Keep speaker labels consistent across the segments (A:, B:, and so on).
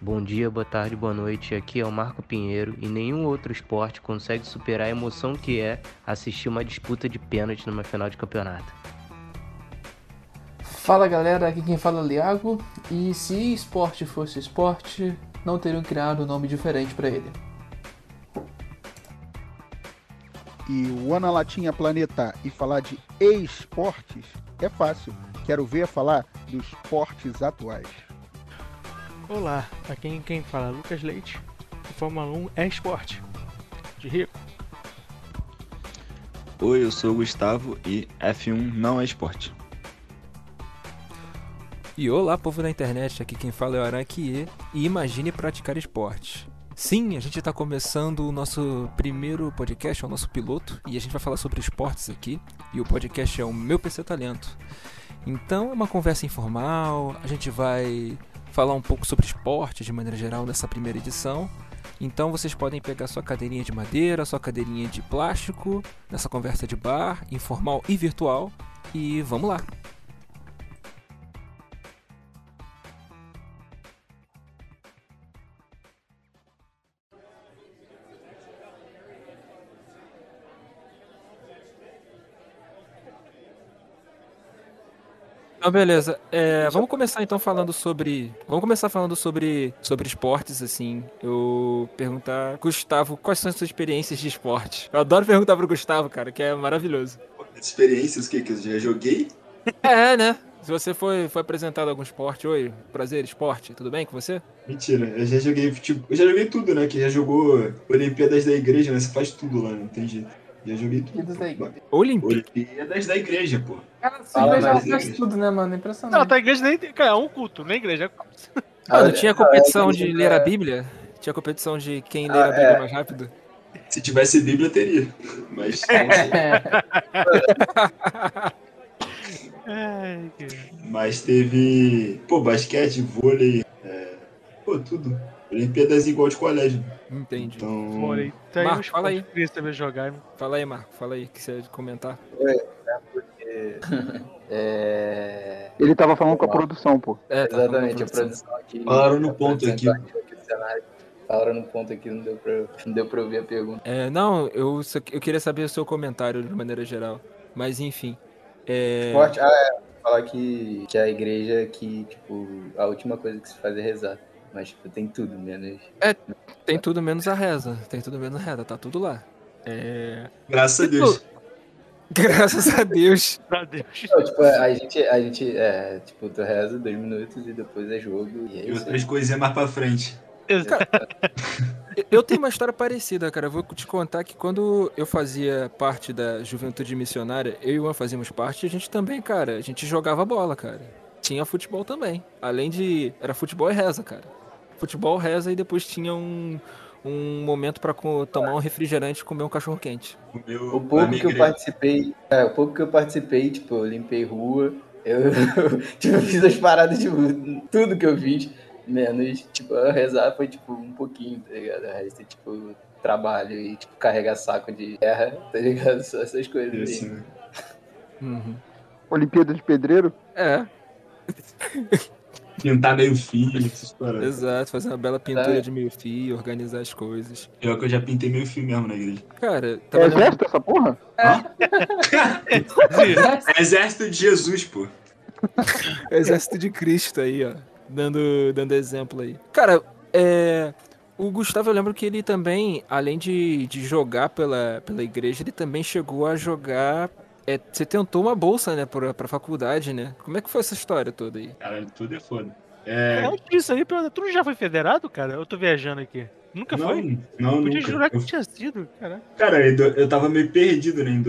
A: Bom dia, boa tarde, boa noite. Aqui é o Marco Pinheiro e nenhum outro esporte consegue superar a emoção que é assistir uma disputa de pênalti numa final de campeonato.
B: Fala galera, aqui quem fala é o Liago e se esporte fosse esporte, não teriam criado um nome diferente para ele.
C: E o Ana Latinha Planeta e falar de esportes é fácil. Quero ver falar dos esportes atuais.
D: Olá, aqui quem, quem fala é Lucas Leite, o Fórmula 1 é esporte. De rico.
E: Oi, eu sou o Gustavo e F1 não é esporte.
F: E olá, povo da internet, aqui quem fala é o Araquiê e imagine praticar esporte. Sim, a gente está começando o nosso primeiro podcast, é o nosso piloto, e a gente vai falar sobre esportes aqui. E o podcast é o Meu PC Talento. Então é uma conversa informal, a gente vai falar um pouco sobre esporte de maneira geral nessa primeira edição. Então vocês podem pegar sua cadeirinha de madeira, sua cadeirinha de plástico, nessa conversa de bar, informal e virtual, e vamos lá! Então, beleza. É, vamos começar então falando sobre. Vamos começar falando sobre, sobre esportes, assim. Eu perguntar, Gustavo, quais são as suas experiências de esporte? Eu adoro perguntar pro Gustavo, cara, que é maravilhoso.
E: Experiências que, que eu já joguei?
F: É, né? Se você foi, foi apresentado a algum esporte, oi, prazer, esporte, tudo bem com você?
E: Mentira, eu já joguei futebol. Eu já joguei tudo, né? Que já jogou Olimpíadas da Igreja, né? Você faz tudo lá, não tem jeito. Já joguei tudo.
F: Olimpíada.
E: Olimpíadas da igreja, pô.
B: Cara,
E: Fala,
B: igreja
E: mas
B: faz
E: igreja.
B: tudo, né, mano?
D: Não,
B: Impressionante.
D: tá a igreja nem. Cara, é um culto, nem igreja, é culto.
F: Mano,
G: Olha,
F: tinha competição
G: ah,
F: de
G: é-
F: ler a Bíblia? Tinha competição de quem ler a Bíblia
G: é.
F: mais rápido?
E: Se tivesse Bíblia, teria. Mas.
B: É,
H: É,
D: Ai, cara.
E: Mas teve. Pô, basquete, vôlei. é, Pô, tudo. Olimpíadas igual de colégio.
F: Entendi.
E: Então.
D: Morei.
H: Tá
D: Tem
F: Marco,
D: uns
F: fala aí.
D: pontos que eu queria saber jogar.
F: Fala aí, Marco, fala aí, que você ia comentar.
G: É,
C: Ele tava falando com a produção, pô.
F: É, tá
G: exatamente,
F: falando
G: a
F: sobre-
G: produção aqui. tá
E: Falaram no ponto aqui.
G: aquele cenário. Falaram no ponto aqui, não deu pra, eu- não deu pra eu ouvir a pergunta.
F: É, não, eu, só- eu queria saber o seu comentário de maneira geral. Mas enfim. É,
G: Esporte, ah, é, falar que, que a igreja que, tipo, a última coisa que se faz é rezar. Mas, tipo, tem tudo, menos.
F: tem tudo menos a reza. Tem tudo menos a reza, tá tudo lá. É,
E: Graças a
F: E tu?
E: Deus.
F: Graças a Deus.
D: Pra Deus.
G: Não, tipo,
F: é-
G: a gente, a gente, é, tipo, tu reza dois minutos e depois é jogo e é
E: E
G: isso.
E: outras coisinhas mais pra frente.
F: Eu tenho uma história parecida, cara. Eu vou te contar que quando eu fazia parte da juventude missionária, eu e o Juan fazíamos parte, e a gente também, cara, a gente jogava bola, cara. Tinha futebol também. Além de. Era futebol e reza, cara. Futebol, reza e depois tinha um, um momento pra co- tomar um refrigerante e comer um cachorro quente.
E: O meu.
G: O pouco que eu
E: igreja,
G: participei, é, o pouco que eu participei, tipo, eu limpei rua, eu tipo, fiz as paradas, tipo, tudo que eu fiz, menos, tipo, eu rezar foi, tipo, um pouquinho, tá ligado? O resto é, tipo, trabalho e, tipo, carregar saco de terra, tá ligado? Só essas coisas
E: assim,
G: mesmo.
E: né?
F: Uhum.
C: Olimpíada de Pedreiro?
F: É,
E: Pintar meio filho, essas paradas.
F: exato. Fazer uma bela pintura
G: Sabe?
F: de meio fio, organizar as coisas.
E: Pior que eu já pintei meio filho mesmo na igreja.
F: Cara,
B: Tá
F: tava
C: É
F: lembrando-
C: exército essa porra?
E: Exército de Jesus, pô.
F: O Exército de Cristo aí, ó. Dando, dando exemplo aí. Cara, é. O Gustavo, eu lembro que ele também, além de, de jogar pela, pela igreja, ele também chegou a jogar. é, você tentou uma bolsa, né, pra, pra faculdade, né? Como é que foi essa história toda aí?
E: Caralho, tudo é foda. É.
D: É antes disso aí, pelo- tu já foi federado, cara? Eu tô viajando aqui. Nunca
E: não,
D: foi?
E: não,
D: Podia
E: nunca.
D: jurar que
E: Eu
D: não tinha sido, cara.
E: Cara, eu do- eu tava meio perdido, né, em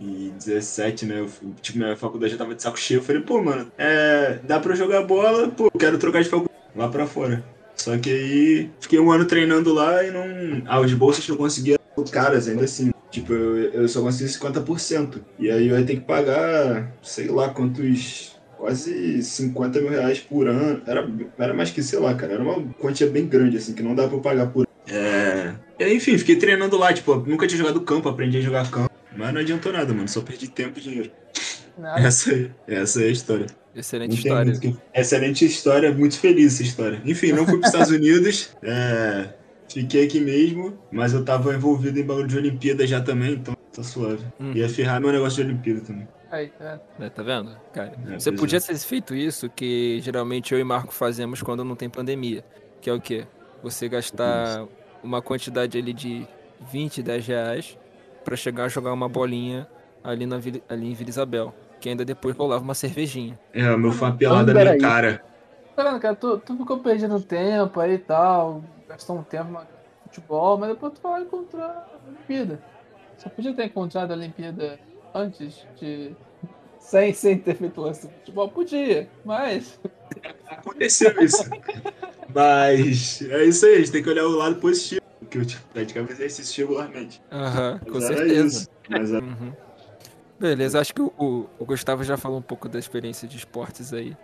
E: 2017, né? Eu, fui- tipo, minha faculdade já tava de saco cheio. Eu falei, pô, mano, é, dá pra eu jogar bola, pô, eu quero trocar de faculdade lá pra fora. Só que aí fiquei um ano treinando lá e não. Ah, os bolsas não conseguia caras ainda assim. Tipo, eu, eu só consegui 50%. E aí eu ia ter que pagar, sei lá quantos. Quase 50 mil reais por ano. Era, era mais que, sei lá, cara. Era uma quantia bem grande, assim, que não dá pra eu pagar por é. E aí, enfim, fiquei treinando lá, tipo, nunca tinha jogado campo, aprendi a jogar campo. Mas não adiantou nada, mano. Só perdi tempo e dinheiro.
B: nada.
E: Essa, aí- essa é a história.
F: Excelente
E: Não tem
F: história.
E: muito que- Excelente história, muito feliz essa história. Enfim, não fui para os Estados Unidos, é, fiquei aqui mesmo, mas eu tava envolvido em bagulho de Olimpíada já também, então tá suave.
F: Hum.
E: Ia ferrar meu negócio de Olimpíada também.
B: Aí, é.
F: Né, tá vendo? Cara,
E: É,
F: você
E: pois
F: podia
E: é.
F: ter feito isso que geralmente eu e Marco fazemos quando não tem pandemia. Que é o quê? Você gastar uma quantidade ali de 20, 10 reais pra chegar a jogar uma bolinha ali, na Vila- ali em Vila Isabel. Que ainda depois rolava uma cervejinha.
E: É, o meu foi uma pelada
C: Então,
E: bem
C: peraí.
E: cara.
B: Tá vendo, cara? Tu, tu ficou perdendo tempo aí e tal, gastou um tempo no futebol, mas depois tu foi lá encontrar a Olimpíada. Só podia ter encontrado a Olimpíada antes de. Sem, sem ter feito o lance do futebol? Podia, mas.
E: Aconteceu isso. mas é isso aí, a gente tem que olhar o lado positivo, que eu tipo, praticava exercício regularmente.
F: Aham, com
E: Mas era
F: certeza.
E: isso. Mas é,
F: Uhum. Beleza, acho que o, o- o Gustavo já falou um pouco da experiência de esportes aí.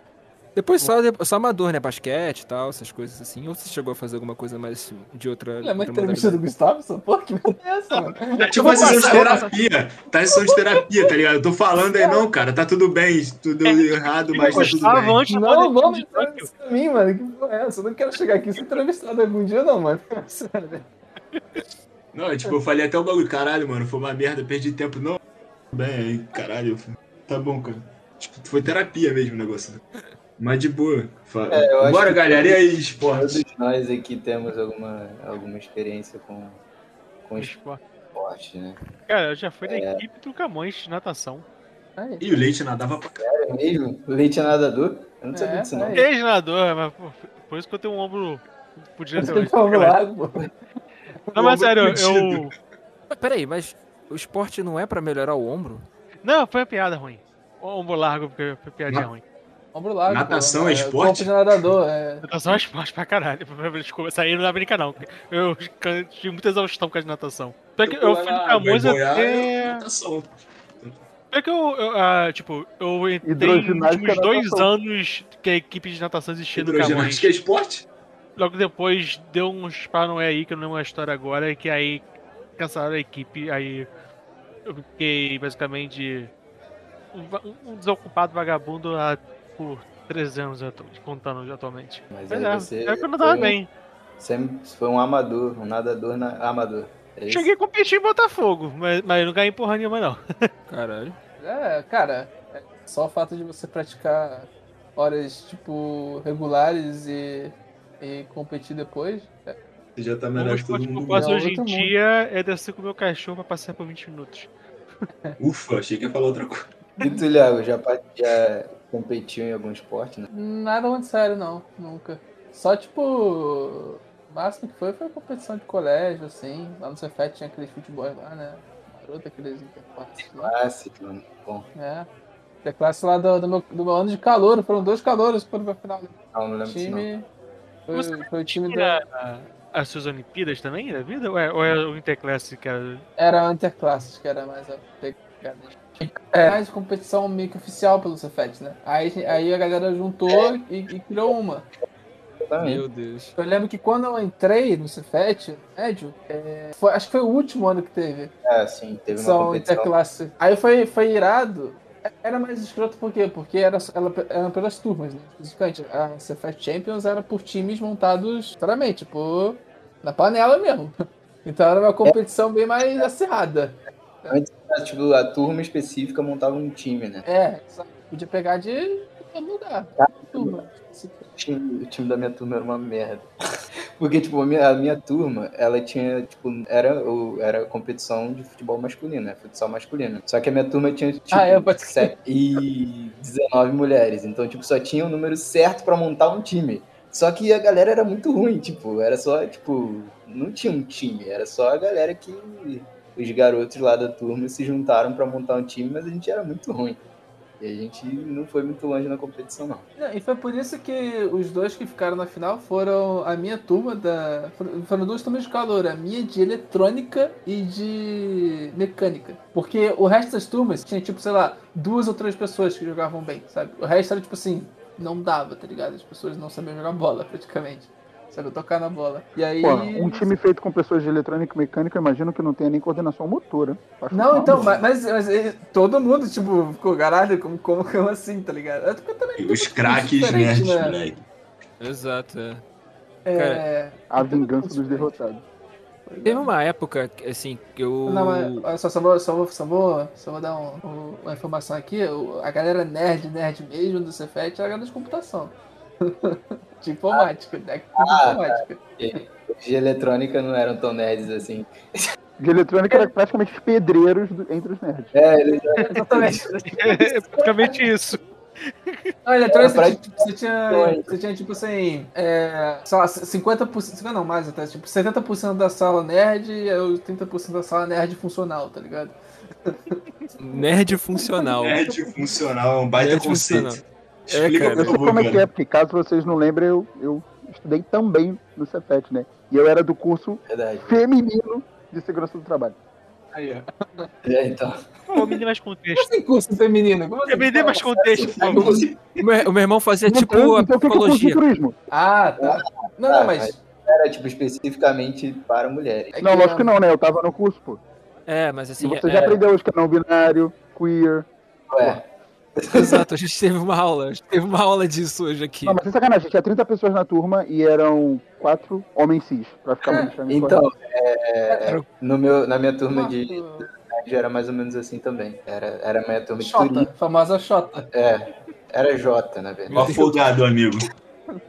F: Depois só, só amador, né? Basquete e tal, essas coisas assim. Ou você chegou a fazer alguma coisa mais de outra.
B: Olha, uma
F: outra
B: entrevista É, do
F: modalidade?
B: Gustavo, essa porra, que merda é essa, mano?
E: Tá
B: Eu
E: tipo
B: vou
E: uma sessão de
B: passar, eu vou passar.
E: terapia. Tá em sessão de terapia, tá ligado? Eu tô falando aí, não, cara. Tá tudo bem, tudo errado, mas tá tudo
H: Gustavo,
B: né?
E: bem.
H: antes da
B: Não,
H: pandemia
B: vamos
H: de
B: entrar
H: Tóquio.
B: nisso pra mim, mano. Que porra é essa? Eu não quero chegar aqui e ser entrevistado algum dia, não, mano.
E: Não, tipo, eu falei até o bagulho, caralho, mano, foi uma merda, perdi tempo. Não, tudo bem, aí, caralho, eu falei, tá bom, cara. Tipo, foi terapia mesmo o negócio. né? Mas de boa. Fa-
G: É, eu acho
E: Bora,
G: que-
E: galera, e aí, esporte?
G: Todos nós aqui temos alguma, alguma experiência com, com
H: Esporte.
G: esporte, né?
H: Cara, eu já fui da equipe do Camões de natação.
B: Aí,
E: E o leite nadava pra caralho.
G: É mesmo? Leite é nadador? Eu não sabia
B: É,
G: disso, não.
B: é.
H: Ex-nadador, mas pô, por isso que eu tenho um ombro fudido até
B: tem
H: hoje.
B: que falar
H: Cara,
B: água, pô.
H: Não, mas
E: Um
H: sério,
E: ombro
H: eu.
F: Mas Peraí, mas o esporte não é pra melhorar o ombro?
H: Não, foi uma piada ruim. O Ombro largo, porque foi piadinha
E: Na-
H: ruim.
B: Ombro largo.
E: Natação
B: pô,
E: é
B: Corpo
E: esporte?
B: de nadador, é.
H: Natação é esporte pra caralho. Desculpa, isso aí não dá brincar não. Eu tive muita exaustão com a de natação. Pior que eu fui no Camões
E: Vai boiar,
H: até.
E: natação.
H: Pior que eu. eu, ah, tipo, eu entrei nos
C: Hidroginástica
H: últimos
C: é
H: dois
C: natação.
H: anos que a equipe de natação existia no Camões.
E: Hidroginástica é esporte?
H: Logo depois deu uns paranoia aí, que eu não lembro a história agora, que aí cancelaram a equipe, aí eu fiquei basicamente um va- um desocupado vagabundo há, por três anos, eu tô te contando atualmente.
G: Mas
H: Mas
G: aí
H: é,
G: você
H: é que eu não tava
G: foi um-
H: bem.
G: Sempre foi um amador, um nadador na- amador. É isso?
H: Cheguei a competir em Botafogo, mas, mas eu não ganhei porra nenhuma não.
F: Caralho.
B: É, cara, é só o fato de você praticar horas, tipo, regulares e, e competir depois. é.
E: Você já tá
H: O
E: melhor que todo
H: esporte que eu
E: mundo.
H: faço
B: Não,
H: hoje em
B: outro mundo.
H: dia é descer com o meu cachorro pra passear por 20 minutos.
E: Ufa, achei que ia falar outra coisa.
G: E tu, Liago, já, pa- já competiu em algum esporte, né?
B: Nada muito sério, não. Nunca. Só, tipo, o máximo que foi foi competição de colégio, assim. Lá no Cefet tinha aqueles futebol lá, né? Maroto, aqueles interpartes lá.
G: Clássico, mano. Bom,
B: É. E a classe lá do, do meu, do meu ano de calor, foram dois calouros que foram pra final.
G: não, Ah, não
B: O
G: lembro disso, não.
B: time. Foi,
H: Você
B: foi o time da.
H: Tinha as suas Olimpíadas também da vida? Ou é, ou é o Interclasse que era
B: Era a Interclasses, que era mais a pegada. É. Mais competição meio que oficial pelo Cefet, né? Aí, aí a galera
G: É.
B: juntou e, e criou uma.
C: É.
G: Exatamente.
F: Meu Deus.
B: Eu lembro que quando eu entrei no Cefet, no médio, é, foi- acho que foi o último ano que teve.
G: É, sim, teve uma
B: São
G: competição.
B: interclasse. Aí foi, foi irado. Era mais escroto por quê? Porque era, ela, eram pelas turmas, né? Especificamente, a Cefet Champions era por times montados, sinceramente, tipo, na panela mesmo. Então era uma competição bem mais acirrada.
G: Mas, tipo, a turma específica montava um time, né?
B: É, só podia pegar de todo lugar.
C: Tá.
B: Turma.
G: O time, o time da minha turma era uma merda. Porque, tipo, a minha, a minha turma, ela tinha, tipo, era, o- era competição de futebol masculino, né? Futsal masculino. Só que a minha turma tinha, tipo,
B: Ah, é, pode ser.
G: sete e 19 mulheres. Então, tipo, só tinha o número certo pra montar um time. Só que a galera era muito ruim, tipo, era só, tipo, não tinha um time, era só a galera que os garotos lá da turma se juntaram pra montar um time, mas a gente era muito ruim. E a gente não foi muito longe na competição, não.
B: Não, E foi por isso que os dois que ficaram na final foram a minha turma da. for- Foram duas turmas de calor, a minha de eletrônica e de mecânica. Porque o resto das turmas tinha, tipo, sei lá, duas ou três pessoas que jogavam bem, sabe? O resto era tipo assim, não dava, tá ligado? As pessoas não sabiam jogar bola praticamente. sabe? Tocar na bola. E aí.
C: Pô, um time feito com pessoas de eletrônica e mecânica, eu imagino que não tenha nem coordenação motora. Acho
B: Não,
C: que é
B: então, mas, mas, mas ele- todo mundo, tipo, ficou caralho, como, como, como assim, tá ligado? Eu também.
E: E os craques
B: Diferente,
E: nerds,
B: né?
E: moleque.
F: Exato, é.
B: É.
C: A vingança dos derrotados.
F: Teve uma época, assim, que eu.
B: Não, mas olha só, só vou, só vou, só vou, só vou dar um- um- uma informação aqui. O- a galera nerd, nerd mesmo do Cefet é a galera de computação. de informática, né? De informática.
G: De eletrônica não eram tão nerds assim.
C: De eletrônica
B: É.
C: era praticamente os pedreiros do- entre os nerds.
G: É, eles
B: Exatamente.
H: É praticamente isso.
B: Não, eletrônica,
G: Era
B: você, tinha- você tinha, você tinha, tipo assim, é, sei lá, 50%, 50 não, mais até, tipo, 70% da sala nerd é e os 30% da sala nerd funcional, tá ligado?
F: Nerd funcional.
E: Nerd funcional é um baita
F: Nerd
E: conceito.
F: funcional. É,
E: Explica
F: cara.
E: pra
C: Eu sei
E: todo
C: como é
E: mundo,
C: que é,
E: cara.
C: porque caso vocês não lembrem, eu, eu estudei também no Cefet, né? E eu era do curso
G: verdade.
C: feminino de segurança do trabalho.
B: Aí, ó.
G: É, então.
H: Pô, me dê mais contexto.
B: Sem curso feminino, como assim?
H: Me dê mais contexto, por favor.
F: O meu, o meu irmão fazia
C: Então,
F: tipo a
C: assim? então o que que eu curso de
F: psicologia.
C: turismo?
B: Ah, tá. Não, não, mas.
G: Era tipo especificamente para mulheres.
B: é
C: Não, lógico que não, né? Eu tava no curso, pô.
F: É, mas
C: E
F: assim.
C: você
F: é-
C: já aprendeu hoje que é não binário, queer.
G: Ué,
F: Exato, a gente teve uma aula. A gente teve uma aula disso hoje aqui.
C: Não, mas sem sacanagem, tinha 30 pessoas na turma e eram quatro homens cis, pra ficar mais pra mim,
G: então, é, no meu, na minha turma de
B: Marco
G: médio era mais ou menos assim também. Era, era a minha turma de turismo.
B: Xota, famosa Xota.
G: É, era Jota, na verdade.
E: Ó, folgado, amigo.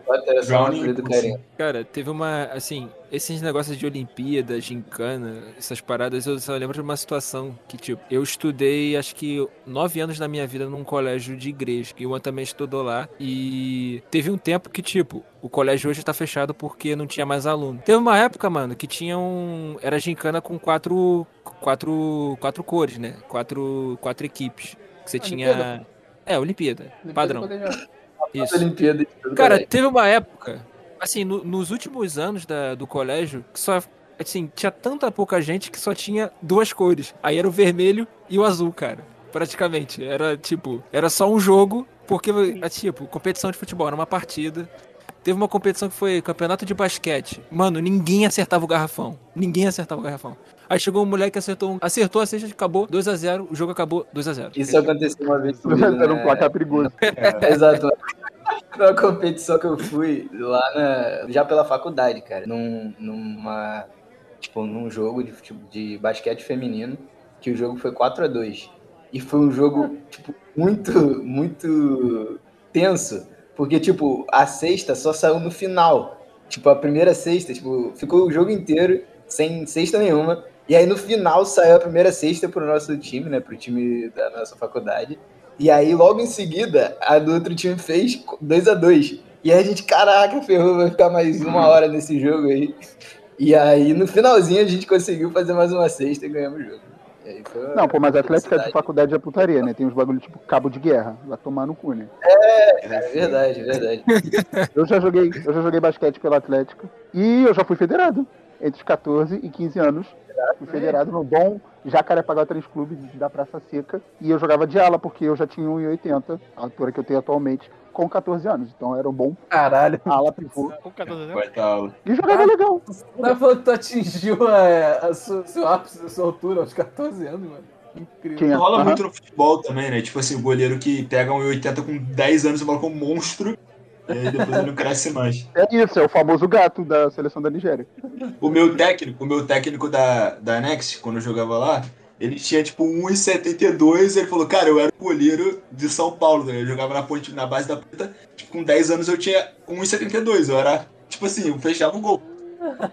G: Jota era só um
E: Brownie
G: apelido
E: Impulse.
G: carinho.
F: Cara, teve uma. Assim, esses negócios de Olimpíada, gincana, essas paradas, eu só lembro de uma situação que, tipo, eu estudei acho que nove anos da minha vida num colégio de igreja, que uma também estudou lá, e teve um tempo que, tipo, o colégio hoje tá fechado porque não tinha mais aluno. Teve uma época, mano, que tinha um. Era gincana com quatro. quatro. quatro cores, né? Quatro. quatro equipes. Que você
B: Olimpíada,
F: tinha. É, Olimpíada. Padrão. Isso.
G: Olimpíada de tudo
F: Cara,
G: carinho.
F: teve uma época, assim, no- nos últimos anos da- do colégio, que só, assim, tinha tanta pouca gente que só tinha duas cores. Aí era o vermelho e o azul, cara. Praticamente. Era, tipo, era só um jogo, porque, é, tipo, competição de futebol, era uma partida. Teve uma competição que foi campeonato de basquete. Mano, ninguém acertava o garrafão. Ninguém acertava o garrafão. Aí chegou um moleque que acertou, um, acertou a cesta, acabou 2x0, o jogo acabou 2x0.
G: Isso é aconteceu uma vez comigo.
F: Então,
C: Era
F: é.
C: um
G: né?
C: placar perigoso.
G: Exato. Numa competição que eu fui lá na. Já pela faculdade, cara. Num, numa. Tipo, num jogo de, futebol, de basquete feminino. Que o jogo foi 4x2. E foi um jogo, tipo, muito, muito tenso. Porque, tipo, a sexta só saiu no final. Tipo, a primeira sexta, tipo, ficou o jogo inteiro sem sexta nenhuma. E aí no final saiu a primeira sexta pro nosso time, né? Pro time da nossa faculdade. E aí, logo em seguida, a do outro time fez 2 a 2 E aí a gente, caraca, ferrou, vai ficar mais
C: Uhum.
G: uma hora nesse jogo aí. E aí, no finalzinho, a gente conseguiu fazer mais uma sexta e ganhamos o jogo. E aí foi uma
C: Não, pô, mas a atlética de
G: felicidade.
C: faculdade é putaria, né? Tem uns bagulho tipo cabo de guerra, vai tomar no cu, né?
G: É verdade, é verdade.
C: Eu já joguei, eu já joguei basquete pela Atlética e eu já fui federado entre os 14 e 15 anos. Fui federado no bom Jacarepaguá Tênis Clube da Praça Seca e eu jogava de ala porque eu já tinha 1,80, a altura que eu tenho atualmente, com 14 anos. Então eu era um bom
B: Caralho.
C: ala pivô
H: Com 14 anos.
E: Vai dar aula.
C: e jogava legal.
B: Tá falando que tu atingiu a, a sua, seu ápice da sua altura aos 14 anos, mano. Incrível.
C: Tinha.
E: Rola
C: Aham.
E: muito no futebol também, né? Tipo assim, o goleiro que pega um 80 com 10 anos e marca um monstro. E aí depois ele não cresce mais.
C: É isso, é o famoso gato da seleção da Nigéria.
E: O meu técnico, o meu técnico da, da Next, quando eu jogava lá, ele tinha tipo 1,72. Ele falou, cara, eu era o goleiro de São Paulo, né? eu jogava na ponte, na base da ponta. Tipo, com 10 anos eu tinha 1,72. Eu era, tipo assim, eu fechava o gol.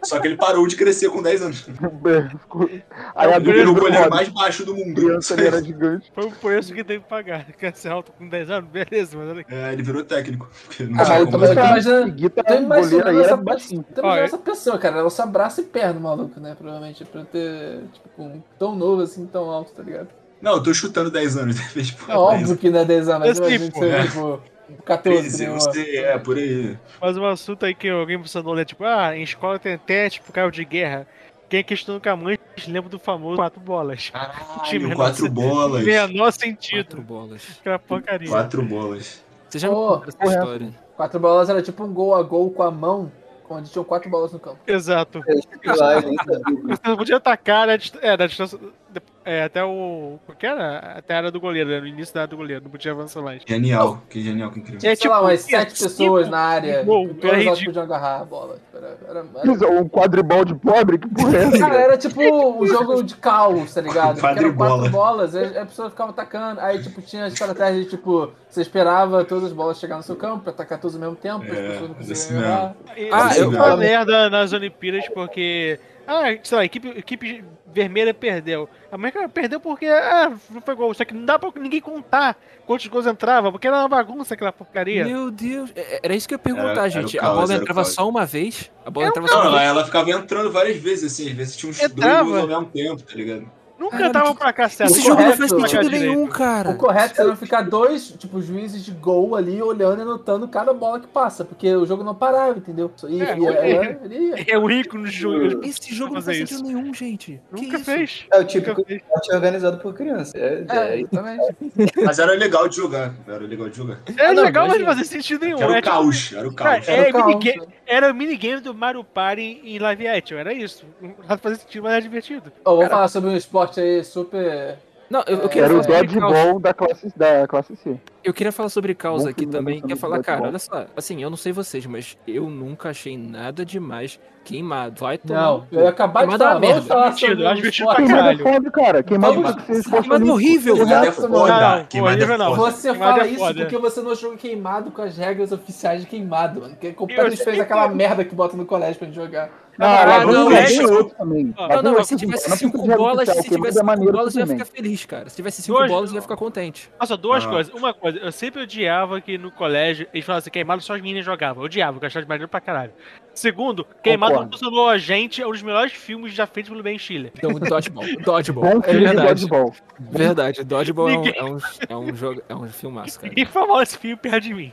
E: Só que ele parou de crescer com 10 anos.
C: Ficou- Aí a
E: Era o
C: dúvida
E: goleiro,
C: do
E: goleiro
C: Rob,
E: mais baixo do mundo.
C: criança ele era gigante.
H: Foi o preço que teve que pagar. Quer ser alto com 10 anos? Beleza, mas olha aqui.
E: É, ele virou técnico. porque não
B: Ah,
E: tinha
B: mas eu
E: como
B: também
E: fazer.
B: tô imaginando-
C: Guita,
B: Tô
C: é Então, goleiro aí
B: imaginando
C: era
B: essa,
C: baixinho.
B: tô imaginando
H: Ó, eu-
B: essa pessoa, cara. Ela só braço e perna, maluco, né? Provavelmente. Pra ter, tipo, com tão novo assim, tão alto, tá ligado?
E: Não, eu tô chutando 10 anos. Tipo,
B: É óbvio que não é 10 anos, mas
H: Esse
B: imagina que
H: tipo,
B: você,
E: é.
B: tipo, 14,
E: 13,
B: né?
E: não
B: mano?
E: sei, é, por aí.
H: Mas um assunto aí que alguém precisou ler, tipo, ah, em escola tem até, tipo, carro de guerra. Quem questionou Camões lembra do famoso quatro bolas.
E: Caralho,
H: menor,
E: 4
H: você- tá
E: bolas.
H: Menor
F: Quatro
H: sentido.
F: bolas.
H: Aquela porcaria.
E: 4 bolas.
F: Você já me
B: Pô,
F: contou essa
C: porra.
F: história.
B: Quatro bolas era tipo um gol a gol com a mão. Onde tinham quatro balas no campo.
H: Exato.
G: Eu estive lá, eu nem sabia.
H: Você não podia atacar na dist- é, na distância. é, até o. Qual que era? Até a área do goleiro, né? no início da área do goleiro, não podia avançar mais.
E: Genial, que genial, que incrível.
H: É,
B: Sei lá, umas sete pessoas na área.
H: Gol,
B: todas
H: era
B: elas
H: ridículo.
B: podiam agarrar a bola. tipo, Era, era, era-
C: Isso, um quadribol de pobre? Que porra é essa?
B: Cara, era tipo um jogo de caos, tá ligado? Porque eram quatro
E: Quadribola.
B: bolas, e a pessoa ficava atacando. Aí, tipo, tinha a estratégia de, tipo, você esperava todas as bolas chegar no seu campo, pra atacar todas ao mesmo tempo, as
E: É,
B: pessoas não
E: isso
B: conseguiam
E: mesmo.
B: agarrar.
H: Ah,
E: Ah,
H: eu
E: eu-
H: uma merda nas Olimpíadas porque. Ah, sei lá, a equipe, a equipe vermelha perdeu. A América perdeu porque ah, não foi gol. Só que não dá pra ninguém contar quantos gols entrava, porque era uma bagunça aquela porcaria.
F: Meu Deus, é- era isso que eu ia perguntar,
E: Era- era
F: gente.
E: o caos,
F: a bola
E: era o
F: entrava
E: caos.
F: só uma vez? A bola
H: Era o
F: entrava
E: Não,
F: só uma
E: ela,
F: vez?
E: ela ficava entrando várias vezes, assim, às vezes tinha uns
H: Entrava.
E: dois gols ao mesmo tempo, tá ligado?
H: Nunca
F: Caralho,
H: tava
F: que-
H: pra cá certo.
F: Esse
B: O
F: jogo não
B: correto-
F: faz
B: o
F: sentido
H: é- correto-
F: nenhum,
B: O
F: cara.
B: correto seria ficar dois, tipo, juízes de gol ali olhando e anotando cada bola que passa, porque o jogo não parava, entendeu? E,
H: É,
B: e-
H: é.
B: era- ele-
H: É o rico no jogo.
F: Esse jogo não
H: fazer
F: faz
H: isso.
F: sentido nenhum, gente. Que
H: Nunca
F: isso?
H: fez.
G: É o típico
F: Tipo,
H: Nunca fez.
G: esporte organizado por criança. É,
B: é,
G: é,
B: exatamente.
E: Mas era legal de jogar, era legal de jogar.
H: É
B: Ah, não,
H: legal, mas não
B: imagina.
H: fazia sentido nenhum.
E: Era
H: É
E: o
H: tipo-
E: caos, era o caos.
H: Cara,
B: Era
H: É,
B: o caos,
H: miniga-
B: né?
H: Era o minigame do Mario Party em live action, era isso. Não fazia sentido, mas era divertido.
B: Ó, vou falar sobre um esporte aí super.
F: Não, eu, eu queria
C: Era o
F: falar sobre caos.
C: dodgeball da classe, da classe C.
F: Eu queria falar sobre caos
C: Bom
F: aqui
C: filme,
F: também.
C: bom
F: Quer
C: filme,
F: falar, cara,
C: dodgeball.
F: olha só. Assim, eu não sei vocês, mas eu nunca achei nada demais queimado. Vai tomar. um-
B: Não,
F: no cu.
B: eu ia acabar de
F: Queimada
B: falar,
F: é uma
B: vamos falar
H: merda.
B: sobre
H: Divertido,
B: um
H: acho divertido
B: esporte.
H: pra
C: Queimado é
H: caralho.
C: foda, cara. Queimado
E: Queimado-
C: tem que ser esporte
F: Queimado
C: olímpico.
F: é horrível.
E: Queimado é
B: Exato,
E: foda,
H: não, não,
E: queimado é
H: horrível não.
E: foda.
B: Você
H: Queimado
B: fala
H: é
B: isso
H: foda.
B: porque você não jogou queimado com as regras oficiais de queimado, mano. Que é completamente
H: sei,
B: diferente daquela merda que bota no colégio pra gente jogar.
C: Não,
H: Ah,
C: lá
H: não,
C: vem- lá
H: é
C: vem
H: isso.
C: outro também. Lá
F: Não,
C: vem
F: não, mas
C: outro
F: se
C: também.
F: tivesse
C: Não precisa
F: cinco
C: de regra
F: bolas,
C: oficial,
F: se
C: queimado
F: tivesse
C: é
F: cinco
C: maneiro
F: bolas, eu ia
C: também.
F: ficar feliz, cara. Se tivesse cinco
H: Hoje
F: bolas, eu ia
H: não.
F: ficar contente.
H: Nossa, duas
E: Ah.
H: coisas. Uma coisa, eu sempre odiava que no colégio eles falavam assim, queimado só as meninas jogavam. Eu odiava, eu achava de maneiro pra caralho. Segundo, queimado
C: Concordo.
H: proporcionou a gente é um dos melhores filmes já feitos pelo Ben Schiller.
F: Então, dodgeball. Dodgeball.
C: É
F: É
C: Bom filme de
F: verdade.
C: dodgeball.
F: Verdade, Dodgeball é um,
H: Ninguém-
F: é um, é um jogo, é um filmaço, cara.
H: E foi mal esse filme perto de mim.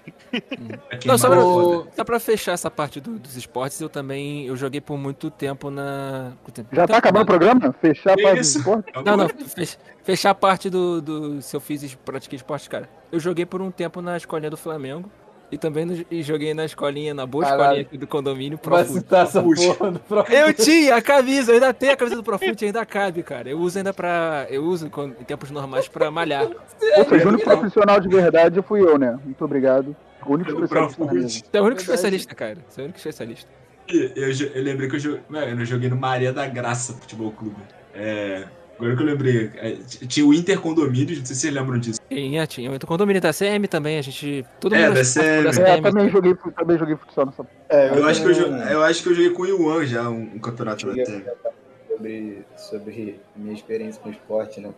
F: Não, só pra,
E: Queimado é
B: O-
E: foda.
F: só pra fechar essa parte do- dos esportes, eu também eu joguei por muito tempo na.
C: Já
F: Então,
C: tá acabando o programa? Fechar
E: Que
C: para o
E: isso?
C: esporte?
F: Não, não, fech- fechar a parte do, do. Se eu fiz es- pratiquei esporte, cara. Eu joguei por um tempo na escolinha do Flamengo. E também no- e joguei na escolinha, na boa
B: Caralho.
F: escolinha aqui do condomínio,
B: Vai
F: Profute.
B: citar essa
E: Puxa.
B: porra do próprio.
F: Eu tinha a camisa, eu ainda tenho a camisa do Profute, ainda cabe, cara. Eu uso ainda pra. Eu uso quando- em tempos normais pra malhar.
C: Ou seja, o único profissional de verdade fui eu, né? Muito obrigado. O único
E: Pelo
C: especialista na mesa.
E: Profut.
F: Você é o único
B: Verdade.
F: especialista, cara. Você é o único especialista.
E: E Eu, jo- eu lembrei que eu, jo- não, eu não joguei no Maria da Graça Futebol Clube. É, agora que eu lembrei, é, t- tinha o Inter Condomínios, não sei se vocês lembram disso.
F: Tinha, tinha. Eu tô com o domínio da CM também, a gente. Todo
E: É,
F: mundo
E: da
F: participa
E: CM.
C: É,
F: CM.
C: também joguei, fu- também joguei futsal nessa
G: é,
E: Eu acho que eu, jo-
G: não-
E: eu acho que eu joguei com o Yuan já, um, um campeonato da
G: Joguei.
E: TEM.
G: sobre, sobre minha experiência com esporte, né?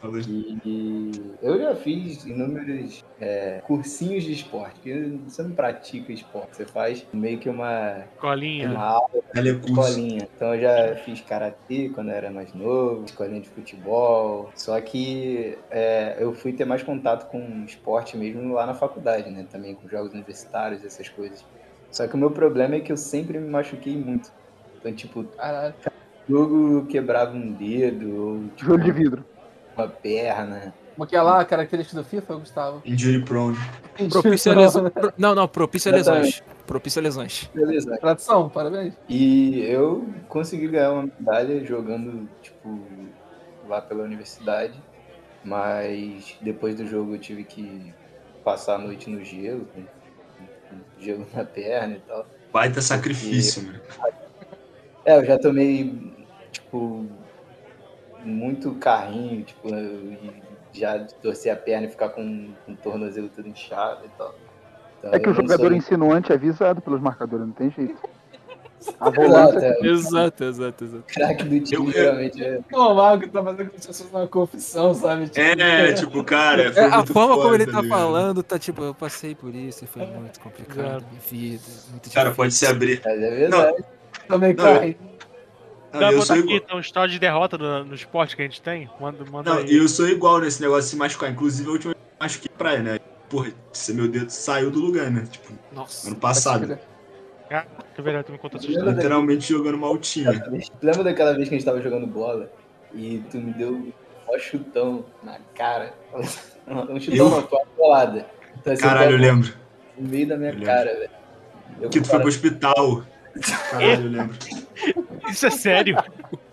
E: Falou de-
G: E eu já fiz inúmeros é, cursinhos de esporte, porque você não pratica esporte, você faz meio que uma,
C: É.
G: uma
H: Colinha.
G: aula,
E: Telecurso.
G: escolinha. Então eu já fiz karatê quando eu era mais novo, escolinha de futebol. Só que é, eu fui ter mais contato com esporte mesmo lá na faculdade, né? Também com jogos universitários, essas coisas. Só que o meu problema é que eu sempre me machuquei muito. Então, tipo,
B: Caralho.
G: jogo eu quebrava um dedo, ou tipo,
C: jogo de vidro.
G: uma perna.
B: Como que é lá a característica do FIFA, Gustavo?
E: Injury prone.
F: Propício a lesões. Pro- Não, não, propício a lesões. Propício a lesões.
G: Beleza,
B: Tradução, parabéns.
G: E eu consegui ganhar uma medalha jogando, tipo, lá pela universidade. Mas depois do jogo eu tive que passar a noite no gelo, com com gelo na perna e tal.
E: Baita sacrifício, mano.
G: É, eu já tomei, tipo, muito carrinho, tipo, eu- e já de torcer a perna e ficar com, com o tornozelo todo inchado e tal. Então,
C: É que
G: eu
C: o
G: não sou
C: jogador
G: muito-
C: insinuante é avisado pelos marcadores, não tem jeito. A
G: Exato,
C: volância
G: é, o
F: Exato, exato, exato.
G: craque do time,
E: Eu- eu-
G: realmente, é.
B: Não, o Marco tá fazendo como se fosse uma confissão, sabe? Tipo,
E: É, tipo, cara. foi
F: É, a
E: muito
F: forma
E: foda,
F: como ele tá
E: ligado?
F: falando tá tipo, eu passei por isso e foi muito complicado. Minha vida, muito
E: Cara,
F: difícil.
E: pode se abrir.
G: Mas é verdade.
B: também tá
E: Não,
B: cai.
E: Não,
H: Dá pra
E: eu
H: botar
E: sou
H: aqui,
E: igual.
H: então, história de derrota no, no esporte que a gente tem? Manda,
F: tá
H: manda
E: Não,
H: aí.
E: eu sou igual nesse negócio de se machucar. Inclusive, a última vez que eu machuquei praia, né? Porra, esse meu dedo saiu do lugar, né? Tipo,
F: Nossa.
E: ano passado.
H: Caraca, velho, tu me conta essa
G: Eu-
H: história.
E: Literalmente jogando maltinha.
G: Lembra daquela vez que a gente tava jogando bola e tu me deu um maior chutão na cara? Um chutão
E: Eu?
G: não, foi uma bolada. Então, assim,
E: Caralho, eu
G: eu tava
E: lembro.
G: no meio da minha
E: eu lembro.
G: cara, velho. Eu
E: Que tu foi pro
G: falei,
E: hospital. Caralho, eu lembro.
H: Isso é sério.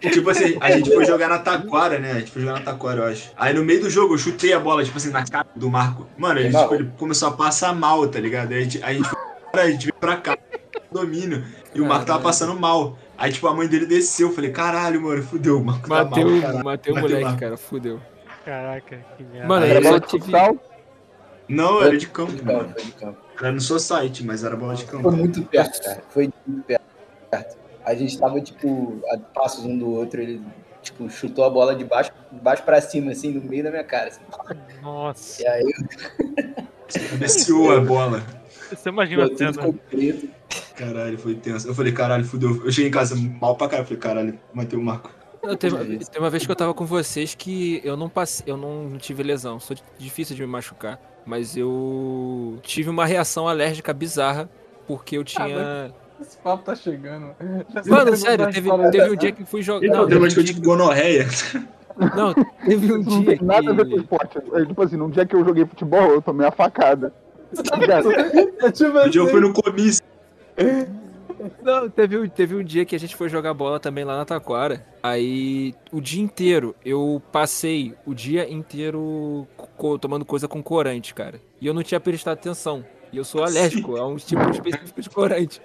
E: Tipo assim, a gente foi jogar na taquara, né? A gente foi jogar na taquara, eu acho. Aí no meio do jogo eu chutei a bola, tipo assim, na cara do Marco. Mano, ele,
G: Legal.
E: tipo, ele começou a passar mal, tá ligado? Aí a gente, a gente, foi pra- a gente veio pra cá, domínio. E o Marco tava passando mal. Aí, tipo, a mãe dele desceu. Eu falei, caralho, mano, fudeu, o Marco tá mal.
F: Matei o,
E: caralho."
F: matei o
E: Matei lá.
F: moleque, cara. Fudeu.
H: Caraca, que merda.
F: Mano,
C: Era
F: eu
C: bola
F: só
C: de
F: tive...
C: futsal?
E: Não, era de campo,
G: Foi de
E: mano.
G: campo, foi de campo.
E: Era no society, mas era bola de
G: Foi
E: campo.
G: muito perto, cara. Foi muito perto. A gente tava, tipo, a passos um do outro, ele, tipo, chutou a bola de baixo, de baixo pra cima, assim, no meio da minha cara. assim.
H: Nossa.
G: E aí
E: Desceu a bola.
H: Você imagina
G: eu
H: a
G: tudo
H: cena.
G: ficou preto.
E: Caralho, foi tenso. Eu falei, caralho, fudeu. Eu cheguei em casa mal pra caralho. Eu Falei, caralho, matei o Marco.
F: Não, teve,
C: É
F: teve uma vez que eu tava com vocês que eu não passei, eu não tive lesão, sou difícil de me machucar, mas eu tive uma reação alérgica bizarra porque eu tinha.
B: Esse papo tá chegando.
F: Mano, sério, teve, teve um dia que eu fui jogar. Não,
E: Tem
F: teve um
E: mais que eu
F: dia,
E: tive tipo, gonorreia.
F: não, teve um
C: Isso não
F: dia
C: tem nada a ver com
F: que...
C: esporte. É, tipo assim, num dia que eu joguei futebol, eu tomei a facada.
B: É tipo
E: Um dia eu
B: assim,
E: fui no comício.
F: Não, teve, um- teve um dia que a gente foi jogar bola também lá na Taquara. Aí, o dia inteiro, eu passei o dia inteiro co- tomando coisa com corante, cara. E eu não tinha prestado atenção. E eu sou alérgico a um tipo específico de corante.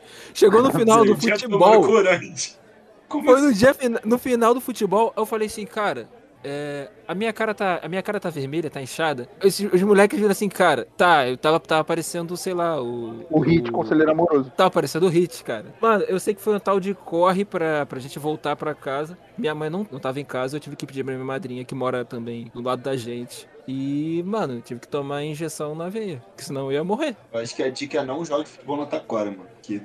F: Chegou no final do
E: Eu tinha tomado
F: futebol.
E: corante. Como assim?
F: Foi no, dia, fina- no final do futebol, eu falei assim, cara, é, a, minha cara tá, a minha cara tá vermelha, tá inchada. Esses- os moleques viram assim, cara, tá, eu tava, tava parecendo, sei lá, o.
C: O hit, conselheiro amoroso.
F: Tá parecendo o Hit, cara. Mano, eu sei que foi um tal de corre pra, pra gente voltar pra casa. Minha mãe não, não tava em casa, eu tive que pedir pra minha madrinha, que mora também do lado da gente. E, mano, eu tive que tomar injeção na veia, porque senão eu ia morrer.
E: Eu acho que a dica é não jogue futebol na taquara, mano. Que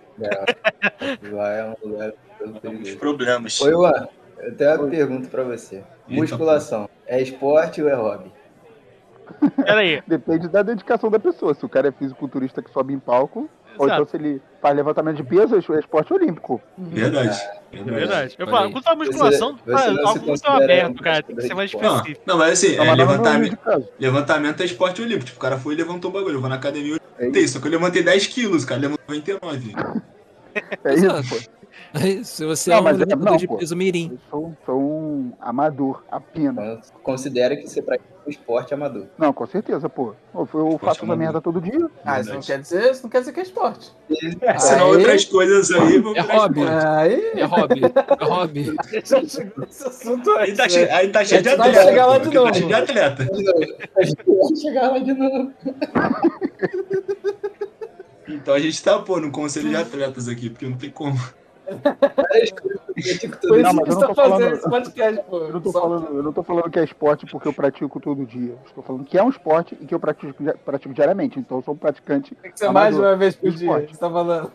G: Lá é um lugar
E: dá muitos
G: perigoso.
E: problemas.
G: Oi, Juan, eu tenho uma pergunta pra você.
E: Eita,
G: Musculação, é esporte ou é hobby?
H: Pera aí.
C: Depende da dedicação da pessoa. Se o cara é fisiculturista que sobe em palco, ou então
H: Exato.
C: se ele faz levantamento de peso, é esporte olímpo.
E: Verdade.
H: É
E: Verdade.
H: verdade. Eu
F: Olha
H: falo,
F: aí.
H: quando tá musculação, tá
G: Você- você não se
H: algo muito
G: considera
H: aberto,
G: um
H: cara.
E: né,
H: Tem que ser mais
E: Não,
H: específico.
E: não, mas assim,
F: Tá
C: Então,
E: é,
C: mas não é o
E: levantame-
C: de caso.
E: levantamento é esporte olímpico. Tipo, o cara foi e levantou o bagulho. Eu vou na academia e
C: É
E: levantei. Só que eu levantei 10 quilos, cara. Levantou 29.
C: É
F: Exato,
C: isso.
F: Aí, Se você
C: Não,
F: é um
C: mas é-
F: levantador
C: não,
F: de
C: pô.
F: peso mirim.
C: Eu sou, sou um amador, apenas.
G: Então, considera que você pratica um esporte amador.
B: É.
C: Não, com certeza, pô. Eu, eu faço essa
E: amador.
C: merda todo dia.
B: Ah,
F: então-
B: isso não quer dizer, isso não quer dizer que é esporte.
E: Senão
B: Aí-
E: outras coisas aí vão
F: É
E: virar
F: hobby.
E: esporte.
B: Aí,
F: É hobby. É hobby.
B: já chegou nesse assunto
E: Aí
B: aí.
E: tá, che... aí tá cheio de
B: A gente vai
E: atleta.
B: chegar lá
E: pô,
B: de
E: porque Tá
B: novo.
E: cheio de atleta.
G: A gente vai chegar lá de novo.
E: Então a gente tá, pô, no conselho de atletas aqui, porque não tem como.
G: Eu fico todo-
B: Foi
C: Não,
B: isso
C: mas
B: que você
C: eu não
B: tá
C: tô falando-
B: fazendo esse podcast, pô.
C: Eu não, tô
B: Só-
C: falando, eu não tô falando que é esporte porque eu pratico todo dia. Eu Estou falando que é um esporte e que eu pratico, pratico diariamente. Então eu sou um praticante.
B: Tem que ser mais um. de
C: amador.
B: uma vez por dia,
C: Esporte.
B: você tá falando.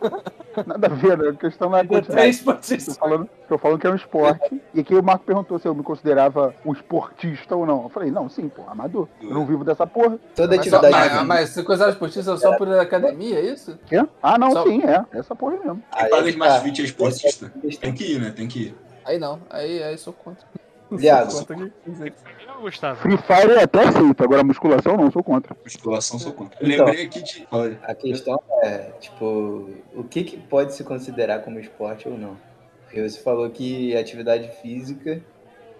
C: Nada a ver, né? a questão não é a
B: Tem
C: quantidade.
B: três
C: Estou
B: esportistas.
C: falando, tô falando que é um esporte. E aqui o Marco perguntou se eu me considerava um esportista ou não. Eu falei, não, sim, pô, amador. Eu não vivo dessa porra.
G: Toda
B: Mas, só,
G: atividade física.
B: mas, mas se coisar esportista só por academia, é isso?
C: Quê? Ah, não,
B: Só-
C: sim, é. Essa porra mesmo.
G: Aí
E: Quem paga de
G: tá.
E: mais fit é esportista.
G: Questão.
E: Tem que ir, né? Tem que ir.
B: Aí não, aí, aí sou contra.
G: Viado.
B: Sou contra que-
H: Eu gostava.
C: Free Fire eu até aceito, agora musculação não, sou contra.
E: Musculação sou contra. Eu
G: Então.
E: lembrei aqui de. Olha,
G: A questão é, tipo, o que, que pode se considerar como esporte ou não? Porque você falou que atividade física,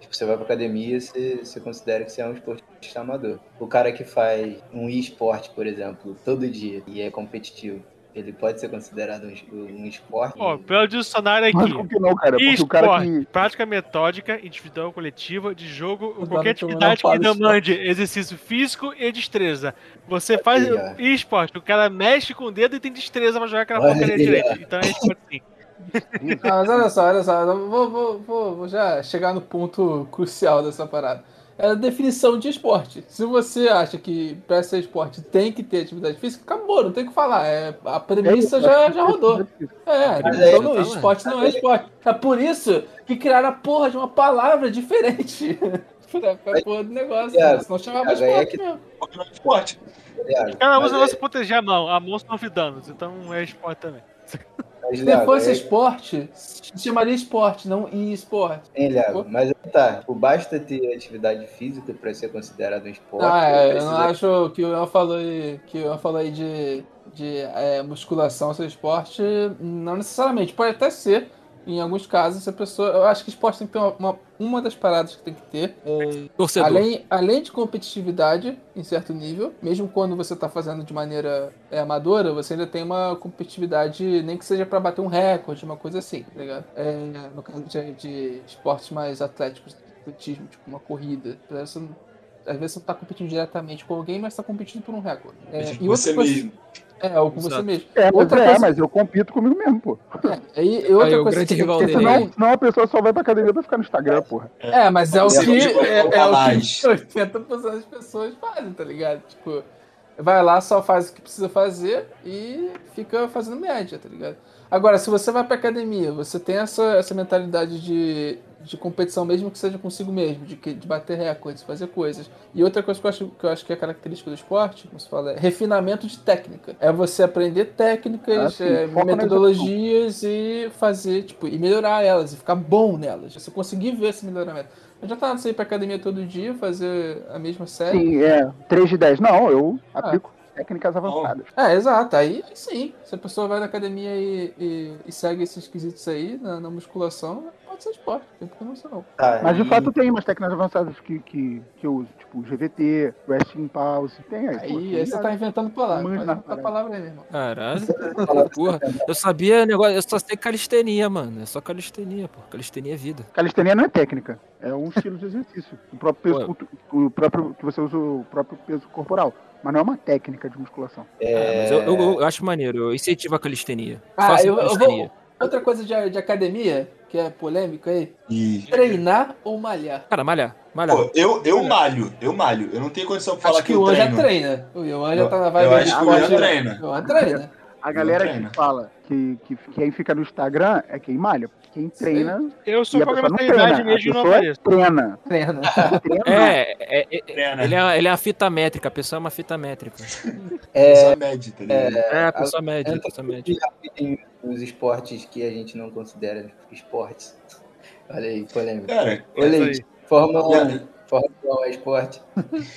G: tipo, você vai pra academia, você, você considera que você é um esportista amador. O cara que faz um esporte, por exemplo, todo dia e é competitivo, ele pode ser considerado um, es- um esporte?
H: Ó, pelo dicionário
C: Mas como
H: aqui.
C: que não, cara? é Porque o cara que.
H: Esporte, prática metódica, individual, coletiva, de jogo, ou
B: Não
H: qualquer
B: dá pra
H: atividade
B: tomar
H: que
B: um palo,
H: demande exercício físico e destreza. Você faz
C: É,
G: Olha.
H: esporte, o cara mexe com o dedo e tem destreza pra jogar aquela
G: Olha.
H: porcaria direita. Então é esporte sim.
B: Ah, mas olha só, olha só, eu vou, vou, vou, vou já chegar no ponto crucial dessa parada. É a definição de esporte. Se você acha que pra ser esporte tem que ter atividade física, acabou, não tem o que falar. É, a premissa já, já rodou. É,
G: Mas
B: então
G: aí-
B: não, esporte não é esporte. É por isso que criaram a porra de uma palavra diferente pra, pra porra do negócio.
G: Thiago,
B: Senão chamava
G: Thiago, aí é
B: esporte
G: que-
B: mesmo.
E: não é esporte.
G: Leandro,
H: Cara,
G: mas
H: usa
G: é-
H: pra se proteger a mão. A mão sofre danos, então é esporte também.
G: mas,
B: Se
G: Leandro,
B: fosse
G: é-
B: esporte, se chamaria esporte, não e-esporte.
G: Hein, Léo? Mas aí tá, tipo, basta ter atividade física para ser considerado um esporte.
B: Ah,
G: ou
B: é, eu
G: precisa-
B: não acho que o Ian falou aí, que o Ian falou aí de, de é, musculação ser esporte, não necessariamente. Pode até ser, em alguns casos, se a pessoa. Eu acho que esporte tem que ter uma, uma, uma das paradas que tem que ter. é,
F: Torcedor.
B: além, além de competitividade, em certo nível, mesmo quando você tá fazendo de maneira é, amadora, você ainda tem uma competitividade, nem que seja pra bater um recorde, uma coisa assim, tá ligado? É, no caso de, de esportes mais atléticos, atletismo, tipo uma corrida. Você não- às vezes você não tá competindo diretamente com alguém, mas tá competindo por um recorde. É,
E: Mas
B: e outra
E: você
B: coisa-
E: mesmo.
B: É, ou com
F: Exato.
B: você mesmo.
C: É, mas,
B: Outra
C: é,
B: coisa-
C: mas eu compito comigo mesmo, pô.
B: É, e outra
F: Aí, o
B: coisa que
F: grande
B: você tem
F: rival
B: que ter
F: dele.
B: também-
C: Senão, senão a pessoa só vai pra academia pra ficar no Instagram, porra.
B: É, mas é o
E: Você
B: que,
E: pode
B: é, é o que
E: mais.
B: 80% das pessoas fazem, tá ligado? Tipo, vai lá, só faz o que precisa fazer e fica fazendo média, tá ligado? Agora, se você vai pra academia, você tem essa, essa mentalidade de, de competição, mesmo que seja consigo mesmo, de, que- de bater recordes, fazer coisas. E outra coisa que eu, acho, que eu acho que é característica do esporte, como se fala, é refinamento de técnica. É você aprender
C: Ah,
B: técnicas,
C: sim,
B: é,
C: foco na
B: metodologias e fazer, tipo, e melhorar elas, e ficar bom nelas. Você conseguir ver esse melhoramento. Não adianta nada você ir pra academia todo dia, fazer a mesma série.
C: Sim, é. 3 de 10. Não, eu aplico técnicas avançadas.
B: É, exato. Aí sim, se a pessoa vai na academia e, e- e segue esses quesitos aí na, na musculação, pode ser esporte, não tem problema com isso não.
G: Tá,
C: Mas de
G: e-
C: fato tem umas técnicas avançadas que, que, que eu uso, tipo GVT, resting pause, tem aí. pô,
B: Aí, aí você tá inventando palavra.
C: É Muito
B: Pode
C: na
B: inventar
C: parada.
B: palavra aí, meu irmão.
F: Caralho, porra. Eu sabia negócio, eu só sei calistenia, mano. É só calistenia, pô. Calistenia é vida.
C: Calistenia não é técnica, é um estilo de exercício. O próprio peso, o próprio que você usa o próprio peso corporal, mas não é uma técnica de musculação.
F: Ah, mas eu, eu- eu acho maneiro, eu incentivo a calistenia.
B: É. Ah,
F: Façam
B: eu, eu
F: calistenia.
B: vou. Outra coisa de, de academia, que é polêmica aí,
E: E.
B: treinar ou malhar.
F: Cara, malhar, malhar.
E: Pô, eu, eu malho, eu malho. Eu não tenho condição de falar
B: Acho que, o é Ian
E: eu
B: já
E: treino.
B: treina. O Ian já tá na vibe
E: eu
B: de
E: acho que o Ian
B: esporte.
E: treina.
B: O Ian treina.
C: A galera
E: treina.
C: que fala que, que quem fica no Instagram é quem malha, quem treina
H: Eu
C: e
H: sou um
C: a pessoa não
H: programação
C: treina, a
H: mesmo e não
C: pessoa é
H: apareço.
C: treina.
B: Treina.
F: É, é, é-
E: Treina.
F: ele, é, ele é uma fita métrica, a pessoa é uma fita métrica.
B: é-
E: Só mede, tá ligado?
F: É, a pessoa média, a
G: entra
F: pessoa média.
G: E rapidinho, Os esportes que a gente não considera esportes. Olha aí, polêmica.
E: Cara,
H: É
G: Ô, Leite, Fórmula 1. Fórmula 1 é esporte.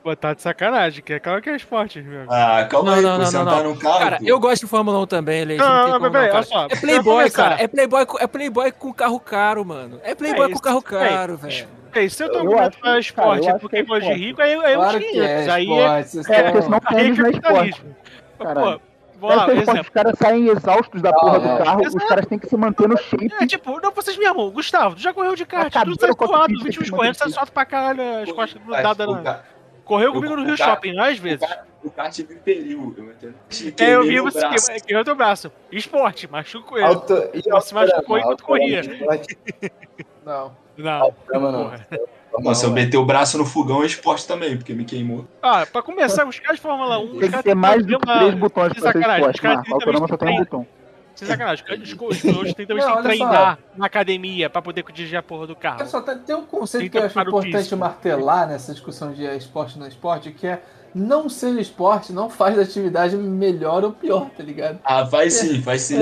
H: Pô, tá de sacanagem, que é claro que é esporte, meu amigo.
E: ah, calma
F: Não,
E: aí,
F: não,
E: pô,
F: não, não,
E: sentar
F: não.
E: num carro.
F: Cara,
E: pô.
F: eu gosto de Fórmula 1 também, Leite.
H: Não,
F: Não,
H: não,
F: tem como
H: mas
F: não,
H: peraí, olha
F: cara.
H: só,
F: É
H: pra
F: Playboy,
H: começar.
F: cara. É Playboy, com- é Playboy com carro caro, mano. É Playboy
H: É
F: com
H: isso,
F: carro
H: é.
F: caro, velho.
H: Ei, se eu tô
C: Eu
H: argumentando
C: acho-
H: pra esporte,
C: cara, eu
H: é
C: acho que
H: porque
C: é
H: é de
C: esporte.
H: rico, aí, aí é uns
B: Claro que
H: 500.
B: é
H: aí é.
B: esporte. vocês
C: É,
B: são-
C: porque senão
H: Aí é
C: tênis não é esporte.
H: capitalismo.
C: Caralho.
H: Pô, vamos lá,
C: Deve ser esporte,
H: exemplo.
C: os caras saem exaustos da porra
B: é.
C: do carro, os
H: Exato.
C: caras têm que se manter no shape.
H: É, tipo, não, vocês mesmo, Gustavo, tu já correu de kart,
C: Acabou
H: tu sai
C: com a
H: suado, os
C: competição
H: últimos
C: que
H: correndo, sai
C: mantém.
H: suado pra caralho, as costas grudadas
E: O
F: né?
H: na.
E: ca-
H: Correu
E: o-
H: comigo no
E: o
H: Rio
E: cara-
H: Shopping, não, às vezes.
E: O cara- O kart me feriu. Eu entendo.
H: É, eu vi
E: Queimei
H: você
E: meu braço.
H: que- quebrou teu braço. Esporte, machucou ele.
G: Auto... e
H: Nossa,
G: autorama,
H: machucou enquanto
G: autorama
H: corria.
G: é esporte?
B: Não.
H: Não,
G: Autorama não.
H: porra.
G: Fórmula
E: Não, se eu
G: 1 é.
E: meter o braço no fogão é esporte também, porque me queimou.
H: Ah, pra começar, os caras de Fórmula 1, os
C: Tem que
H: caras
C: ter
H: têm
C: mais do que
H: problema-
C: três botões
H: sem
C: pra ser
H: sacanagem, os
C: esporte,
H: caras
C: Marco.
H: têm
C: O Autorama só tem um
H: também-
C: botão.
H: Sem sacanagem, os- os os pilotos têm também
B: Não,
H: que
B: olha só.
H: treinar na academia pra poder dirigir a porra do
F: Ah,
B: Olha
H: carro.
B: só, tem, tem um conceito
H: Tem
B: que eu
H: que
B: acho
H: parar o
B: importante
H: físico.
B: martelar nessa discussão de esporte ou não esporte, que é não ser esporte não faz da atividade melhor ou pior, tá ligado?
E: Ah, vai sim, vai sim.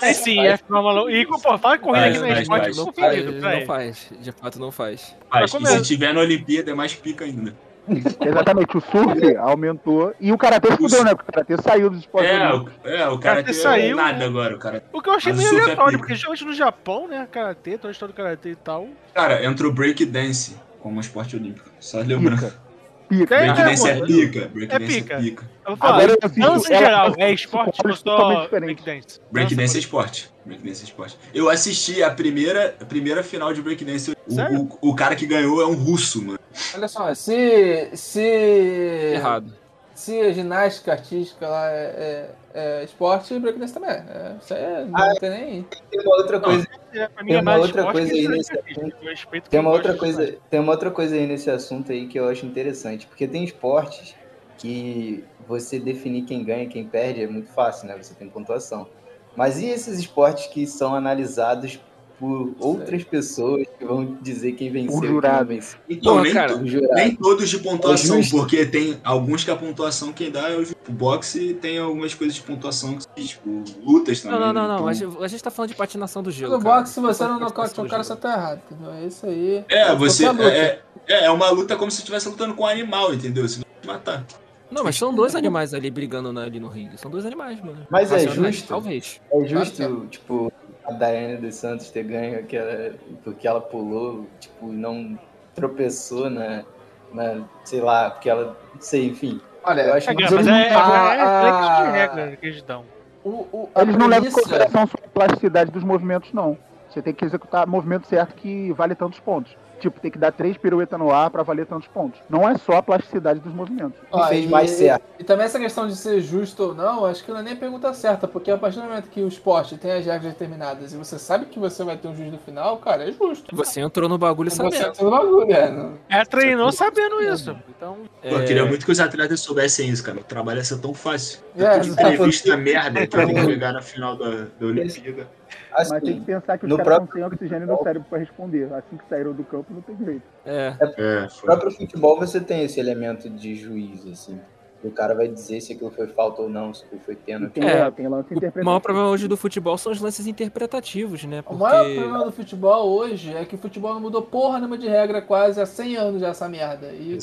H: É sim, é Fórmula 1. E, pô, fala corrida
E: Vai,
H: aqui na
E: vai,
H: esporte,
E: vai.
H: eu
F: Não
H: sou
F: faz,
H: fedido,
F: não
H: peraí.
F: faz. De fato, não faz.
E: Mas, e
H: começar.
E: se tiver na Olimpíada é mais pica ainda.
C: Exatamente, o surf aumentou e o karatê fudeu, né? Porque o karatê saiu dos esportes.
E: É,
C: olímpicos.
E: o, é, o cara
H: Karatê
E: tem
H: saiu. né?
E: nada agora, o cara.
H: O que eu achei
E: Mas
H: meio
E: o Zuka é
H: aleatório,
E: pica.
H: porque geralmente no Japão, né, karatê, toda a história do karatê e tal.
E: Cara, entrou break dance como um esporte olímpico. Só lembrando.
C: Pica.
H: É,
E: Break dance
H: mano.
E: é pica. Break
H: É
E: dance
H: pica.
E: é pica.
H: Eu vou falar,
C: Agora eu assisto
H: dança em
C: ela
H: geral
C: fazendo
H: é
C: isso com
H: esporte, ou
C: cores
H: só
C: totalmente diferentes.
H: breakdance?
E: Breakdance é
H: Dança,
E: esporte. Breakdance é esporte. Eu assisti a primeira, a primeira final de breakdance. O,
H: Sério?
E: o, o cara que ganhou é um russo, mano.
B: Olha só, Ah, assim, se. Se.
F: Tá Errado.
B: Se a ginástica artística lá é, é, é esporte, breakdance também é. É, Isso aí é-
E: Ah,
B: não tem nem.
G: Tem uma outra coisa
H: É, pra mim
G: Tem
H: é
G: uma
H: mais
G: outra
H: esporte
G: coisa
H: que
G: aí
H: isso é
G: nesse
H: artístico,
G: assunto.
H: eu respeito é
G: Tem
H: quem
G: uma
H: gosta
G: outra
H: de
G: coisa,
H: esporte.
G: tem uma outra coisa aí nesse assunto aí que eu acho interessante, porque tem esportes que você definir quem ganha e quem perde é muito fácil, né? Você tem pontuação. Mas e esses esportes que são analisados por outras pessoas que vão dizer quem venceu, e quem não
C: jurado.
G: venceu?
E: Então,
F: Porra,
E: nem,
F: cara.
E: to-
G: O jurado.
E: nem todos de pontuação,
G: É justo.
E: porque tem alguns que a pontuação quem dá é o, ju- o boxe e tem algumas coisas de pontuação que, tipo, lutas também.
F: Não, não, não,
E: né?
F: não.
E: Então-
F: A gente, a gente tá falando de patinação do gelo.
B: No
F: cara.
B: é boxe, se você
F: Tá
B: não
F: falando de
B: nocauteou o cara, você
F: patinação do
B: tá errado, entendeu? É isso aí.
E: É,
B: Qualquer
E: você.
B: luta.
E: É, é, é uma luta como se estivesse lutando com um animal, entendeu? Você vai te matar.
F: Não, mas são dois animais ali brigando na- ali no ringue. São dois animais, mano.
G: Mas é
F: Racionais,
G: justo?
F: Talvez.
G: É justo, tipo, a Daiane dos Santos ter ganho aquela, porque ela pulou, tipo, e não tropeçou na, na, sei lá, porque ela, não sei, enfim.
B: Olha,
G: Eu acho
H: É,
G: que
B: Mas
H: mas
B: ele-
H: é,
G: tá
H: é,
B: Ah,
H: é, é, é, é,
B: ah.
H: regra que eles dão.
B: o- o- a
C: Eles não levam em
B: premissa-
C: consideração só a plasticidade dos movimentos, não. Você tem que executar movimento certo que vale tantos pontos. Tipo, tem que dar três piruetas no ar pra valer tantos pontos. Não é só a plasticidade dos movimentos.
G: Quem
B: Ah,
G: fez
B: e-
G: mais certo?
B: E também essa questão de ser justo ou não, acho que não é nem a pergunta certa, porque a partir do momento que o esporte tem as regras determinadas e você sabe que você vai ter um juiz no final, cara, é justo.
F: Você entrou no bagulho
B: Você
F: sabendo.
B: tá no bagulho, é, não-
H: É, treinou sabendo Então, isso. Então,
F: É,
E: Pô, eu queria muito que os atletas soubessem isso, cara. O trabalho ia ser tão fácil.
B: É,
E: Tanto de entrevista merda pra não pegar na final da, da Olimpíada.
C: Mas tem
G: Assim,
C: que pensar que os
G: No
C: caras
G: próprio-
C: não têm oxigênio no cérebro pra responder. Assim que saíram do campo, não tem jeito.
F: É.
E: É,
G: no
E: foi.
G: próprio futebol você tem esse elemento de juiz, assim. O cara vai dizer se aquilo foi falta ou não, se aquilo foi
C: E
G: pênalti.
C: tem,
F: É.
C: é, tem lance
F: O
C: interpretativo.
F: maior problema hoje do futebol são os lances interpretativos, né?
B: O maior
F: Porque.
B: problema do futebol hoje é que o futebol não mudou porra nenhuma de regra quase há 100 anos já essa merda. E tá mostra que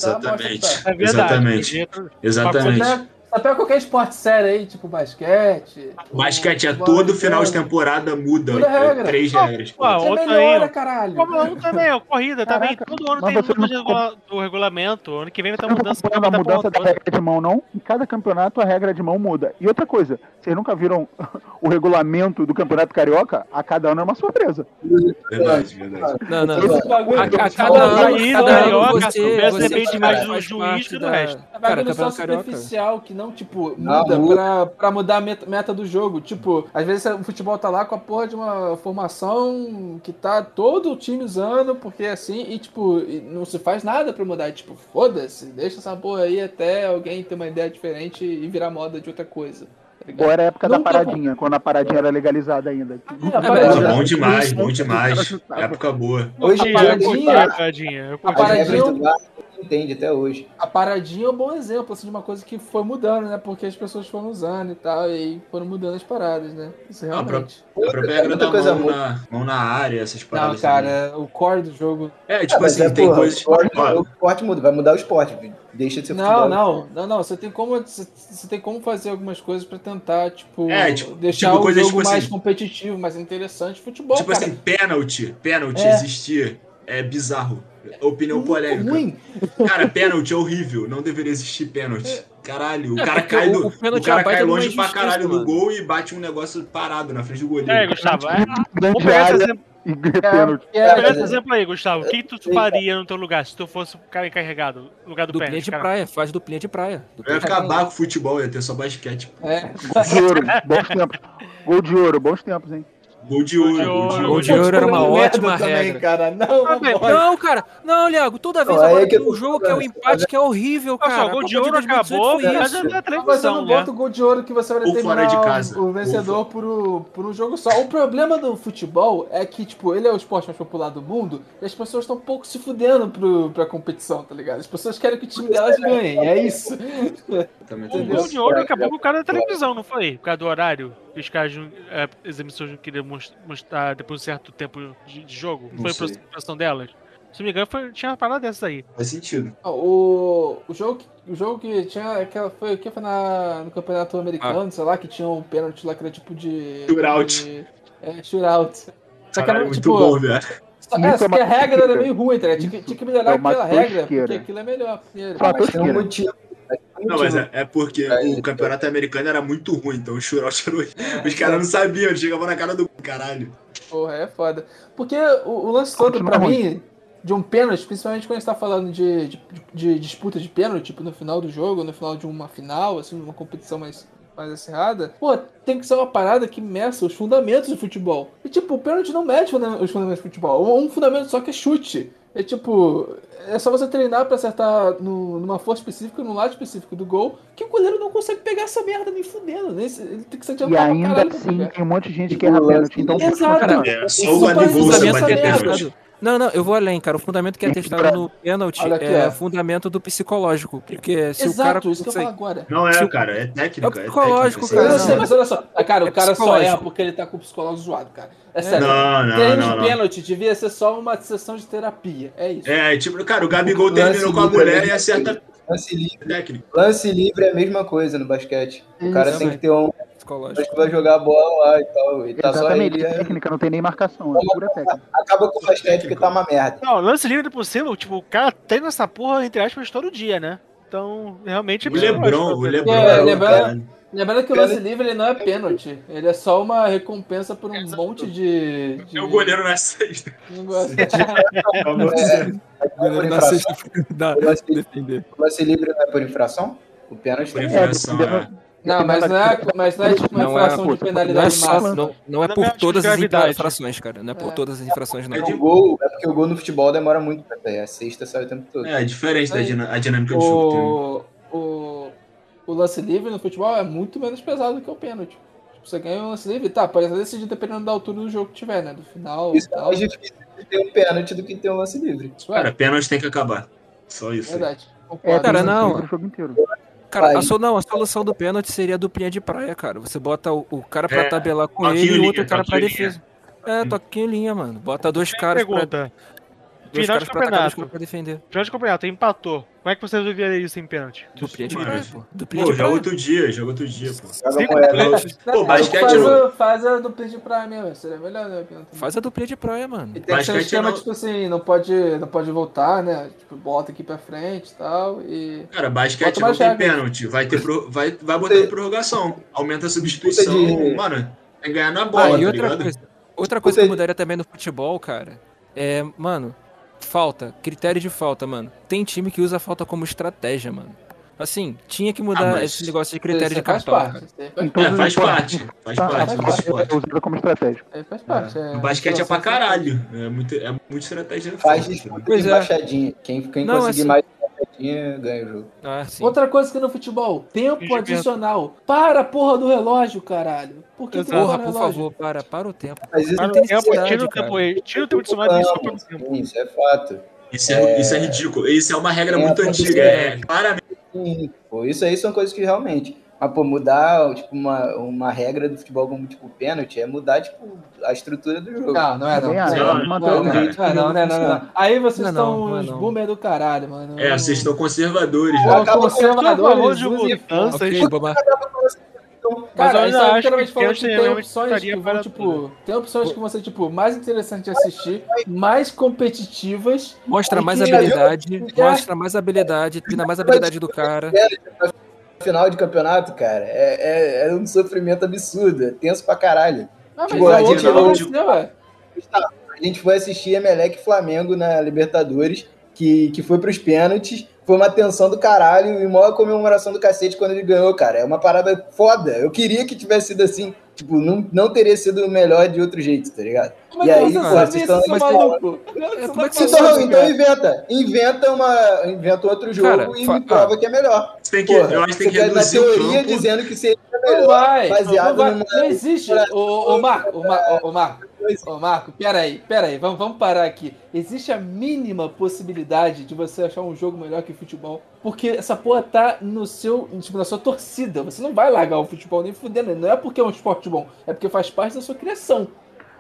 E: Exatamente.
B: tá.
H: é verdade.
E: Exatamente. Exatamente.
B: Até, até qualquer esporte sério aí, tipo basquete.
E: Basquete é
B: futebol
E: todo
B: americano.
E: final de temporada muda.
B: Muda a
E: é,
B: regra.
E: Três
H: Ah,
E: regras.
H: uau.
B: Isso é
H: Outro
B: melhor,
H: aí, ó.
B: caralho.
H: Fórmula 1 também, ó, corrida também.
C: Caraca,
H: Todo ano
C: mas
H: tem
C: você
H: mudança
C: não-
H: de regula- do regulamento. Ano que vem vai ter
C: Vocês não
H: mudança que
F: tá
C: acompanham a
H: vai
C: mudança
H: dar
C: da
H: pra
C: regra de mão, não? Em cada campeonato a regra de mão muda. E outra coisa, vocês nunca viram o regulamento do Campeonato Carioca? A cada ano é uma surpresa.
E: Verdade, verdade.
F: Não, não.
C: Esse
F: A,
B: bagulho
F: a cada
B: futebol
F: ano,
H: aí,
F: cada
H: no
F: ano
H: Carioca, o
F: você,
H: Brasil
F: você
H: depende mais do
F: faz
H: juiz
F: parte
H: que do
F: da-
H: resto.
B: É
F: Cara,
B: bagulho só
F: campeonato carioca.
B: superficial que não, tipo,
G: Não,
B: muda
G: muda.
B: pra, pra mudar a meta, meta do jogo. Tipo, às vezes o futebol tá lá com a porra de uma formação que tá todo o time usando, porque assim, e tipo, e não se faz nada pra mudar. E, tipo, foda-se, deixa essa porra aí até alguém ter uma ideia diferente e virar moda de outra coisa. tá ligado?
C: Agora é a época da
B: Nunca-
C: paradinha, quando a paradinha era legalizada ainda.
B: É, a
E: Pô,
B: paradinha-
E: bom demais, bom demais. Época boa.
G: Hoje
H: Hoje
G: em dia,
H: eu
B: paradinha-
H: curti a paradinha. Eu
B: A
G: as
H: curti.
B: paradinha-
G: regras do VAR não entende até hoje.
B: A paradinha é um bom exemplo, assim, de uma coisa que foi mudando, né? Porque as pessoas foram usando e tal, e aí foram mudando as paradas, né? Isso
G: Ah,
E: pra-
B: realmente.
E: A própria regra
G: Outra
E: da
G: coisa
E: mão
G: boa.
E: na, mão na área, essas
B: Não,
E: paradas. também.
B: cara, o core do jogo.
E: É, tipo
G: mas
E: assim,
G: é,
E: tem
G: porra,
E: coisas.
G: o esporte-
E: Ó,
G: O esporte muda, vai mudar o esporte. Deixa de ser
B: Não,
G: futebol.
B: não, não, não. Você tem como, você você tem como fazer algumas coisas pra tentar, tipo,
E: É, tipo-
B: deixar
E: tipo
B: o
E: coisas,
B: jogo
E: tipo
B: mais
E: assim-
B: competitivo, mais interessante. Futebol,
E: tipo
B: cara.
E: assim, pênalti. Pênalti
B: É.
E: existir é bizarro. É Opinião
B: muito
E: polêmica.
B: é ruim.
E: Cara, pênalti é horrível. Não deveria existir pênalti. Caralho, o
F: É,
E: cara
F: porque
E: cai,
F: o-
E: do,
F: o
E: o
F: pênalti é
E: cara cai
F: uma baita de uma
E: longe pra
F: injustiça,
E: caralho do
F: mano.
E: gol e bate um negócio parado na frente do goleiro.
H: É, Gustavo. é- Vamos
C: Grande
H: pegar esse
C: área
H: exemplo,
C: e pênalti.
B: É, é,
H: pegar esse
G: é.
H: exemplo aí, Gustavo. O que tu faria no teu lugar se tu fosse o cara encarregado? no Lugar do
F: Duplinha de
H: pênalti, cara?
F: praia, faz duplinha de praia.
E: Eu
F: Duplinha
E: ia
F: de
E: acabar com o futebol, ia ter só basquete. pô.
B: é.
C: Gol de ouro, bons tempos. Gol de ouro, bons tempos, hein?
E: Gol de ouro,
H: de
E: gol de
H: ouro.
E: ouro.
F: O dinheiro era uma ótima regra.
G: cara. Não,
H: Ah, velho,
F: Não, cara. Não, Liago, toda vez
G: Não, é
F: agora
G: aí que
F: tem
G: eu
F: um
G: tô
F: jogo que é um
G: falando.
F: empate que é
H: Olha
F: horrível, cara.
H: só,
F: A
H: o gol
F: Copa
H: de ouro
F: 2018
H: acabou, mas
F: foi isso.
H: é da
B: Mas você
H: televisão,
B: não
H: né?
B: bota o gol de ouro que você vai
E: Ou fora
B: determinar
E: de
B: o-
E: casa.
B: o
E: Ou
B: vencedor por, o- por um jogo só. O problema do futebol é que, tipo, ele é o esporte mais popular do mundo e as pessoas estão pouco se fudendo pro, pra competição, tá ligado? As pessoas querem que o time delas ganhe, é isso.
E: Também
H: O
E: tem
H: gol
E: isso.
H: de ouro acabou com o cara da televisão, não foi? Por causa do horário, que os caras, não- é, as emissoras não queriam mos- mostrar depois de um certo tempo de, de jogo.
E: Não
H: Foi a
E: sei.
H: preocupação delas. Se não me engano, foi, tinha uma parada dessa aí.
E: Faz sentido.
B: O, o, jogo, que- o jogo que tinha aquela. Foi, que foi na, no campeonato
C: Ah.
B: americano, sei lá, que tinha um pênalti lá que era tipo de.
E: Shootout.
B: de- é, shootout. Só que
E: Caralho,
B: era
E: muito
B: tipo.
E: bom, velho.
B: Só, é,
C: Muito
B: só que a
C: amatisqueira.
B: regra era meio ruim, tá ligado? Tinha, que- tinha que melhorar
C: É uma
B: aquela regra, porque
C: tosqueira.
B: aquilo é melhor. primeiro.
C: Só uma
G: Mas tem um
C: tosqueira.
G: motivo. mas tem um
E: Não, mas
G: motivo.
E: é, é É, porque o campeonato americano era muito ruim, então o Shootout era horrível. Os caras não sabiam, chegavam na cara do caralho.
B: Porra, é foda. Porque o, o lance todo,
C: Continua
B: pra
C: ruim.
B: mim, de um pênalti, principalmente quando a gente tá falando de, de, de disputa de pênalti, tipo, no final do jogo, no final de uma final, assim, numa competição mais, mais acirrada, pô, tem que ser uma parada que meça os fundamentos do futebol. E, tipo, o pênalti não mede funda- os fundamentos do futebol. Um um fundamento só que é chute. É tipo, é só você treinar pra acertar no- numa força específica, num lado específico do gol, que o goleiro não consegue pegar essa merda nem fudendo. né? Esse- Ele tem que se
C: E
B: adiantar pra
C: ainda
B: caralho pra
C: assim,
B: pegar.
C: tem um monte de gente que
G: E o
C: erra
G: lance-
C: pênalti. Então,
B: Exato.
F: Cara,
E: É,
B: Isso
E: só o
B: faz
E: Gabigol
B: fundamento
E: se
F: fundamento
E: bater
B: é merda.
E: pênalti.
F: atestado. Não, não, eu vou além, cara. O fundamento que é testado no pênalti
B: Olha aqui,
F: é
B: ó.
F: fundamento do psicológico. Porque se o cara.
B: Exato, isso que eu falo
F: consegue-
B: agora.
E: Não
F: Se
E: é,
F: o-
E: cara, é técnica.
F: É o
E: técnica,
F: psicológico,
E: isso aí.
B: Eu
F: cara,
B: não sei, mas olha só. Ah, Cara, o
F: É
B: cara só
F: psicológico.
B: erra porque ele tá com o psicólogo zoado, cara. É sério.
E: Não, não,
B: Treino
E: não,
B: de
E: não.
B: pênalti devia ser só uma sessão de terapia. É isso.
E: É, né? tipo, cara, o Gabigol
G: Lance
E: terminou com a
G: do
E: mulher
G: Gabigol.
E: e acerta.
G: Lance livre,
E: Técnico.
G: lance livre é a mesma coisa no basquete. O cara
C: Isso.
G: tem que ter um
F: Psicológico.
G: acho que vai jogar a bola lá e tal. E tá
C: Exatamente,
G: só ele. é-
C: técnica, não tem nem marcação, é pura técnica.
G: Acaba com o basquete porque tá uma merda.
H: Não, lance livre por cima, tipo, o cara treina essa porra, entre aspas, todo dia, né? Então, realmente...
E: O Lebron, o Lebron.
B: É,
E: era um
B: Lebron-
E: cara-
B: Lembrando que o lance livre ele não é pênalti, ele é só uma recompensa por um monte de. de...
E: É o goleiro na sexta.
B: Não gosto.
E: é,
G: O goleiro
F: Na
G: infração-
F: sexta dá
G: o lance livre-
F: defender.
G: o lance livre não é por infração? O pênalti
E: Por
G: também.
C: infração.
E: infração, é.
B: Não, mas não é, mas não é tipo uma
F: Não é,
B: infração
C: pô,
B: de
F: Não é,
B: penalidade
F: só,
B: máxima.
F: não, não é
H: Na
F: por
H: verdade,
F: todas as
H: gravidade.
F: infrações, cara. Não é por
B: É.
F: todas as infrações, não.
E: É
G: O gol é porque o gol no futebol demora muito pra sair. A sexta sai o tempo todo.
E: É, é diferente da dina- a dinâmica do jogo. também.
B: O, o, o lance livre no futebol é muito menos pesado que o pênalti. Tipo, você ganha um lance livre, tá, pode até decidir dependendo da altura do jogo que tiver, né? Do final e
G: Isso é
B: tal.
G: mais difícil de ter um pênalti do que ter um lance livre.
B: Isso
E: Cara,
B: é,
E: pênalti tem que acabar. Só isso. aí.
B: verdade.
C: É,
B: Concordo.
F: cara,
C: tem-
F: não.
C: tem O jogo inteiro.
F: Cara, a,
G: Vai.
F: so- não, a solução do pênalti seria a duplinha de praia, cara. Você bota o, o cara pra
E: É,
F: tabelar com
E: toquinho
F: ele e o
E: linha,
F: outro cara pra
E: toquinho
F: defesa. É, toquinho em linha, mano. Bota dois caras pra,
H: Pergunta,
F: dois
H: Final
F: caras
H: de
F: pra atacar, dois
H: campeonato.
F: caras pra defender.
H: final de campeonato, empatou. Como é que você resolveria isso em pênalti?
F: Duplinha de
E: Mano,
F: praia, pô. Duplinha
E: Pô,
F: de
E: joga
F: praia.
E: outro dia, joga outro dia, pô.
B: Tá
G: Joga
H: Cinco
E: É
G: moeda.
E: Pênalti. Pô, basquete
B: faz,
E: não.
B: o- faz a dupla de praia mesmo, seria melhor, né? Pênalti.
F: Faz a duplinha de praia, mano.
B: E tem que ser um
E: Basquete
B: esquema,
E: não.
B: tipo assim, não pode, não pode voltar, né? Tipo, bota aqui pra frente e tal. E.
E: Cara, basquete
B: Bota
E: não
B: mais
E: tem
B: regra.
E: pênalti. Vai, ter pro- vai, vai botar em prorrogação. Aumenta a substituição.
G: de-
E: Mano, é ganhar na
F: Ah,
E: bola,
F: e
E: tá
F: outra
E: ligado?
F: coisa, outra coisa que
G: Você-
F: eu mudaria também no futebol, cara, é, mano, falta, critério de falta, mano. Tem time que usa a falta como estratégia, mano. Assim, tinha que mudar
E: Ah, mas-
F: esse negócio de critério
B: isso
F: de
B: aí faz
F: cartão,
B: parte,
F: cara.
B: isso aí faz-
C: Em todos
E: É,
C: os
E: faz parte.
C: esportes,
E: Faz
C: tá?
E: parte.
C: A
E: faz
C: parte
E: parte.
C: Então, é usada como estratégia.
B: isso aí faz parte.
E: O basquete é pra caralho. É muito, é muito estratégia.
G: Faz
E: forte,
G: disputa
E: né?
F: Pois
G: de
F: é.
G: baixadinha. Quem, quem
F: Não,
G: conseguir
F: assim-
G: mais baixadinha ganha o jogo.
F: Ah, sim.
B: Outra coisa que no futebol, tempo
H: Fingimento.
B: adicional. Para a porra do relógio, caralho. Por que tem que
H: Exato.
F: Porra,
B: parar o
F: por
B: relógio?
F: favor, para, para o tempo.
G: Mas isso
H: Para
G: não
H: o
G: tem
H: tempo, tira
F: necessidade,
H: o tempo
F: cara.
H: aí, tira o tempo adicional e só para o tempo.
G: Isso é fato.
E: Isso é, isso é ridículo. Isso é uma regra
G: É,
E: muito
G: pode
E: antiga.
G: ser.
E: É, claramente.
G: Sim, pô, isso aí são coisas que realmente. Mas, pô, mudar tipo, uma, uma regra do futebol como tipo pênalti é mudar tipo, a estrutura do jogo.
C: Tá.
B: Não, não é não.
C: Ninguém acha,
B: Não, não,
E: não, não,
B: não,
E: cara.
B: não, não, não, não, não. Aí vocês
F: Não, não,
B: estão
F: não é
B: uns
F: não.
B: boomer do caralho, mano.
E: É, vocês estão conservadores,
B: Pô,
E: né?
G: Acaba com
B: um conservadores,
H: de
B: usem-
H: mudança,
F: Ok, Boba.
H: Mas eu
B: Cara,
H: ainda
B: isso aí
H: acho
B: literalmente
H: que
B: falando
H: Kant
B: que tem
H: realmente
B: opções
H: estaria
B: que vão,
H: para
B: tipo, tem opções que vão ser, tipo, mais interessante de assistir, mais competitivas.
F: Mostra mais
B: Aqui,
F: habilidade,
B: já-
F: mostra mais habilidade, treina mais habilidade do cara.
G: Final de campeonato, cara, é, é, é um sofrimento absurdo, é tenso pra caralho.
B: Ah, mas
G: Tipo,
B: é
G: a
B: outro
E: Dinamo,
B: jogo,
E: tipo,
B: né, ué?
G: A gente foi assistir Emelec e Flamengo na Libertadores, que, que foi pros pênaltis, foi uma tensão do caralho e maior comemoração do cacete quando ele ganhou, cara. É uma parada foda. Eu queria que tivesse sido assim. Tipo, não, não teria sido melhor de outro jeito, tá ligado?
B: Como
G: E
B: é que
G: aí,
B: você
G: pô,
B: sabe
G: vocês
B: isso,
G: estão-
B: seu
F: mas-
B: maluco?
F: como é que
B: você
F: vocês
B: tá
G: Então,
B: falando,
G: então
B: cara?
G: inventa. Inventa uma. Inventa outro jogo
F: Cara,
G: e
F: fa-
G: me prova que é melhor.
E: Você Tem que,
G: Porra,
E: eu acho que é tem
G: você
E: que
G: quer na
E: reduzir o
G: teoria
E: campo.
G: dizendo que seria
B: Não
G: melhor.
B: vai, não,
G: baseado
B: vai.
G: numa-
B: não existe. Ô, ô, Marco, ô, Mar- ô, ô, Marco, ô, Marco, peraí, peraí, vamos, vamos parar aqui. Existe a mínima possibilidade de você achar um jogo melhor que futebol, porque essa porra tá no seu, tipo, na sua torcida. Você não vai largar o futebol nem fudendo. Não é porque é um esporte bom, é porque faz parte da sua criação.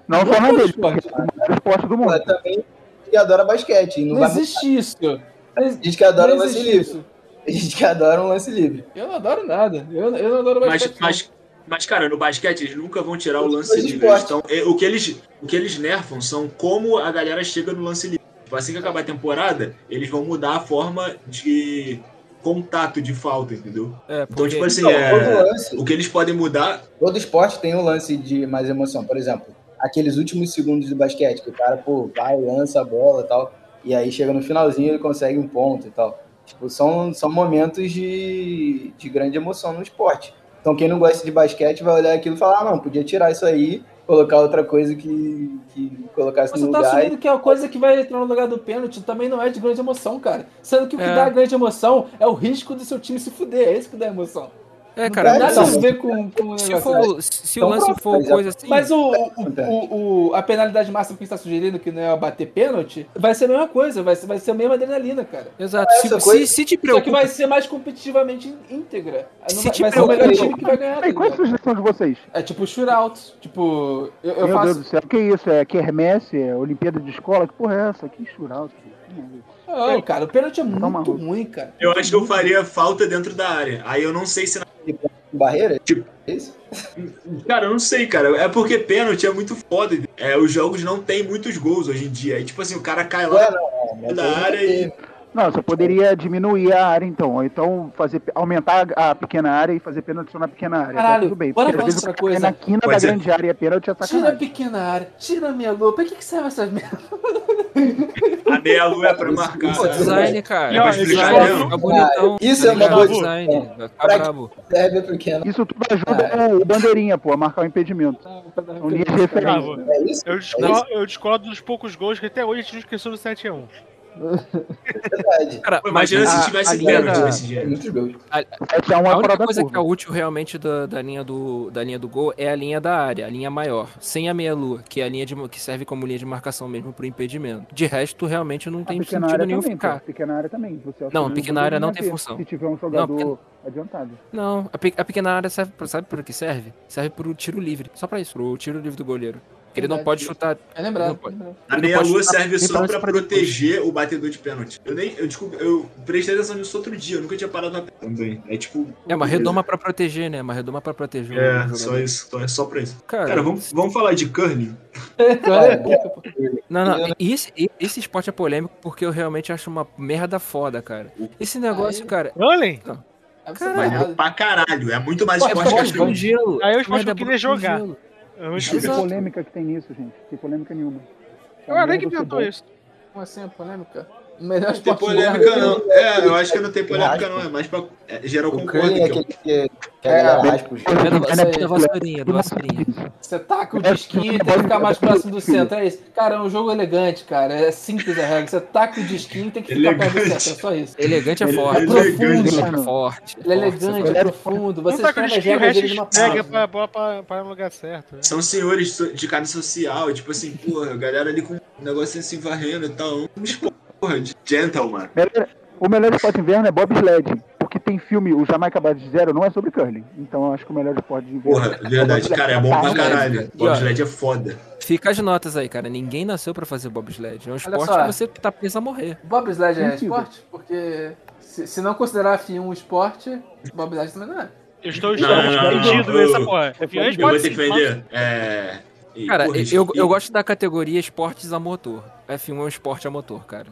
C: Não
B: Não
C: só na
B: tem
C: dele,
B: esporte.
C: porque é o maior esporte do
G: Porra,
C: mundo.
G: também que adora basquete. e Não,
B: Não,
G: vai mudar.
B: existe isso. Não existe-
G: Tem gente que adora
B: não
G: um lance
B: existe
G: livre.
B: isso.
G: Tem gente que adora um lance livre.
B: Eu não adoro nada. Eu, eu não adoro
E: Mas,
G: é
B: basquete, não.
E: mas, mas, cara, no basquete eles nunca vão tirar o
G: Os
E: É um lance
G: dois
E: livre. Eles
G: esportes.
E: tão- é, o, que eles, o que eles nerfam são como a galera chega no lance livre. Tipo, assim que acabar a temporada, eles vão mudar a forma de contato de falta, entendeu?
F: É,
E: Então,
F: porque
E: tipo assim,
G: Não, todo
E: é,
G: lance.
E: o que eles podem mudar.
G: Todo esporte tem um lance de mais emoção. Por exemplo, aqueles últimos segundos do basquete, que o cara, pô, vai, lança a bola e tal. E aí chega no finalzinho ele consegue um ponto e tal. Tipo, são, são momentos de, de grande emoção no esporte. Então quem não gosta de basquete vai olhar aquilo e falar, ah, não, podia tirar isso aí, colocar outra coisa que, que colocasse
B: Você
G: no
B: tá
G: lugar.
B: assumindo que a coisa que vai entrar no lugar do pênalti também não é de grande emoção, cara. Sendo que o que
F: É.
B: dá grande emoção é o risco do seu time se fuder. É isso que dá emoção.
F: é,
B: não
F: cara,
B: tem
G: mas
B: nada
F: então,
B: a ver com, com o
F: se,
B: negócio. né?
F: for, se o
G: Então,
F: lance
G: pronto,
F: for
G: tá
F: coisa assim,
B: Mas o, o-
G: Acontece.
B: o- o- a penalidade máxima que você tá sugerindo, que não é bater pênalti, vai ser a mesma coisa, vai ser, vai ser a mesma adrenalina, cara.
F: exato, se,
G: essa
F: se-
G: coisa-
F: se
B: Só
F: te
B: que
F: preocupa,
B: vai ser mais competitivamente íntegra. Não
F: Se
B: vai,
F: te
B: vai ser o melhor
F: preocupa-
B: time que vai ganhar. tá
C: Peraí, qual é a
B: ligado?
C: sugestão de vocês?
B: É tipo shootout. Tipo, eu, eu
C: Meu Deus
B: faço.
C: do céu, que isso? É quermesse? É Olimpíada de escola? Que porra é essa? Que churrasco?
B: Não, cara, o pênalti é muito
C: Toma, Ruth.
B: ruim, cara.
E: Eu acho que eu faria falta dentro da área. Aí eu não sei se. na-
G: Barreira?
E: Tipo-
G: É isso?
E: Cara, eu não sei, cara. É porque pênalti é muito foda. É, os jogos não tem muitos gols hoje em dia. Aí, tipo assim, o cara cai
G: Ué,
E: lá
G: não,
E: dentro da área e.
C: Não, você poderia diminuir a área então, ou então fazer, aumentar a a pequena área e fazer pênalti só na pequena área.
B: Caralho,
C: tá tudo bem.
B: bora
C: porque às
B: falar
C: vezes
B: outra
C: o cara cai
B: coisa.
C: Na quina
E: Pode
C: da
E: ser.
C: grande área e é pênalti é
B: Tira a
C: sacanagem.
B: pequena área, tira a minha lua. Pra que, que serve essas merda?
E: A meia lua é pra marcar.
F: Pô,
E: sabe?
F: design, cara.
H: E, ó,
F: design,
H: eles
F: tá
H: colocam-
F: bonitão.
G: Isso
F: tá
G: é uma
F: ligado?
G: boa
F: design.
G: discussão.
F: Tá brabo.
G: Serve porque ela
C: Isso tudo ajuda
B: É.
C: o- o bandeirinha, pô, a marcar o impedimento.
B: Ah,
C: São linhas de
H: Tá,
C: referência.
H: vou-
G: não é isso?
H: eu, discordo, eu discordo dos poucos gols que até hoje a um. gente não esqueceu do 7x1.
G: É verdade.
F: Cara,
E: Pô, imagina
F: mas
E: se
F: a-
E: tivesse
F: a
E: pênalti
F: galera-
E: nesse dia.
G: Muitos gols.
C: Esse é um
F: A
C: é fora
F: única
C: da
F: coisa que é
C: curva.
F: útil realmente da, da linha do, da linha do gol é a linha da área, a linha maior, sem a meia-lua, que é a linha de, que serve como linha de marcação mesmo pro impedimento. De resto, realmente não tem
C: a pequena
F: sentido
C: área
F: nenhum
C: também,
F: ficar.
C: pô, pequena área também. Você
F: Não,
C: auxilia
F: pequena
C: o
F: área não
C: bandeirinha a
F: tem
C: ter,
F: função.
C: Se tiver um jogador
F: pequena-
C: adiantado.
F: Não, a, pe- a pequena área serve, pra- sabe para que serve? Serve pro tiro livre, só pra isso, pro tiro livre do goleiro. Porque ele não
B: Verdade.
F: pode chutar.
B: É lembrado.
F: Não pode.
B: lembrado.
E: A
F: Ele
E: meia
F: pode
E: lua
F: chutar
E: serve
F: bem
E: só
F: pra
E: pra
F: pra depois.
E: proteger o batedor de pênalti. Eu nem. Eu desculpa, eu prestei atenção nisso outro dia, eu nunca tinha parado na também. É tipo.
F: É uma redoma pra proteger, né? Uma redoma pra proteger. o
E: É,
F: jogador.
E: só isso, só, é só pra isso.
F: Cara,
E: Cara, vamos, vamos falar de curling?
B: Cala a boca, pô.
F: Não,
G: Eu
F: não, e esse, e- esse esporte é polêmico porque eu realmente acho uma merda foda, cara. Esse negócio,
B: Aí-
F: cara,
H: Olhem!
B: Aí É você fala,
F: Caralho.
E: Maneiro pra caralho, é muito mais
B: Pô, é
E: esporte que
B: futebol,
E: a
F: bosta com
E: gente.
F: gelo.
H: Aí eu acho que eu
F: Merda
H: queria
F: bosta com
H: jogar.
F: gelo.
H: Eu
C: Olha que
F: Exato.
C: polêmica que tem nisso, gente. Tem polêmica nenhuma.
H: Eu era que
C: Flamengo,
H: inventou
C: futebol.
H: isso.
B: Como assim a polêmica? O melhor
E: Não tem
B: esporte do
E: polêmica,
B: mundo.
E: não. É, eu acho que não tem polêmica, não. É mais pra é, gerar
G: O
E: concordo.
G: Curling
E: Que
G: é
E: eu...
G: aquele que, que a galera raspa os
F: É da,
C: Isso aí.
F: é da vassourinha, da vassourinha.
B: Você taca o disquinho e tem que ficar mais próximo do centro. É isso. Cara, é um jogo elegante, cara. É simples a regra. Você taca o disquinho e tem que ficar perto do
E: Elegante.
B: centro. É só isso.
F: Elegante é
E: Ele-
F: forte.
E: ele
B: é elegante,
F: Profundo,
C: mano.
F: é forte.
B: Ele é elegante, é
C: Ele é-
B: profundo. Você
H: não tá com
B: escreve
H: o
B: as
H: disquinho, o
B: regras
H: resto
B: dele numa
H: esfrega
B: palavra.
H: pra, pra, pra, pra um lugar certo. né?
E: São senhores so- de casa social, tipo assim, porra, a galera ali com um negócio assim varrendo e tal. Um esporte, porra, de gentleman.
C: Melhor- O melhor esporte de inverno é bobsled. Porque tem filme, o Jamaica Base Zero não é sobre curling. Então eu acho que o melhor esporte de inverno.
E: Porra, verdade, cara, é bom pra caralho.
F: E, ó,
E: Bobsled é foda.
F: Fica as notas aí, cara. Ninguém nasceu pra fazer bobsled. É um esporte
B: só.
F: que você tá preso a morrer.
B: Bobsled é
C: Mentira.
B: esporte? Porque se, se não considerar a F1 um esporte, Bobsled também não é.
H: Eu estou
E: Não, não, não,
H: perdido
E: não.
H: nessa porra. Aviões
E: Eu vou
H: pode
E: ter
H: sim,
E: que
H: mas
E: vender. É. e,
F: Cara,
E: porra,
F: eu,
E: e-
F: eu gosto da categoria esportes a motor. F1 é um esporte a motor, cara.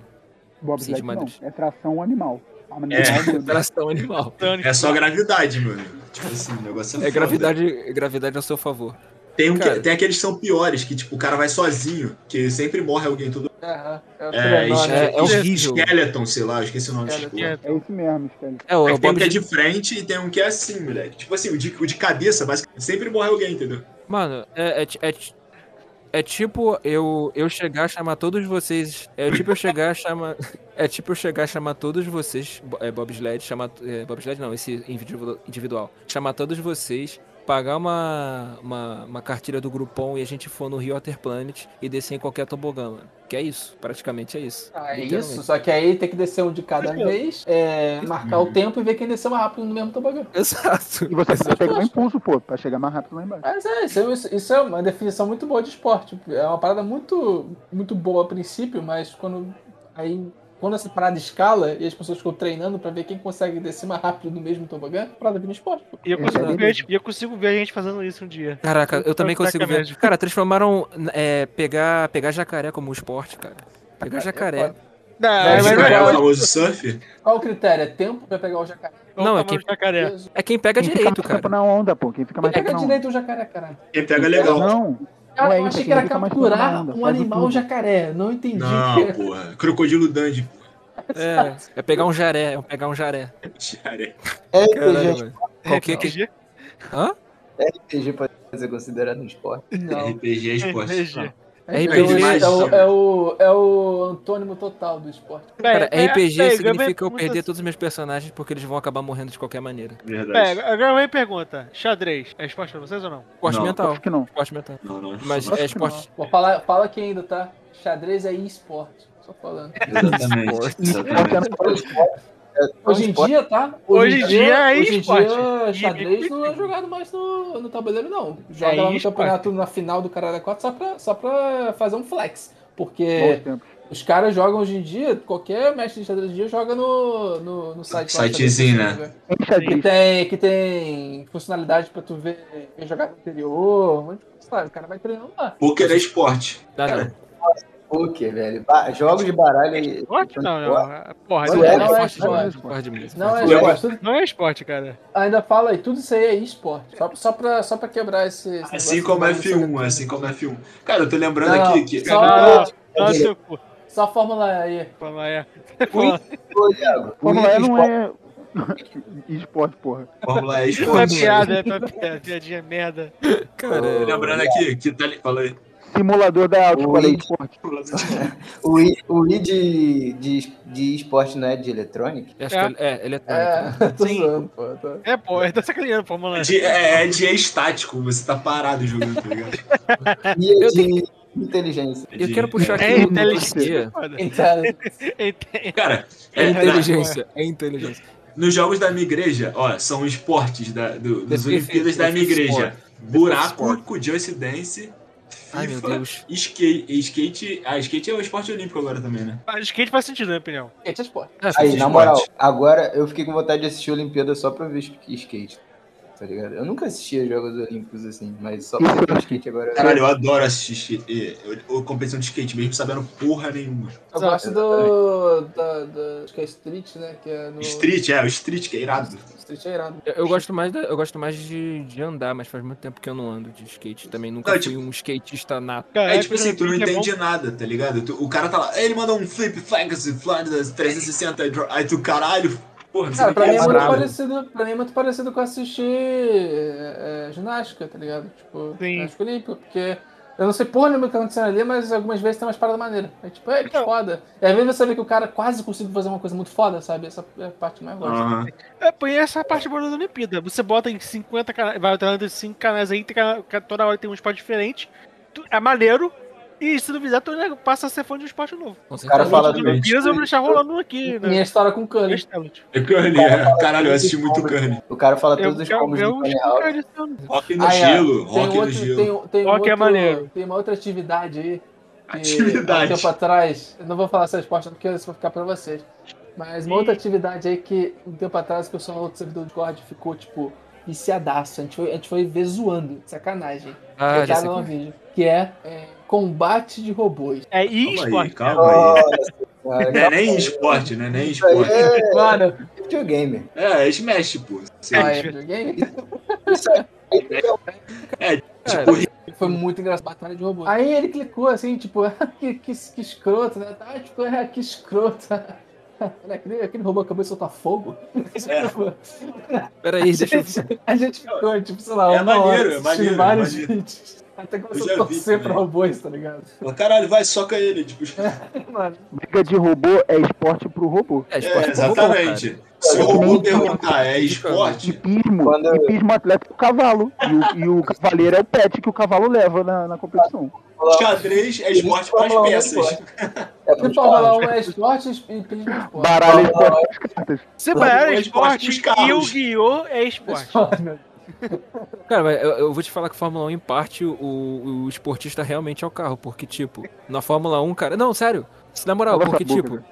C: Bobsled
F: Sim, de
C: não.
F: Madrid.
C: É tração animal. Animal
F: Operação animal.
H: dane-se.
E: É só gravidade, mano. Tipo assim, o negócio é,
F: É
E: foda.
F: gravidade, é gravidade ao seu favor.
E: Tem, um que-
F: Cara.
E: tem aqueles que são piores, que tipo, o cara vai sozinho, que sempre morre alguém todo.
B: Aham, É, o
E: É,
B: trenó,
E: esque-
B: né?
F: é horrível.
E: Skeleton, sei lá, eu esqueci o nome desse
B: Skeleton.
E: porra.
C: É isso mesmo, Stanley.
F: É, o,
E: Aí
F: o
E: tem um que é
F: bobsled.
E: de frente e tem um que é assim, moleque. Tipo assim, o de, o de cabeça, basicamente, sempre morre alguém, entendeu?
F: Mano, é, é, ti- é, ti- é tipo eu, eu chegar a chamar todos vocês. É tipo eu chegar a chamar. É tipo eu chegar a chamar todos vocês. bo- É bobsled, chamar. É, bobsled não, esse individu- individual. Chamar todos vocês, pagar uma, uma, uma cartilha do Groupon e a gente for no Rio Water Planet e descer em qualquer tobogã, mano. Que é isso, praticamente é isso.
B: Ah, é
F: literalmente.
B: isso, só que aí tem que descer um de cada vez, é, marcar o tempo e ver quem desceu mais rápido no mesmo tobogã.
F: Exato.
C: E você precisa
F: Exato.
C: pegar um impulso, pô, pra chegar mais rápido lá embaixo.
B: Mas é, isso, isso- isso é uma definição muito boa de esporte. É uma parada muito, muito boa a princípio, mas quando, aí, quando essa parada escala e as pessoas ficam treinando pra ver quem consegue descer mais rápido no mesmo tobogã, a parada vira esporte. pô.
H: E eu consigo,
C: Exato.
H: ver, e eu consigo ver a gente fazendo isso um dia.
F: Caraca, eu também consigo ver.
H: Sacanagem.
F: Cara, transformaram é, pegar, pegar jacaré como um esporte, cara. Pegar
B: é
F: jacaré.
H: Não,
B: mas
E: Esse cara é o
B: agora-
E: famoso surf.
B: Qual o critério? É tempo pra pegar o jacaré?
F: Não, é
H: é
F: que-
H: Jacaré.
B: Peso?
F: É quem pega
C: Quem fica mais
F: direito,
C: tempo
F: cara.
C: na onda, pô. Quem fica mais
B: Pega
C: tempo na onda.
B: direito o jacaré, caralho.
E: Quem pega é legal.
C: Não,
B: Ah, eu
C: Ué, então
B: achei que
C: quem
B: era
C: fica mais tempo na
B: capturar
C: onda,
B: um
C: faz o
B: animal
C: tudo.
B: jacaré. Não entendi.
E: Não, porra. Crocodilo Dandy, porra.
F: É, é pegar um jaré, é pegar um jaré.
E: Jacaré.
G: É
F: Caralho,
G: RPG.
F: velho. Qualquer que...
H: RPG?
F: Hã?
G: RPG pode ser considerado um esporte.
B: Não.
E: RPG é esporte.
H: RPG.
B: É,
F: RPG.
B: o, é, o, é o antônimo total do esporte.
F: Cara,
H: Bem,
F: RPG
H: é, bem,
F: significa eu
H: muitas-
F: perder é todos os meus personagens porque eles vão acabar morrendo de qualquer maneira.
E: Verdade.
H: Bem, agora vem a pergunta. Xadrez, é esporte pra vocês ou não?
F: Esporte
E: Não.
F: mental.
C: acho que não.
F: Esporte mental.
E: Não, não.
F: Mas
E: não.
F: é esporte.
B: Pô, fala, fala aqui ainda, tá? Xadrez é esporte. Só falando.
F: é
E: Exatamente.
C: Porque
E: Exatamente.
C: não pode-
B: Hoje em dia, tá?
H: Então, Hoje em dia é
B: hoje em
H: esporte.
B: dia, xadrez
H: E-
B: não é jogado mais no, no tabuleiro, não. Joga
H: É
B: lá no
H: esporte.
B: campeonato na final do Caralho 4 só pra, só pra fazer um flex. Porque
G: É
C: Bom tempo.
B: Os caras jogam hoje em dia, qualquer mestre de xadrez hoje em dia joga no, no, no site. lá,
E: Sitezinho,
B: sabe?
E: né?
B: Que tem, que tem funcionalidade pra tu ver, ver jogar no interior, um monte de coisa, sabe? O cara vai treinando lá.
E: Poker é esporte.
F: Ah,
A: Dá
F: É
A: não.
G: Poker, velho. Ba- jogos de baralho.
H: Esporte não, não. é- Porra,
G: Mas
H: não é,
G: é,
B: não é esporte.
F: Esporte mesmo.
B: Não é
E: Ué,
B: esporte. Tudo-
H: não é esporte, cara.
B: ainda fala aí, tudo isso aí é esporte. Só, só, pra, só pra quebrar esse. esse
E: Assim
B: negócio
E: como
B: que vai
E: F1,
B: no-
E: assim como F1. Cara, eu tô lembrando
B: Não,
E: aqui que. é
B: Só,
H: Não, Dá Tá seu cu.
B: só a Fórmula E. aí.
H: Fala, é.
G: Ô, Iago,
C: Fórmula E não é esporte, porra.
E: Fórmula E é
H: Foi
E: esporte.
H: piada, é foi piada, piadinha merda.
F: Cara,
E: Lembrando aqui que tá. Fala aí.
C: Simulador da Autoescola é
G: Ui.
C: esporte.
G: o I, o I de, de, de esporte não é de eletrônica?
F: acho que é, é eletrônico.
B: É, tô
H: Sim.
B: zoando, pô. Tô...
H: É, pô, ele tá sacaneando, Fórmula
E: É
H: 1.
E: de- É, é de estático, você tá parado jogando, tá ligado?
G: E é de inteligência.
E: É
F: Eu
E: de-
F: quero puxar aqui
H: É
F: um
H: inteligência.
F: dossiê.
H: foda.
B: Então,
H: Ele-
E: Cara,
F: É
E: é, na-
F: inteligência, é inteligência.
E: nos jogos da minha igreja, ó, são esportes da, do, das
F: Defesa-
E: Olimpíadas da minha
F: defesa
E: igreja.
F: Defesa
E: Buraco, Kujance Dance,
F: Ai, meu
E: FIFA,
F: Deus.
E: skate, skate. Ah, skate é um esporte olímpico agora também, né?
H: Mas skate faz sentido, na minha opinião.
B: gente, é esporte.
G: Aí, na
E: esporte.
G: moral, agora eu fiquei com vontade de assistir a Olimpíada só pra ver skate. Tá ligado? Eu nunca assistia Jogos Olímpicos assim, mas só pra ver skate agora.
E: Caralho, eu adoro assistir skate, eh, eu- eu competição de skate, mesmo sabendo porra nenhuma.
B: Eu gosto do. Da, da, acho que é Street, né? Que é no.
E: Street, é, o Street que é irado.
B: Street é irado.
F: Eu, eu gosto mais, da- eu gosto mais de, de andar, mas faz muito tempo que eu não ando de skate também. Nunca
E: Não, tipo,
F: fui um skatista nato.
E: É,
H: Caraca,
E: tipo assim, tu não
H: skate é bom
E: entende nada, tá ligado? Tu- o cara tá lá, ele manda um flip, flex, fly, 360, dro- aí tu, caralho, porra, não sei
B: Cara,
E: nem
B: pra mim, é
E: essa
B: muito
E: parada.
B: parecido, pra mim é muito parecido com assistir é, é, ginástica, tá ligado? Tipo,
H: Sim.
B: ginástica olímpica, porque eu não sei porra nenhuma o que tá acontecendo ali, mas algumas vezes tem umas paradas maneiras. É tipo, é que
H: Não.
B: foda. E às vezes você vê que o cara quase conseguiu fazer uma coisa muito foda, sabe? Essa é a parte que eu mais gosto.
E: Aham.
H: É, pô, e essa é a parte boa da Olimpíada. Você bota em 50 canais, vai alterando esses 5 canais aí, tem cana- ca- toda hora tem um esporte diferente. tu- É maneiro. E se não fizer, tu né, passa a ser fã de um esporte novo.
F: Com
G: O cara
F: certeza.
G: fala do
E: Exatamente.
H: Olimpíadas eu vou deixar rolando aqui, né?
B: Minha história com o Kanye.
H: Excelente.
E: É Curly, é. Caralho, eu assisti muito Curly.
G: O cara fala
H: Eu
G: todos os
H: quero
G: combos
H: ver
G: do
H: um
G: Tony Hawk.
H: esporte desse ano.
E: Rock no
B: Ah, é.
E: gelo,
B: Tem,
E: rock no
B: outro,
E: gelo.
B: tem, tem,
H: Rock é
B: outro,
H: maneiro.
B: tem uma outra atividade aí. que
E: Atividade.
B: Há um tempo atrás, eu não vou falar essa resposta porque isso vai ficar pra vocês. Mas uma
H: Ih.
B: outra atividade aí que um tempo atrás o pessoal do outro servidor de Discord ficou, tipo, viciadaço. A gente foi, a gente foi ver zoando, sacanagem.
F: Ah,
B: Eu
F: já
B: tava
F: sei.
B: num vídeo, que é, é, combate de robôs.
H: É
E: Calma aí,
H: e-esporte.
E: calma aí.
G: Nossa, cara,
E: Não é nem esporte, né? Nem
G: isso aí
E: esporte.
G: é
B: Mano,
G: videogame.
E: É, é Smash, pô. Sim.
B: ah, é videogame?
E: Tipo,
B: Foi muito engraçado, batalha de robô. Aí ele clicou assim, tipo, ah, que, que, que escroto, né? Ah, tipo, ah, que escroto. Olha, aquele, aquele robô acabou de soltar fogo. Tipo,
F: Peraí, deixa eu
B: A gente ficou, tipo, sei lá,
E: É
B: uma
E: maneiro,
B: hora
E: é maneiro,
B: assistindo vários
E: é maneiro.
B: vídeos. Até
E: Eu
B: começou
E: já
B: a
E: vi
B: torcer pra
E: também.
B: robôs, tá ligado?
E: pô, caralho, vai, soca ele. Tipo,
B: Mano,
C: Briga de robô é esporte pro robô.
F: É,
E: é,
F: esporte pro robô,
E: exatamente. Se o robô perguntar, é esporte?
C: Hipismo,
G: Quando-
C: hipismo atlético é o cavalo. E o, e o cavaleiro é o pet que o cavalo leva na, na competição.
E: Xadrez é esporte com
H: um,
E: as peças.
G: É pro
B: se Fórmula
G: esporte.
B: 1 é esporte, e pismo é esporte.
C: Baralho é esporte com as cartas.
H: Você vai é esporte
E: esporte dos
H: e o
E: carros.
H: guiô é esporte.
F: cara. Cara, mas eu, eu vou te falar que Fórmula 1, em parte, o, o esportista realmente é o carro. Porque, tipo, na Fórmula 1, cara. Não, sério. Na moral,
C: Cala essa
F: porque,
C: boca,
F: tipo.
C: velho.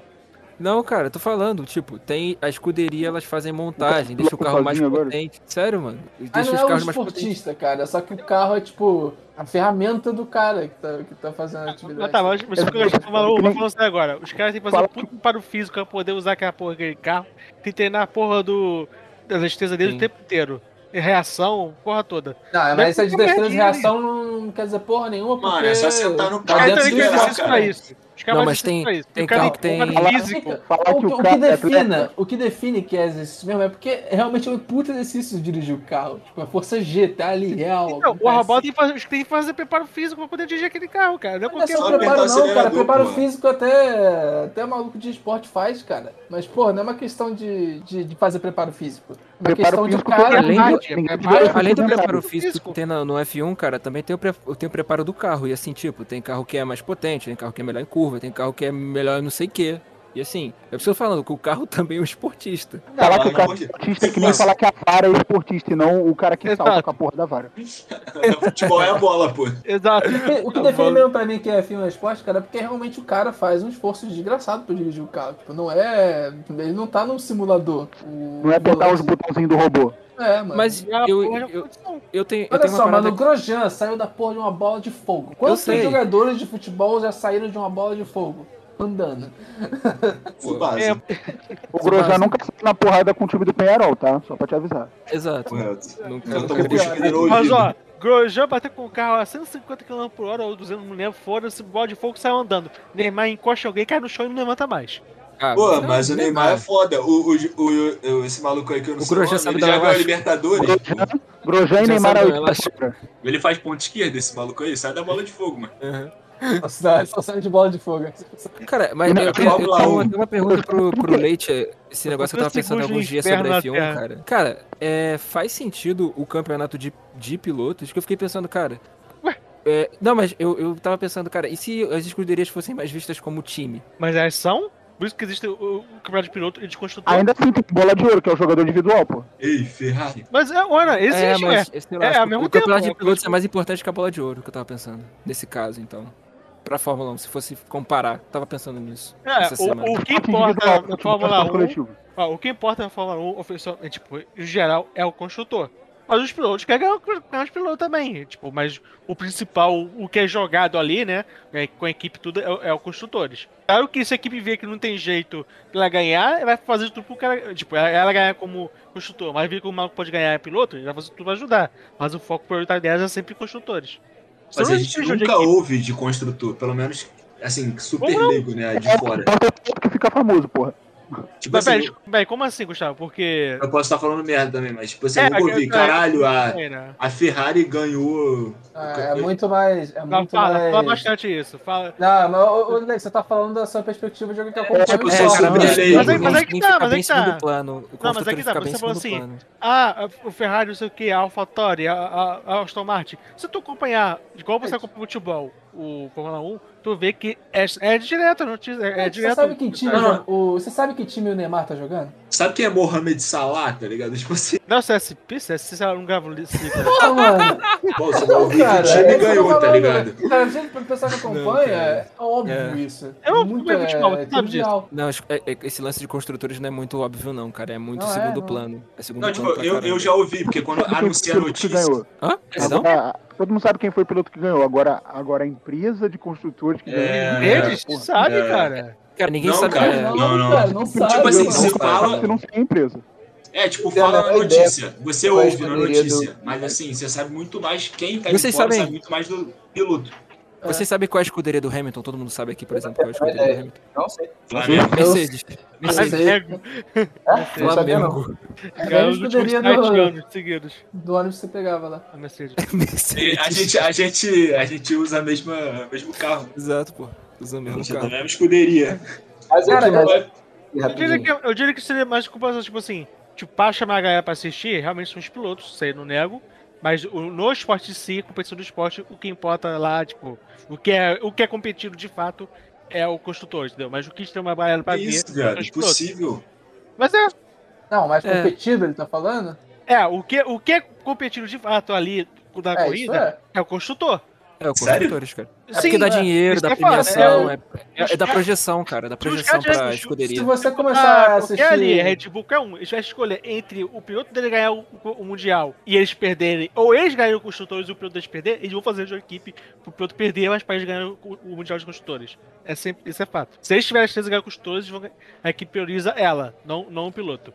F: Não, cara, eu tô falando, tipo, tem a escuderia, elas fazem montagem, deixa o carro mais
C: sozinho agora.
F: potente. Sério, mano? Deixa
B: Ah,
F: os
B: não é um
F: carros mais potentes.
B: esportista, cara. Só que o carro é, tipo, a ferramenta do cara que tá, que tá fazendo a atividade.
H: Mas tá, mas mas o que eu falando, eu vou falando sério agora. Os caras têm que fazer um
C: Fala-
H: puto para o físico pra poder usar aquela porra daquele carro. Tem que treinar a porra do. da destreza dele
F: Sim.
H: o tempo inteiro. E reação, porra toda.
B: Não,
H: Não é
B: mas essa de
H: porque eu
B: destreza e
H: perdi.
B: reação não não quer dizer porra nenhuma, porque...
E: Mano, é só sentar no
H: Os
E: carro.
H: caras
B: Tá dentro
H: estão
E: e
B: do
H: que
E: esperar,
H: exercício pra
E: cara.
H: isso. Os caras fazem
F: Não, mas
H: exercício
F: tem-
H: pra isso.
F: tem
H: O cara
F: carro
H: porra
F: que
H: do
C: tem-
H: físico.
C: Falar
B: O
C: que
B: que,
C: o
B: o
C: cara
B: que
F: né?
C: é
B: defina, o que define que é exercício mesmo é porque realmente é um puta exercício dirigir o carro. Tipo, a força G tá ali, real.
H: Então, o
B: acontece.
H: robô tem que fazer, tem que fazer preparo físico pra poder dirigir aquele carro, cara. Não é
B: Não é
H: qualquer
B: só
E: Só
H: um.
E: apertar
B: preparo
E: o
B: não, cara.
E: acelerador,
B: Preparo
E: pô.
B: físico até, até maluco de esporte faz, cara. Mas, pô, não é uma questão de, de, de fazer preparo físico. É uma
C: Preparo
B: questão de
C: físico né?
B: cara.
F: também.
C: ninguém-
H: Verdade,
C: ninguém-
H: preparo-
C: ninguém-
F: Além do
C: ninguém-
F: preparo
H: é Físico.
F: físico que tem na- no F1, cara, também tem o, pre- tem o preparo do carro. E assim, tipo, tem carro que é mais potente, tem carro que é melhor em curva, tem carro que é melhor em não sei o quê. E assim, é preciso falando que o carro também é um esportista.
C: Caraca,
E: Não,
C: o cara
E: não,
C: esportista é que nem falar que a vara é esportista e não o cara que salta com a porra da vara.
E: Futebol é a bola, pô.
H: Exato.
B: O
H: Tá
B: que define mesmo pra mim que é filme esporte, cara, é porque realmente o cara faz um esforço desgraçado pra dirigir o carro. Tipo, não é. Ele não tá num simulador. O-
C: Não é apertar
B: o-
C: os botãozinhos do robô.
B: É, mano.
F: Mas
H: É a
F: eu,
H: porra da
F: eu,
H: competição.
F: eu tenho, eu
B: Olha
F: tenho uma
B: só, mano,
F: parada.
B: o Grosjean saiu da porra de uma bola de fogo. Quantos
F: sei.
B: jogadores de futebol já saíram de uma bola de fogo? Andando.
E: Fubasa.
H: É,
C: O Grosjean nunca saiu na porrada com o time do Penharol, tá? Só pra te avisar.
F: Exato.
E: Correto.
F: Nunca-
E: Então
F: nunca
E: tomou
F: vi.
E: cuspida no
H: Mas
E: ouvido.
H: ó, Grosjean bateu com o carro a 150 km por hora ou 200, não lembro, foda-se, bola de fogo saiu andando. Neymar encosta alguém, cai no chão e não levanta mais.
F: Ah,
E: Pô,
F: não,
E: mas o Neymar é foda. O, o, o- o- esse maluco aí que eu não
F: O
E: sei
F: Grosjean
E: nome,
F: sabe
E: ele
F: dar
E: já ganhou a
F: elástico.
E: Libertadores.
C: Grosjean, Grosjean
F: Já
C: e Neymar
F: saiu
C: aí.
F: do elástico.
H: é.
E: Ele faz ponta esquerda, esse maluco aí. Sai da bola de fogo, mano.
F: Aham.
B: Nossa, só saiu de bola de fogo.
F: Cara, mas eu, eu, eu
E: Fórmula
F: tenho
E: 1.
F: até uma pergunta pro, pro Leite, é, esse negócio que eu tava
H: Quantos
F: pensando
H: segundos
F: alguns
H: no
F: dias sobre
H: inferno
F: a
H: na
F: F1,
H: Terra?
F: cara. Cara, é, faz sentido o campeonato de, de pilotos, que eu fiquei pensando, cara... é, não, mas eu, eu tava pensando, cara, e se as escuderias fossem mais vistas como time?
H: Mas elas são? Por isso que existe o, o campeonato de piloto e de construtor.
C: Ainda assim, tem bola de ouro, que é o jogador individual, pô.
E: Ei, Ferrari.
H: Mas é, olha,
F: é,
H: existe, ué.
F: mas esse elástico,
H: ao mesmo
F: o campeonato
H: tempo,
F: de pilotos
H: tipo-
F: é mais importante que a bola de ouro, que eu tava pensando, nesse caso, então. Pra Fórmula 1, se fosse comparar, tava pensando nisso.
H: É,
F: essa semana.
H: o, o que
C: Esporte
H: importa
C: individual,
H: na
C: tipo,
H: Fórmula
C: transporte
H: 1
C: coletivo.
H: Ó, o que importa na Fórmula 1 oficial, é, tipo, em geral, é o construtor. Mas os pilotos querem ganhar, o- ganhar os pilotos também. Tipo, mas o principal, o que é jogado ali, né? é, com a equipe tudo, é, o- é o construtores. Claro que se a equipe vê que não tem jeito pra ela ganhar, ela vai fazer tudo pro cara. Tipo, ela, ela ganhar como construtor, mas vê que o maluco pode ganhar piloto, ela vai fazer tudo pra ajudar. Mas o foco prioritário delas é sempre construtores. Senão
E: Mas
H: não
E: a
H: existe
E: gente
H: jogo de
E: nunca
H: equipe.
E: ouve de construtor, pelo menos, assim, super
H: Como não?
E: leigo, né? De fora.
C: Importa o piloto que fica famoso, porra.
E: Tipo
H: Mas,
E: assim,
H: peraí, peraí, como assim, Gustavo? Porque.
E: eu posso estar falando merda também, mas tipo assim,
H: É,
E: eu nunca ouvi.
H: é,
E: Caralho, a,
H: É, né?
E: a Ferrari ganhou.
B: É, é muito mais. É
H: Não,
B: muito
H: Tá fala, fala
B: mais.
H: bastante isso. Fala.
B: Não, mas ô, ô, Lex, você tá falando da sua perspectiva de alguém que acompanha
E: tipo,
B: o
E: só
B: esporte,
E: sobre
B: né?
E: mas- ele. mas
H: aí- mas aí que
F: Nem
H: tá,
F: fica
H: mas
F: bem
H: aí
F: em
H: que tá.
F: segundo plano. O
H: Não, mas aí que
F: construtor
H: tá,
F: fica bem em
H: você falou
F: segundo
H: assim,
F: plano.
H: Ah, o Ferrari, não sei o que, a AlphaTauri, a, a, a Aston Martin. Se tu acompanhar, igual
B: É.
H: você acompanha o futebol, o Fórmula 1, tu vê que é, é direto, não te, é, é
B: Você
H: direto.
B: sabe que time,
H: Não, não,
B: jo- o- você sabe que time o Neymar tá jogando?
E: Sabe quem é Mohamed Salah, tá ligado? Tipo assim,
H: não, CSP, CSP, sei lá, não grava o li- se-
B: Porra, mano!
E: bom, você vai ouvir que o
B: Cara,
E: time
B: é isso que eu tô
E: ganhou, tá
B: falando,
E: ligado?
B: né? Cara, gente, pro pessoal que acompanha, é óbvio
F: É.
B: isso.
H: Eu não
B: Muito
H: acompanho futebol, você
B: é,
H: sabe disso.
B: trivial.
F: Não, acho que é- é- esse lance de construtores não é muito óbvio, não, cara. É muito
B: Não é,
F: segundo
B: não.
F: plano. É segundo
E: Não, tipo,
F: plano. pra
E: eu, eu
F: caramba.
E: já Tá ouvi, porque quando
B: é
E: anuncia a
C: Todo mundo sabe quem foi o piloto que
E: notícia.
C: ganhou.
F: Hã? Perdão?
C: Agora, todo mundo sabe quem foi o piloto que ganhou. Agora, agora a empresa de construtores que
E: É,
C: ganhou.
H: Eles
C: Porra.
H: sabe,
E: é.
H: cara.
F: Cara, ninguém
E: Não,
F: sabe.
E: cara,
F: é,
E: não.
B: cara, não
C: Tipo
B: sabe.
E: assim,
C: não,
E: se
C: não
E: fala-
C: sabe, Você não tem empresa.
E: É, tipo,
G: Tem a
E: fala na
G: menor ideia.
E: notícia. Você
G: Eu acho
E: ouve
G: que
E: na
G: a maioria
E: notícia. Mas assim, você sabe muito mais quem tá de
F: Vocês
E: fora,
F: sabem-
E: sabe muito mais do piloto.
F: Vocês sabem qual é a escuderia do Hamilton? Todo mundo sabe aqui, por exemplo, qual é a escuderia do Hamilton.
G: Não sei.
E: Flamengo.
F: Mercedes.
B: Não sei.
G: É, Não sabia, não.
F: Flamengo.
B: É,
H: Ganhou
B: eu
H: os últimos
B: escuderia
H: sete
B: do,
H: anos seguidos.
B: do ônibus que você pegava lá.
H: A Mercedes.
E: E
F: Mercedes.
E: A gente, a, gente, a gente usa o mesmo, mesmo carro.
F: Exato, pô. Usando
E: A
F: mesmo
E: gente
F: carro.
E: tá na mesma escuderia. Então, é
G: Mas eu
B: Cara,
G: que
E: assim,
G: mais
H: Eu diria,
G: rapidinho.
H: que, eu diria que seria mais culpa, tipo assim, tipo, pra chamar a galera pra assistir, realmente são os pilotos, isso aí eu não nego. Mas o- no esporte em si, competição do esporte, o que importa lá, tipo, o que é, o que é competido de fato é o construtor, entendeu? Mas o que tem uma galera pra é um
E: Que
H: ver
E: É isso,
H: são
E: viado.
H: os pilotos.
E: Impossível.
H: Mas é,
B: Não, mas
F: É.
B: competido, ele tá falando?
H: é o, que, o que é competido de fato ali da
B: É, isso
H: corrida
B: é.
H: é. o construtor.
F: É, o
E: Sério?
F: construtores, cara. É
H: Sim,
F: porque dá
B: é.
F: dinheiro,
H: Isso
F: dá
H: que eu falo,
F: premiação, é, é-
H: os
F: é da
H: caras-
F: projeção, cara, da projeção
H: caras já-
F: pra
H: se-
B: Se
F: escuderia.
B: você começar a
H: Ah,
B: assistir...
H: porque ali, Red Bull, qualquer um, eles vão escolher entre o piloto dele ganhar o, o Mundial e eles perderem, ou eles ganharem o Construtores e o piloto deles perder, eles vão fazer de uma equipe pro piloto perder, mas pra eles ganharem o, o Mundial de Construtores. É sempre, isso é fato. Se eles tiverem a chance de ganhar o Construtores, eles vão ganhar- a equipe prioriza ela, não, não o piloto.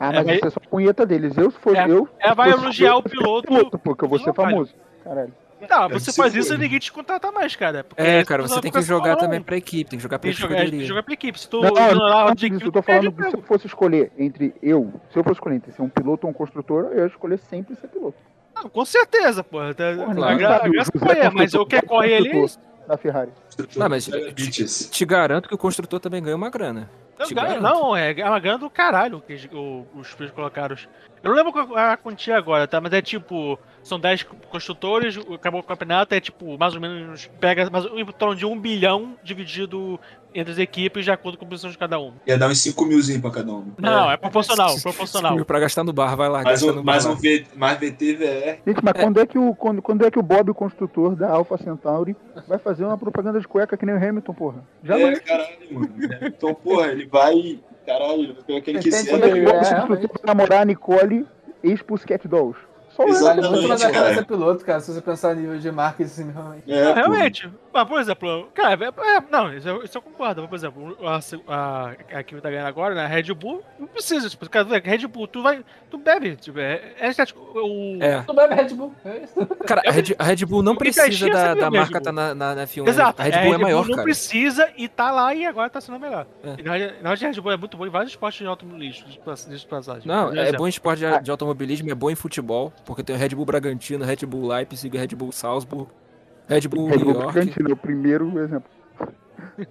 C: Ah,
H: É,
C: mas
H: mas-
C: isso é só punheta deles. Eu, se for
H: É,
C: eu...
H: Ela vai
C: se fosse
H: elogiar
C: eu,
H: o piloto.
C: piloto, pô, que eu vou ser famoso. Caralho.
H: Tá,
E: É,
H: você
E: se
H: faz
E: for.
H: isso e ninguém te contrata mais, cara. porque
F: É,
H: isso
F: cara,
H: não
F: você
H: vai
F: tem que
H: ficar só
F: jogar
H: falando.
F: também pra equipe, tem que jogar pra
H: Tem que jogar, é, tem que
F: escuderia.
H: jogar pra equipe. Se tu
C: Não, não,
H: ignorar
C: não,
H: o
C: não
H: de
C: disso,
H: equipe,
C: eu tô
H: tu perde
C: falando
H: o
C: que se eu
H: emprego.
C: fosse escolher entre eu, se eu fosse escolher entre ser um piloto ou um construtor, eu ia escolher sempre ser piloto.
H: Não, Com certeza, porra. tá-
C: Porra,
H: a,
F: claro.
H: gra- a graça
C: Sabe, o
H: foi,
C: José
H: é, mas o que
C: Construtor,
H: corre ali é
C: Construtor
H: isso.
C: Da Ferrari.
F: Não,
E: é
F: mas-
E: um Bitches.
F: Te garanto que o construtor também ganha uma grana.
H: Não,
F: Te
H: ganha-
F: garanto.
H: não, é é uma grana do caralho que eles- o- os filhos colocaram. Eu não lembro qual a quantia agora, tá? Mas é tipo, são 10 construtores, o- acabou o campeonato, é tipo, mais ou menos, pega mais, um torno de um bilhão dividido entre as equipes de acordo com a posição de cada uma.
E: Ia dar uns 5 milzinho pra cada um.
H: Não, é proporcional, proporcional.
F: Mil pra gastar no bar, vai lá,
E: Mais
F: gasta
E: um,
F: no
E: mais
F: bar.
E: um v, mais VTVE.
C: Gente, mas quando, é que o, quando, quando é que o Bob, o construtor da Alpha Centauri, vai fazer uma propaganda de cueca que nem o Hamilton, porra? Já não
E: é, caralho, mano. Então, porra, ele vai. Caralho, ele vai pegar aquele que
B: Entendi.
E: seja.
C: Quando é que o Bob,
B: É,
C: o construtor, vai namorar a Nicole, ex-Pussycat Dolls? Só o
E: Exato.
B: Vale muito mais na
E: Exatamente,
B: cara
E: cara.
B: ser piloto, cara, se você pensar em nível de marca assim, realmente.
E: É, pô.
H: Realmente, mas por exemplo, cara, é- é- não, isso eu, isso eu concordo. Mas, por exemplo, a, a, a que tá ganhando agora, né? a Red Bull, não precisa. Tipo, cara, Red Bull, tu vai. Tu bebe, tipo, é, é estético. O,
F: É.
B: Não bebe Red Bull. É isso.
F: Cara, a Red, a Red Bull não
H: o Pikachu
F: precisa da,
H: sempre
F: da
H: é Red
F: marca
H: Bull.
F: tá na, na, na F1.
H: Exato,
F: A Red Bull é, maior,
H: não
F: cara.
H: precisa e tá lá e agora tá sendo melhor.
F: É.
H: E na verdade- na verdade, a Red Bull é muito boa em vários esportes de alto nicho, de pas- de passagem.
F: Não,
H: Por
F: é
H: exemplo.
F: bom em esporte de, de automobilismo, é bom em futebol, porque tem o Red Bull Bragantino, Red Bull Leipzig, Red Bull Salzburg, Red Bull
C: Red
F: New
C: Bull
F: York.
C: Bragantino, é o primeiro exemplo.
H: Mas,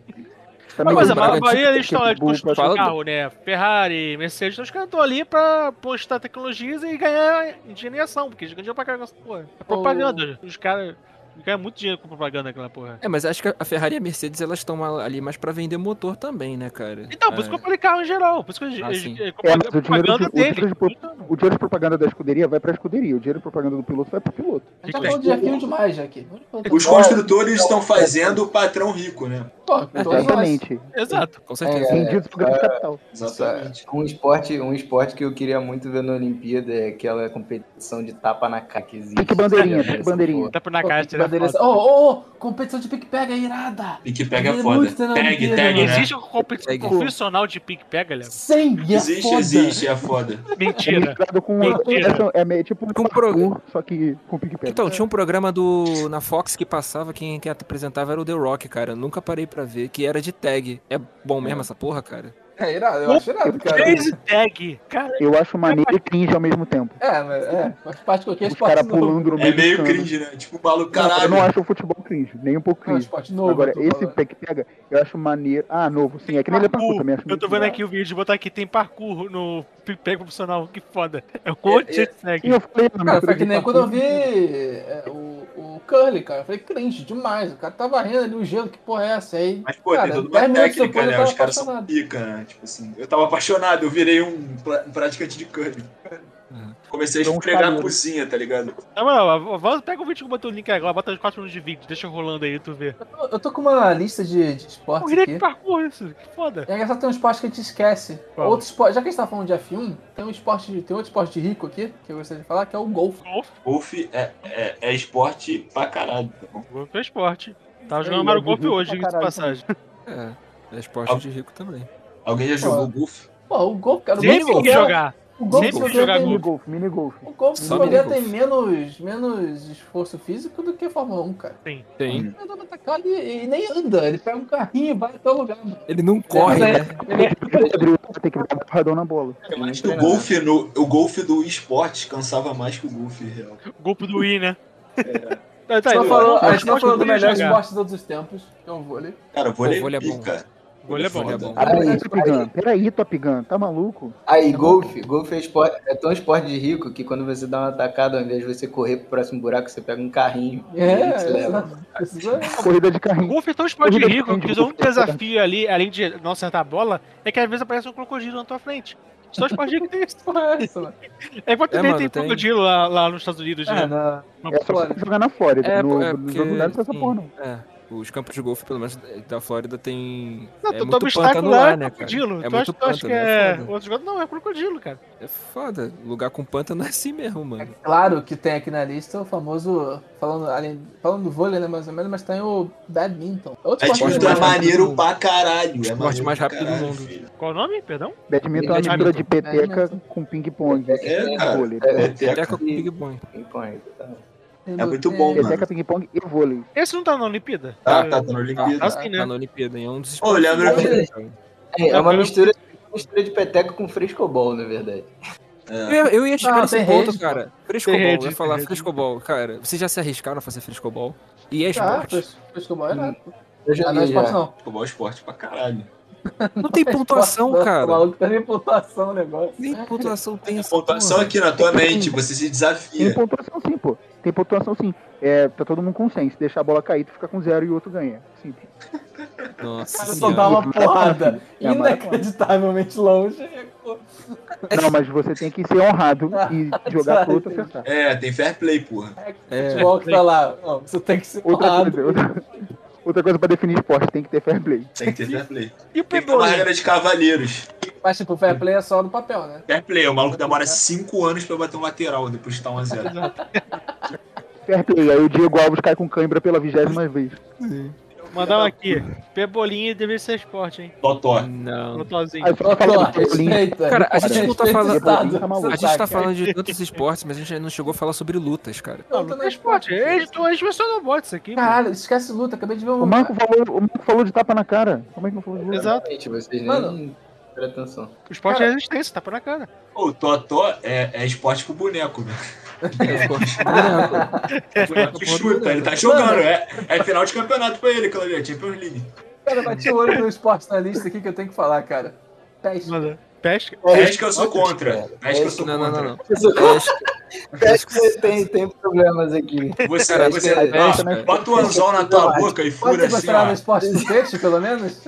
C: Também
H: por
F: Mas,
H: exemplo, a
F: Bragantino
H: Bahia eles
C: tem
H: estão lá de
C: Red Bull
H: construção
F: pra-
H: de carro, né? Ferrari, Mercedes, então os caras estão ali pra postar tecnologias e ganhar dinheiro em ação, porque eles ganham dinheiro pra caralho com essa porra. É propaganda. Os caras ganham muito dinheiro com propaganda aquela porra.
F: É, mas acho que a Ferrari e a Mercedes elas estão ali mais pra vender motor também, né, cara?
H: Então, por isso
F: É.
H: que eu falei carro em geral. Por isso que eles,
F: Ah,
H: eles-
F: sim.
H: é,
C: É, mas o dinheiro, de,
H: propaganda Então,
C: o, dinheiro
H: deles.
C: de, pro- o dinheiro de propaganda da escuderia vai pra escuderia, o dinheiro de propaganda do piloto vai pro piloto.
B: A
E: Tipo,
B: gente tá
H: Fica
B: falando
E: é.
B: de arquivo demais já aqui. Vamos falar de-
E: Os construtores estão fazendo o patrão rico, né?
B: Pô, todos nós.
C: Exatamente.
H: Exato.
F: Com certeza.
G: É,
C: Vendidos pro grande capital.
E: Exatamente.
G: Um esporte, um esporte que eu queria muito ver na Olimpíada é aquela competição de tapa na cara que existe.
C: Pique bandeirinha,
G: Essa
C: pique
G: porra.
C: bandeirinha.
H: Tá por na
B: Pô,
H: cara,
B: que
H: tirar
B: bandeira-
H: foto.
B: Ô, ô, ô, competição de pique-pega é irada.
E: E que pega
B: Ele é
E: é foda.
B: muito tecnologia,
E: Tag,
B: né,
E: tag,
B: mano?
E: né?
H: Existe uma competição
F: Segue.
H: profissional de pique-pega, Léo?
B: 100 e é
E: Existe,
B: foda.
E: existe, é foda.
C: É
H: Mentira.
C: misturado com.
H: Mentira.
C: É, só- é meio tipo um
F: Com pro-
C: parkour, só que com pique pega.
F: Então, tinha um programa do na Fox que passava, quem, quem apresentava era o The Rock, cara. Eu nunca parei pra ver, que era de tag. É bom mesmo essa porra, cara?
B: É irado, eu acho irado, cara.
H: Crazy tag. Cara,
C: Eu acho maneiro e cringe ao mesmo tempo.
B: É, mas é, faz parte de qualquer
C: Os
B: esporte
C: caras
B: novo.
C: pulando no meio
E: É
C: do
E: meio
C: cano.
E: cringe, né? Tipo, o maluco,
C: Não, eu não
E: caralho.
C: acho o futebol cringe, nem um pouco
B: Não,
C: cringe.
B: esporte novo.
C: Agora,
B: eu tô
C: esse
B: falando.
C: pique pega, eu acho maneiro. Ah, novo, sim. É
E: Tá
C: que nem ele é parkour também. Acho
H: Eu tô
C: muito
H: vendo
C: legal.
H: aqui o vídeo de botar aqui, tem parkour no pique-pega profissional, que foda. É um monte de tag.
C: Sim, eu falei,
B: Cara,
C: mano, mistura
B: foi que
C: de
B: nem
C: parkour
B: quando eu
C: com-
B: vi é, o, o Curly, cara. Eu falei, cringe demais. O cara tá varrendo ali o gelo, que porra é essa aí?
E: Mas, pô, tem
B: Cara,
E: toda uma
B: dez minutos
E: técnica,
B: depois eu
E: né?
B: tava
E: Os caras são
B: apaixonado.
E: pica, né? Tipo assim, eu tava apaixonado, eu virei um pra- um praticante de curling.
H: Uhum.
E: Comecei a
C: Então,
E: esfregar a
C: caralho.
E: cozinha, tá ligado?
H: Na moral, volta, pega o vídeo que eu botei o link agora, bota os 4 minutos de vídeo, deixa rolando aí, tu vê.
B: Eu- Eu tô com uma lista de, de esportes
H: Corrida de
B: aqui.
H: parkour, isso, que foda.
B: É engraçado tem um esporte que a gente esquece.
H: Qual?
B: Outro esporte, já que a gente tá falando de F1, tem um esporte, tem outro esporte rico aqui, que eu gostaria de falar, que é o golfe.
H: Golfe,
E: Golfe é, é, é esporte pra caralho, tá bom?
H: golfe é esporte. Tava
C: Ei,
H: jogando Mario
C: é
H: Golf
C: bonito
H: hoje,
C: pra
H: diga-se de
C: caralho
H: passagem.
F: É. É esporte
H: Ah.
F: de rico também.
E: Alguém já jogou golfe?
B: Pô, o golfe, cara, o
H: Sempre
B: golfe,
H: tem que
B: é-
H: jogar.
B: o golfe
H: sempre
B: você
H: jogar
B: tem-
H: golfe.
C: Mini golf, mini golf.
B: O golfe
F: Só
B: se bobear,
F: no
B: tem menos, menos esforço físico do que a Fórmula 1, cara.
F: Tem.
B: O cara dá uma tacada e, e nem anda, ele pega um carrinho e vai até o lugar. mano.
F: Ele não corre,
B: Mas é-
F: né?
C: Tem que dar um porradão na bola.
E: Eu acho que o golfe, no, o golfe do esporte cansava mais que o golfe real.
H: Golpe do I, né? Tá,
B: A
H: tá,
B: gente não
H: eu-
B: falou, a
H: eu
B: gente não
H: acho
B: falou
H: que
B: do
H: eu ia
B: melhor
H: é jogar.
B: esporte de todos os tempos, que é o vôlei.
E: Cara, vôlei,
F: Pô, vôlei é bom.
E: pica.
H: Vôlei é bom.
F: Ele é bom.
C: Ah, peraí,
G: Aí,
C: Top Gun. Peraí, Top Gun. Tá maluco?
G: Aí, golfe, golfe é, esporte, é tão esporte de rico que quando você dá uma tacada, ao invés de você correr pro próximo buraco, você pega um carrinho. e ele te
B: É,
G: leva.
B: exato. Isso é-
C: Corrida de carrinho.
H: Golfe é tão esporte
C: Corrida
H: rico
C: de
H: que um
C: golfe.
H: desafio ali, além de não acertar a bola, é que às vezes aparece um crocodilo na tua frente. Só esporte rico tem isso.
B: porra é essa, mano?
H: É igual também
F: mano,
H: tem
F: tem.
H: crocodilo lá, lá nos Estados Unidos,
B: É,
H: né?
B: na-
C: É só você jogar na Flórida.
F: É,
C: no
F: é
C: no
F: porque,
C: jogo não tem essa
F: sim.
C: porra, não.
F: É. Os campos de golfe, pelo menos da Flórida, tem.
H: Não,
F: é
H: tu
F: muito
H: toma obstáculo
F: pântano
H: lá,
F: lá,
H: é
F: né, cara?
H: crocodilo.
F: É
H: tu acha,
F: muito
H: tu acha
F: pântano,
H: que é.
F: é foda.
H: Outro jogo não, é crocodilo, cara.
F: É foda. Lugar com pântano é assim mesmo,
B: É
F: mano.
B: claro que tem aqui na lista o famoso, falando, além- falando do vôlei, né, mais ou menos, mas tem o badminton. Outro
E: É tipo,
B: esporte né?
F: mais
B: que-
E: tá
F: rápido do
E: maneiro
F: mundo.
E: pra caralho. É
F: Esporte
E: maneiro
F: mais
E: pra
F: rápido do
E: caralho,
F: mundo.
E: filho.
H: Qual o nome? Perdão?
C: Badminton é uma mistura de peteca com ping-pong.
E: É,
C: E
E: cara.
C: vôlei.
E: É, teca.
F: Até com o Big Bang.
G: Impõe, tá.
E: É muito bom, mano.
C: Peteca, ping-pong e vôlei.
H: Esse não tá na Olimpíada?
E: Tá,
H: É,
E: tá, tá na
H: tá
E: Olimpíada.
H: sim, né?
F: Ah, Tá na Olimpíada. É um dos
E: Ô, lembra que.
F: esportes. cara.
G: É, é
H: Ah,
G: uma
H: eu-
G: mistura, mistura de peteco com frescobol, na verdade.
E: É.
F: Eu, eu ia chegar
B: Ah,
F: nesse
B: tem
F: ponto,
B: rede,
F: cara. Frescobol,
H: Tem rede,
F: eu ia
H: tem
F: falar
H: rede.
F: frescobol. Cara, vocês já se arriscaram a fazer frescobol? E é
B: Ah,
F: esporte.
B: frescobol é nada.
G: Eu
B: Ah, não é
G: joguei
B: esporte
G: já.
B: não.
E: Futebol é esporte pra caralho.
F: Não tem pontuação,
B: Nossa, O
F: cara.
B: maluco tá nem pontuação o negócio.
F: Nem pontuação tem essa
E: Pontuação
F: porra.
E: aqui na tua mente, você se
C: Tem
E: desafia.
C: pontuação sim, pô. Tem pontuação sim. É, tá todo mundo com 100. Se deixar a bola cair, tu fica com zero e o outro ganha. Simples.
E: é
F: Nossa
B: cara só
F: senhora.
B: dá uma porrada
C: É uma
B: inacreditavelmente longe.
C: Não, mas você tem que ser honrado e jogar pro outro acertar.
E: É, tem fair play, porra.
B: O
F: É,
B: futebol que tá lá. Ó, você tem que ser
C: Outra
B: honrado.
C: coisa, outra, outra coisa pra definir esporte, tem que ter fair play.
E: Tem que ter fair play.
H: E o
E: Tem que ter uma
H: Pebolim?
E: regra de cavaleiros.
B: Mas tipo, o fair play é só no papel, né?
E: Fair play, o maluco demora 5 anos pra bater um lateral depois de tá 1x0.
C: Fair play, aí o Diego Alves cai com cãibra pela vigésima vez.
H: Mandaram aqui. Pebolinha deveria ser esporte, hein?
E: Totó.
F: Não.
H: Totozinho.
C: Aí só fala do Bolinha.
B: Respeita.
F: Cara, a gente não
B: Respeita
F: tá
B: o
F: falando-
B: Estado.
C: A gente
F: A gente tá
B: Sotaque.
F: falando de tantos esportes, mas a gente não chegou a falar sobre lutas, cara.
B: Não,
H: Não,
B: tá
H: não
B: no
H: é esporte. Eles mencionam bots aqui. mano.
B: Caralho, esquece luta, acabei de ver um.
C: O Marco, falou, o Marco falou de tapa na cara. Como é que não falou de luta?
H: Exato.
G: Gente, vocês nem
B: Mano.
G: prestaram atenção.
H: O esporte
B: Cara.
H: é resistência, tapa na cara.
E: Pô, o Totó é, é esporte pro boneco, né? O boneco chuta, ele tá jogando. É, é final de campeonato pra ele, Claudio. É Champions League.
B: Cara, bati o olho no esporte na lista aqui que eu tenho que falar, cara. Peste.
H: Mano, pesca.
E: Peste que eu sou contra. Peste que eu sou
F: Não, não, não,
E: contra.
F: não.
G: Pessoal,
F: Pesca,
G: acho que você tem, tem problemas aqui.
E: Você,
G: Peste
E: você
G: é-
E: ó,
C: peste é-
E: bota o anzol na tua boca
B: Pode
E: e fura
B: ser
E: assim,
B: considerado
E: ó.
B: esporte do peixe, pelo menos?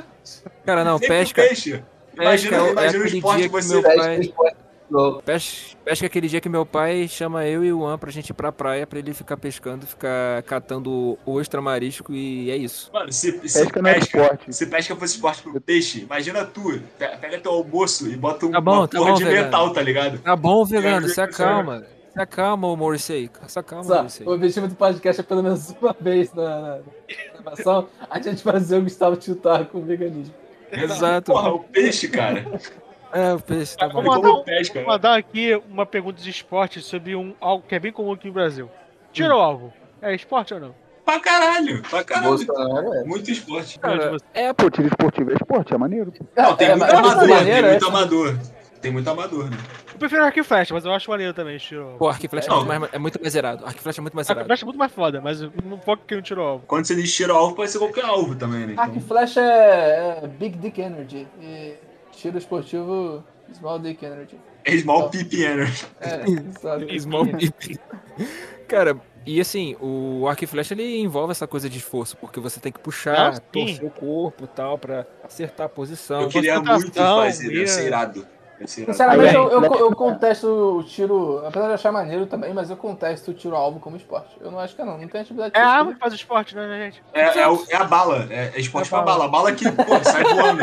F: cara, não,
E: Sempre
F: pesca.
E: peixe. Imagina,
F: Pesca é- é
E: imagina o
F: aquele
E: esporte
F: dia
E: que
F: que
E: você
F: meu
G: Peste
F: Vai.
G: é esporte. Não,
F: Pesca, pesca é aquele dia que meu pai chama eu e o Juan pra gente ir pra praia pra ele ficar pescando, ficar catando ostra, marisco e é isso.
E: Mano, se, se
C: Pesca não é
E: pesca,
C: esporte.
E: se pesca fosse esporte pro peixe, imagina tu, pe- pega teu almoço e bota um,
F: Tá bom,
E: uma
F: tá
E: porra
F: bom,
E: de
F: vegano.
E: metal, tá ligado?
F: Tá bom, vegano,
E: Eu
F: se
E: juro que
F: acalma. Se acalma, ô Morrissey. Se acalma,
B: Só,
F: Morrissey.
B: o objetivo do podcast é pelo menos uma vez na, na na gravação a gente fazer o Gustavo tiltar com o veganismo.
F: Exato.
E: Porra, o peixe, cara.
F: É, o peixe, tá bom.
H: Vamos
E: Como
H: mandar, um-
E: pesca, né?
H: mandar aqui uma pergunta de esporte sobre um, algo que é bem comum aqui no Brasil.
E: Hum.
H: Tira o alvo. É esporte ou não?
E: Pra caralho, pra caralho.
G: Bolsonaro é.
E: Muito esporte.
F: Cara, é,
C: Pô, tiro esportivo é esporte, é maneiro. pô.
E: Não, tem
B: é,
E: muito
B: mas-
E: amador,
B: mas maneiro,
E: tem muito
B: é.
E: amador. Tem muito amador, né?
H: Eu prefiro arco e flecha, mas eu acho maneiro também, tira o alvo.
F: pô, arco e flecha é
E: Não.
F: muito mais, é muito mais zerado. Arco e flecha é muito mais
H: Arco e
F: zerado.
H: flecha é muito mais foda, mas não foca que não tira o alvo.
E: Quando você diz tiro alvo, pode ser qualquer alvo também, né?
B: Hack
E: Então,
B: Flash é, é Big Dick Energy e tiro esportivo Small Dick Energy.
E: é small pipi energy.
B: É, sabe?
F: Small Pipe. Cara, e assim, o arco e flecha ele envolve essa coisa de esforço, porque você tem que
H: Ah,
F: puxar,
H: sim.
F: torcer o corpo e tal, pra acertar a posição.
E: Eu queria
H: concentração,
E: muito fazer,
H: ia-
E: deve ser irado. Deve ser irado.
B: Sinceramente,
C: Aí,
B: eu, eu,
C: aí,
B: eu contesto o tiro, apesar de eu achar maneiro também, mas eu contesto o tiro alvo como esporte. Eu não acho que não, não tem tipo atividade
H: É a
B: física.
H: arma que faz o esporte, né, gente?
E: É, é o- é a bala, é, é esporte
H: É
E: pra bala. A bala que, pô, sai voando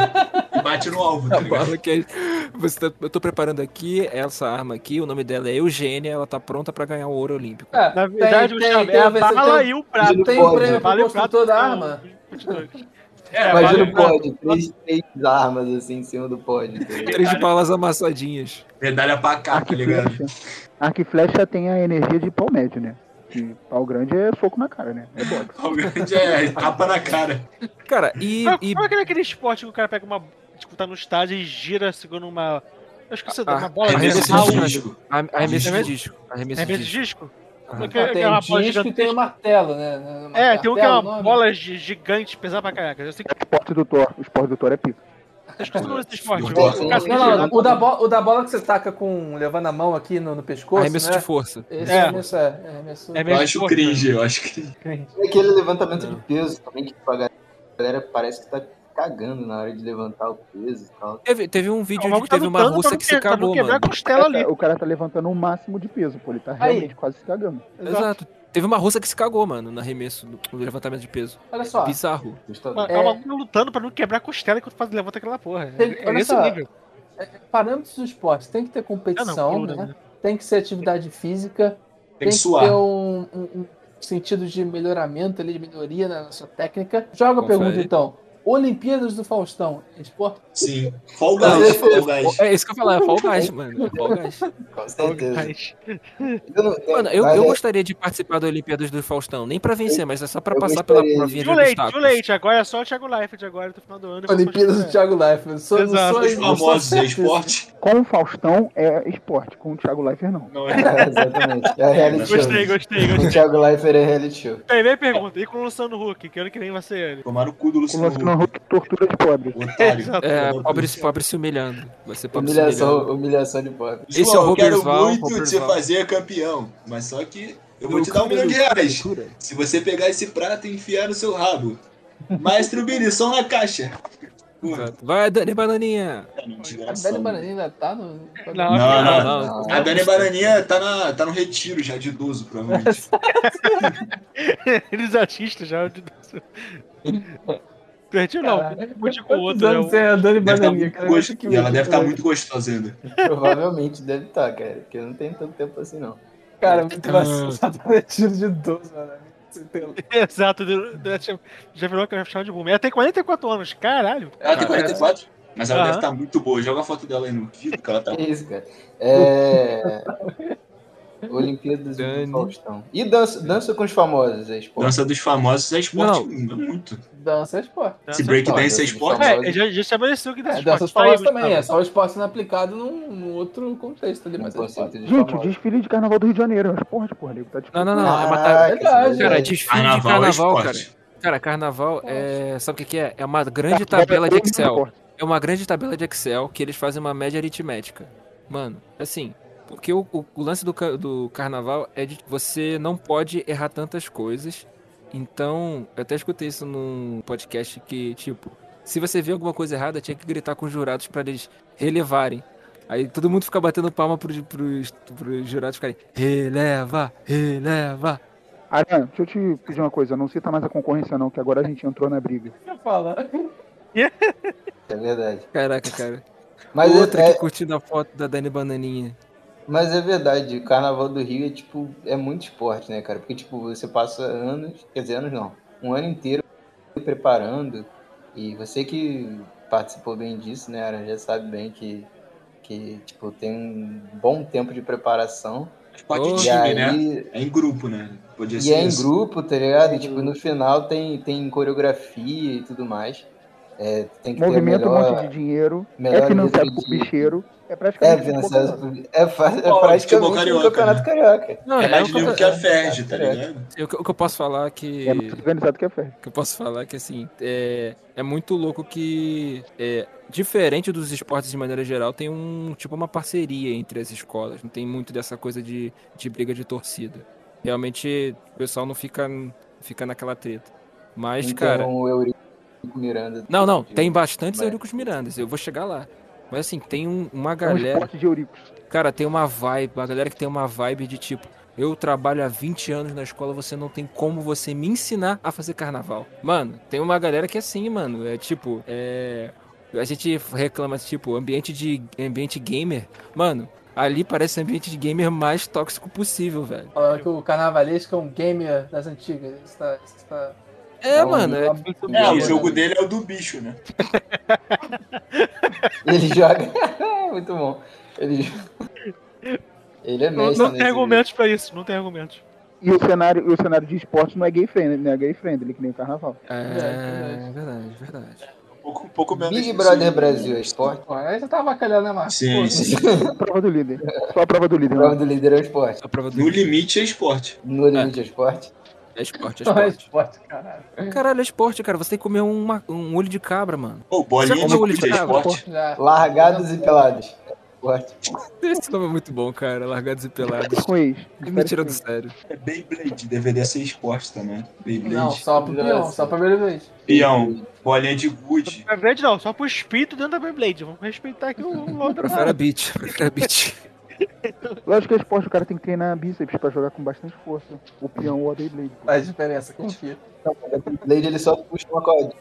E: e bate no alvo, tá
F: A
E: ligado?
F: bala que é- você tá- eu tô preparando aqui essa arma aqui, o nome dela é Eugênia, ela tá pronta pra ganhar o ouro olímpico.
B: É,
H: Na
B: tem- tem-
H: verdade, o chave
B: tem
H: é a
B: versão-
H: bala
B: tem-
H: e o prato.
B: Tem
G: Pode.
B: prêmio pro
H: Bala e o prato
B: construtor da
H: são-
B: arma.
E: É, a bala-
G: Imagina
H: vale-
G: o pódio, três, três armas assim em cima do pódio. tá ligado?
F: Três balas amassadinhas.
E: medalha pra cá,
C: Arco
E: tá
C: e
E: ligado?
C: flecha. Arco e flecha tem a energia de pau médio, né? E pau grande é soco na cara, né? É boxe.
E: Pau grande é tapa na cara.
F: Cara, e,
H: Como
F: e
H: como é aquele, aquele esporte que o cara pega uma. Tipo, tá no estádio e gira segurando uma. Eu esqueci,
F: Ah,
H: uma bola.
F: arremesso
H: de
E: Arremesso de
F: de
H: disco.
E: É disco.
F: a- arremesso de
E: Disco.
F: disco. Arremesso de
H: Arremesso de
F: disco.
H: disco?
F: Ah.
H: Porque
B: Ah,
H: é
B: tem
H: uma
B: o
H: bola
B: disco e tem o
H: gigantesca.
B: martelo, né?
H: É, tem um que é
B: Martelo,
H: uma
B: o nome?
H: bola gi- gigante, pesada pra caraca. Eu sei que
C: É o esporte do Thor. O esporte do Thor é pico.
H: vocês costumam esse esporte.
E: Não,
H: mas o cara
B: Não,
H: tem que
B: não,
H: girar.
B: não, O da, bo- o da bola que você taca com. levando a mão aqui no, no pescoço.
F: Arremesso
B: né?
F: de força.
B: Esse
H: É.
B: é arremesso, é. é arremesso-
H: É
E: Eu
H: mesmo
E: acho
H: esporte,
E: cringe, eu acho cringe.
G: Tem É aquele levantamento de peso também que a galera parece que tá cagando na hora de levantar o peso e tal.
F: Teve, teve um
H: Não,
F: vídeo
H: o
F: onde
H: maluco tá
F: teve uma
H: lutando pra
F: russa
H: não
F: que
H: que-
F: se
H: pra não
F: cagou,
H: quebrar
F: mano.
H: a costela
B: É,
H: ali.
C: O cara tá levantando o máximo de peso, pô. Ele tá
B: Aí.
C: realmente quase se cagando.
F: Exato. Teve uma russa que se cagou, mano, no arremesso, no no levantamento de peso.
B: Olha só.
F: Bizarro.
G: Assustador.
H: Mano, é o maluco lutando pra não quebrar a costela enquanto faz, levanta aquela porra.
B: Tem-
H: É,
B: olha
H: esse
B: só,
H: nível.
B: Parâmetros do esporte. Tem que ter competição,
H: Ah, não,
B: né? Tem que ser atividade física.
E: Tem que
B: ter
E: suar.
B: um, um- um sentido de melhoramento ali, de melhoria na sua técnica. Joga a
F: Confere.
B: pergunta então. Olimpíadas do Faustão, é esporte?
E: Sim. Fall Guys, Fall Guys.
F: É isso que eu ia falar, é Fall Guys, mano. É Fall Guys.
G: Com certeza.
H: Mas-
G: Eu não- é,
F: Mano, eu,
G: mas
F: eu
G: é-
F: gostaria de participar da Olimpíadas do Faustão. Nem pra vencer, mas é só pra
G: eu
F: passar pela
G: gostaria.
F: provinha de
H: Too late, too
F: obstáculos.
H: late. Agora é só o Thiago Leifert agora no final do ano.
B: Olimpíadas do Thiago Leifert. Sou, não
H: Exato.
B: sou-
E: Os
B: não sou
E: famosos é
B: cientista.
E: esporte.
C: Com o Faustão é esporte. Com o Thiago Leifert, não.
E: Não é.
G: É, exatamente. É a reality show.
H: Gostei, gostei, gostei.
G: O Thiago Leifert é reality show.
H: Primeira pergunta. E com o Luciano Huck, que ano que vem vai ser ele?
E: Tomaram o cu do
C: O
E: Luciano
C: Luciano Hulk tortura de pobre.
E: Otário.
F: É, pobre, se- pobre se humilhando. Vai ser pobre se humilhando.
G: Humilhação, humilhação de pobre.
F: Esse é o
E: João, eu quero
F: Robersval,
E: muito te
F: Robersval.
E: fazer campeão, mas só que eu vou te dar um milhão de reais se você pegar esse prato e enfiar no seu rabo. Maestro Billy, som na caixa. tá Porra,
F: Exato. Vai, Dani Bananinha!
E: não,
B: A
E: desgraçado.
B: velha bananinha tá no.
H: Não,
E: Não, não.
F: não.
E: A Dani Bananinha tá, na, tá no retiro já de idoso, provavelmente.
H: Eles artistas já. Perdi não, confundi com o
B: Quantos
H: outro. né?
B: anos
H: O-
B: tem a Dani
E: Deve tá
B: Bananinha,
E: muito
B: cara?
E: gosto-
B: Que
E: E ela
B: bonito,
E: deve estar
B: cara.
E: muito gostosa ainda.
G: Provavelmente deve estar, cara. Porque eu não tenho tanto tempo assim, não.
B: Cara, é muito vacilo. Tá dando tiro de né? 12, mano.
H: Exato, do- do- já- já virou que eu chamo de boomer. Ela tem 44 anos, caralho.
E: Ela tem
F: Caraca.
E: 44, mas ela
H: Aham.
E: deve estar muito boa. Joga a foto dela aí no vídeo que ela tá.
G: Que isso, cara. É. Olimpíadas
F: Dani.
G: do Faustão. E dança, dança com os famosos, é esporte.
E: Dança dos famosos é esporte,
F: Não.
E: é muito.
B: Dança é esporte.
E: Se
H: Dança-
E: breakdance
G: Não,
E: é
G: dança dos
E: esporte,
G: famosos.
H: É, já, já estabeleceu que
B: É,
H: desse
B: dança
H: esporte.
B: de famosos
H: Fala aí,
B: também, é
H: Gustavo.
B: só o esporte sendo aplicado num, num outro contexto ali,
G: No
B: mas é esporte.
G: conceito de
C: Gente, o
G: famoso.
C: desfile de carnaval do Rio de Janeiro. é Mas porra, porra, nego. Tá
F: Não,
C: discutindo.
F: não, não. é uma ta-
G: Caraca,
B: Cara,
G: isso é
F: Cara,
G: verdade.
F: desfile de
E: Carnaval, é
F: carnaval, cara.
E: esporte.
F: Cara, carnaval é. Sabe o que, que é? É uma grande
C: Carnaval é
F: tabela de
C: todo mundo
F: Excel.
C: esporte.
F: É uma grande tabela de Excel que eles fazem uma média aritmética. Mano, assim, porque o, o- o lance do, ca- do carnaval é de você não pode errar tantas coisas. Então, eu até escutei isso num podcast que, tipo, se você vê alguma coisa errada, tinha que gritar com os jurados pra eles relevarem. Aí todo mundo fica batendo palma pros, pros, pros jurados ficarem releva, releva.
C: Aran, deixa eu te pedir uma coisa. Não cita mais a concorrência, não, que agora a gente entrou na briga.
B: Eu falo,
G: É verdade.
F: Caraca, cara.
G: Mas
F: Outra
G: é,
F: que curtindo a foto da Dani Bananinha.
G: Mas é verdade, o Carnaval do Rio é tipo, é muito esporte, né, cara? Porque tipo, você passa anos, quer dizer, anos não, um ano inteiro preparando. E você que participou bem disso, né, Aran, já sabe bem que, que tipo, tem um bom tempo de preparação.
E: Esporte
F: Oh.
E: de
G: e
E: time,
G: aí,
E: né? É em grupo, né? Podia
G: e
E: ser
G: é em
E: isso.
G: grupo, tá ligado? E, tipo, no final tem, tem coreografia e tudo mais. É, tem que ter
C: Movimento
G: a
C: um
G: melhor,
C: monte de dinheiro. É
G: melhor
C: financiado
G: letra
C: por
G: de-
C: bicheiro. É
G: É,
C: praticamente.
G: financiado por... É, fa- é
E: Ó, futebol
G: praticamente
E: carioca,
G: um campeonato
E: né?
G: carioca.
F: Não,
E: É mais
F: o
E: livre
F: que-
E: que a Ferdi,
F: é,
E: tá ligado?
F: eu- o que eu posso falar que.
C: É mais organizado que a fé.
F: O que eu posso falar é que assim é, é muito louco que é, diferente dos esportes de maneira geral tem um tipo uma parceria entre as escolas não tem muito dessa coisa de, de briga de torcida realmente o pessoal não fica fica naquela treta mas
G: Então,
F: cara
G: o Eurico Miranda.
F: não
G: Então,
F: não tem bastantes
G: Mas-
F: Euricos Mirandas eu vou chegar lá mas assim tem um- uma
C: É um
F: galera
C: esporte de euricos.
F: Cara, tem uma vibe, uma galera que tem uma vibe de tipo, eu trabalho há 20 anos na escola, você não tem como você me ensinar a fazer carnaval. Mano, tem uma galera que é assim, mano. É tipo, é. A gente reclama, tipo, ambiente de. ambiente gamer. Mano, ali parece ambiente de gamer mais tóxico possível, velho.
B: Falaram que o carnavalesco é um gamer das antigas. Isso tá, isso tá...
F: É, mano. é-
B: uma-
E: É, o
B: uma-
E: jogo dele é o do bicho, né?
G: Ele joga. Muito bom. Ele Ele é
H: Não,
G: mestre.
H: não tem
G: nesse
H: argumentos pra isso, não tem argumentos.
C: E o cenário, e o cenário de esporte não é gay friendly, não é gay friendly, que nem o carnaval.
F: É, verdade, verdade.
E: Um pouco, um pouco
G: jogo.
E: menos.
G: Big
E: isso,
G: Brother
E: né?
G: Brasil é esporte.
B: Pô, Aí você tá avacalhando, né, Marcos?
E: Sim, sim.
C: Prova do líder. Só a prova do líder.
G: Prova
C: Né?
G: do líder é esporte.
F: A prova do.
E: No limite é esporte.
G: No limite é esporte.
F: É esporte, é
B: Não é
F: esporte.
B: esporte, caralho.
F: Caralho, é esporte, cara. Você tem que comer uma- um olho de cabra, mano.
E: Pô, bolinha
F: Você
E: de
F: comeu
E: gude é
F: olho de
E: esporte.
B: Já.
G: Largados e pelados. é Esporte.
F: Esse nome é muito bom, cara. Largados e pelados.
C: Com ex.
F: Me tira do sério.
E: É Beyblade, deveria ser esporte também. Beyblade.
B: Não, só pro peão, só pra primeira vez.
E: Peão, bolinha de gude.
H: Beyblade não, só pro espírito dentro da Beyblade. Vamos respeitar aqui o o outro
F: Prefere
H: cara.
F: a beat, prefere a beat.
C: Lógico que é esporte, o cara tem que treinar bíceps pra jogar com bastante força. O peão ou a Beyblade.
B: Faz diferença, confia.
G: Lady ele só puxa uma cordinha.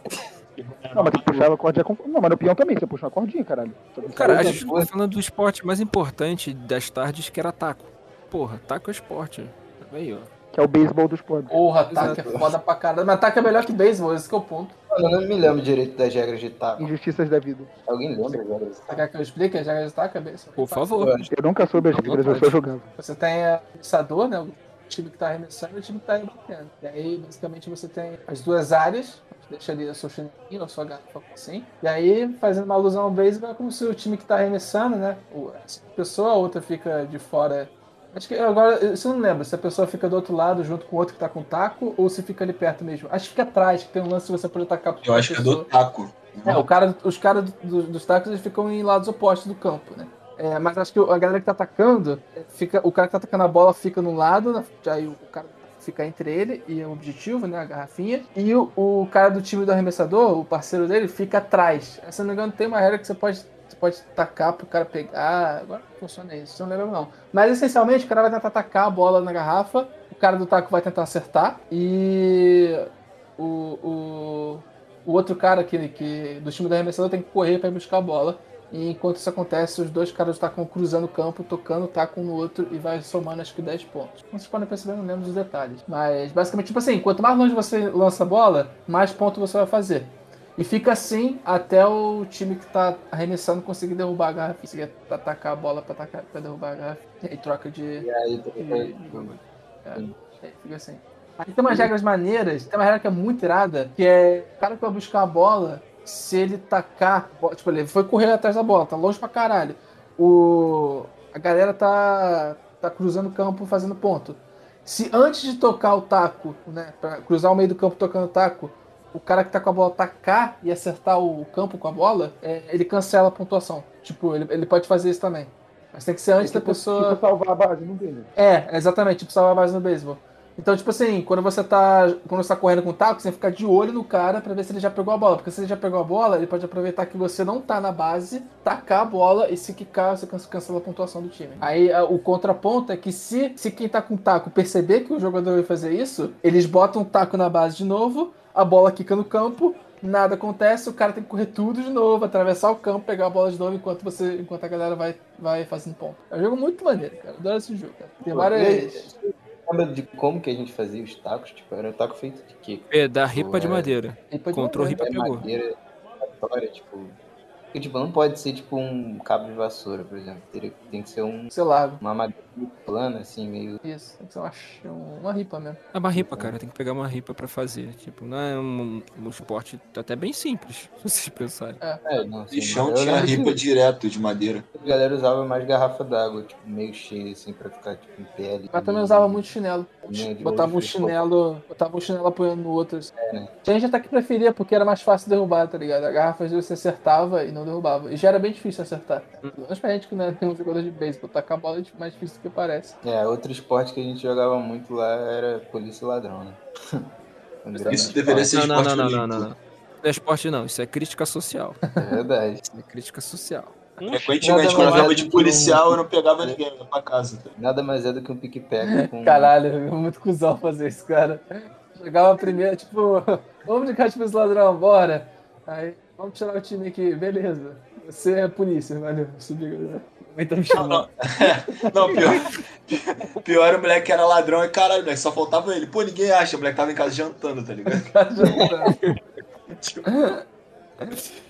C: Não, mas tem que puxar a cordinha com... Não, mas no peão também, você puxa uma cordinha, caralho.
F: Cara, a
G: Outra
F: gente tá
G: coisa.
F: falando do esporte mais importante das tardes, que era taco. Porra, taco é esporte. Tá Aí, ó.
C: Que é o beisebol dos pobres.
B: Porra, taca é foda pra caralho. Mas taca é melhor que beisebol, esse que é o ponto.
G: Mano, eu não me lembro direito das regras de taco.
C: Injustiças da vida.
G: Alguém lembra as regras de taco?
B: Taca Tá que eu explico, já que taca é beisebol.
F: Por favor.
G: Esporte.
C: Eu nunca soube as
F: Não,
C: regras, eu
F: vontade.
C: só jogava.
B: Você tem é, arremessador, né? O time que tá arremessando e o time que tá rebatendo. E aí, basicamente, você tem as duas áreas. Deixa ali a sua chinelinha, a sua garrafa assim. E aí, fazendo uma alusão ao beisebol, é como se o time que tá arremessando, né? o- Essa pessoa, a outra fica de fora Acho que agora, você não lembra se a pessoa fica do outro lado junto com o outro que tá com o taco ou se fica ali perto mesmo. Acho que fica atrás, que tem um lance de você poder tacar
E: Eu acho que é do taco.
B: É, o cara, os caras do- do- dos tacos eles ficam em lados opostos do campo, né? É, mas acho que a galera que tá atacando, é, fica, o cara que tá atacando a bola fica num lado, né? aí o cara fica entre ele e o objetivo, né? A garrafinha. E o, o cara do time do arremessador, o parceiro dele, fica atrás. É, Se eu não me engano, tem uma regra que você pode, você pode tacar pro cara pegar. Agora não funciona isso, eu não lembro não. Mas essencialmente o cara vai tentar atacar a bola na garrafa, o cara do taco vai tentar acertar e o, o, o outro cara que, que do time da arremessador tem que correr para buscar a bola. E enquanto isso acontece, os dois caras estão cruzando o campo, tocando o taco um no outro e vai somando acho que 10 pontos. Como vocês podem perceber, eu não lembro dos detalhes. Mas basicamente, tipo assim, quanto mais longe você lança a bola, mais ponto você vai fazer. E fica assim até o time que tá arremessando conseguir derrubar a garrafa, conseguir atacar a bola pra, atacar, pra derrubar a garrafa. E aí troca de,
G: E aí, tá-
H: Hum.
G: tá-
B: é, fica assim. Aí tem umas regras maneiras, tem uma regra que é muito irada, que é o cara que vai buscar a bola, se ele tacar, bo- tipo, ele foi correr atrás da bola, tá longe pra caralho. O, a galera tá, tá cruzando o campo fazendo ponto. Se antes de tocar o taco, né, pra cruzar o meio do campo tocando o taco, o cara que tá com a bola tacar e acertar o campo com a bola, é, ele cancela a pontuação. Tipo, ele, ele pode fazer isso também. Mas tem que ser antes da
C: tipo,
B: pessoa.
C: tipo salvar a base, não tem. né?
B: É, exatamente, tipo salvar a base no beisebol. Então, tipo assim, quando você tá. Quando você tá correndo com o taco, você fica de olho no cara pra ver se ele já pegou a bola. Porque se ele já pegou a bola, ele pode aproveitar que você não tá na base, tacar a bola e se quicar, você can- cancela a pontuação do time. Aí a- o contraponto é que se, se quem tá com o taco perceber que o jogador vai fazer isso, eles botam o taco na base de novo, a bola quica no campo, nada acontece, o cara tem que correr tudo de novo, atravessar o campo, pegar a bola de novo enquanto você, enquanto a galera vai, vai fazendo ponto. É um jogo muito maneiro, cara. Adoro esse jogo. Cara. Tem várias.
G: Lembra de como que a gente fazia os tacos? Tipo, era um taco feito de quê?
F: É, da ripa de
G: É.
F: madeira. Encontrou ripa,
G: É
F: pegou.
G: madeira, aleatória, tipo... Porque, tipo, não pode ser tipo um cabo de vassoura, por exemplo. Teria- Tem que ser um,
B: Sei lá,
G: uma madeira plana, assim, meio...
B: isso. Tem que ser uma, ch- uma ripa mesmo.
F: É uma ripa, cara. Tem que pegar uma ripa pra fazer. Tipo, não é um, um esporte até bem simples, se vocês pensarem.
G: É, não, assim,
E: E chão
G: mas eu
E: tinha
G: lembro que
E: ripa direto de madeira.
G: A galera usava mais garrafa d'água, tipo, meio cheia, assim, pra ficar, tipo, em pele.
B: Mas também usava muito chinelo.
G: Né, de
B: Botava um
G: olho fechado.
B: chinelo. Botava um chinelo apoiando no outro. assim.
G: né?
B: Tinha gente até que preferia porque era mais fácil derrubar, tá ligado? A garrafa às vezes você acertava e não derrubava. E já era bem difícil acertar.
G: Uhum.
B: Mas pra gente que não é um jogador de beisebol, tacar a bola é mais difícil do que parece.
G: É, outro esporte que a gente jogava muito lá era polícia e ladrão, né? Um Quando era
E: Isso
G: mais
E: deveria
G: jovem.
E: ser
F: Não, não,
E: esporte é
F: não, não, não,
E: olímpico.
F: não, não. Não é esporte, não. Isso é crítica social.
G: É verdade.
F: Isso é crítica social.
H: Um
E: Frequentemente, quando eu
G: Nada
E: tava
G: mais
E: de
G: do que
E: policial,
G: um-
E: eu não pegava ninguém, eu ia pra casa.
G: Nada mais é do que um pique-pega com...
B: Caralho, é muito cuzão fazer isso, cara. Jogava primeiro, tipo, vamos de cate esse ladrão, bora. Aí, vamos tirar o time aqui, beleza. Você é polícia, valeu. Subiu, galera. Então me
E: Não,
B: chamou.
E: Ah, não. Não, pior. Pior era o moleque que era ladrão e caralho, moleque, só faltava ele. Pô, ninguém acha, o moleque tava em casa jantando, tá ligado?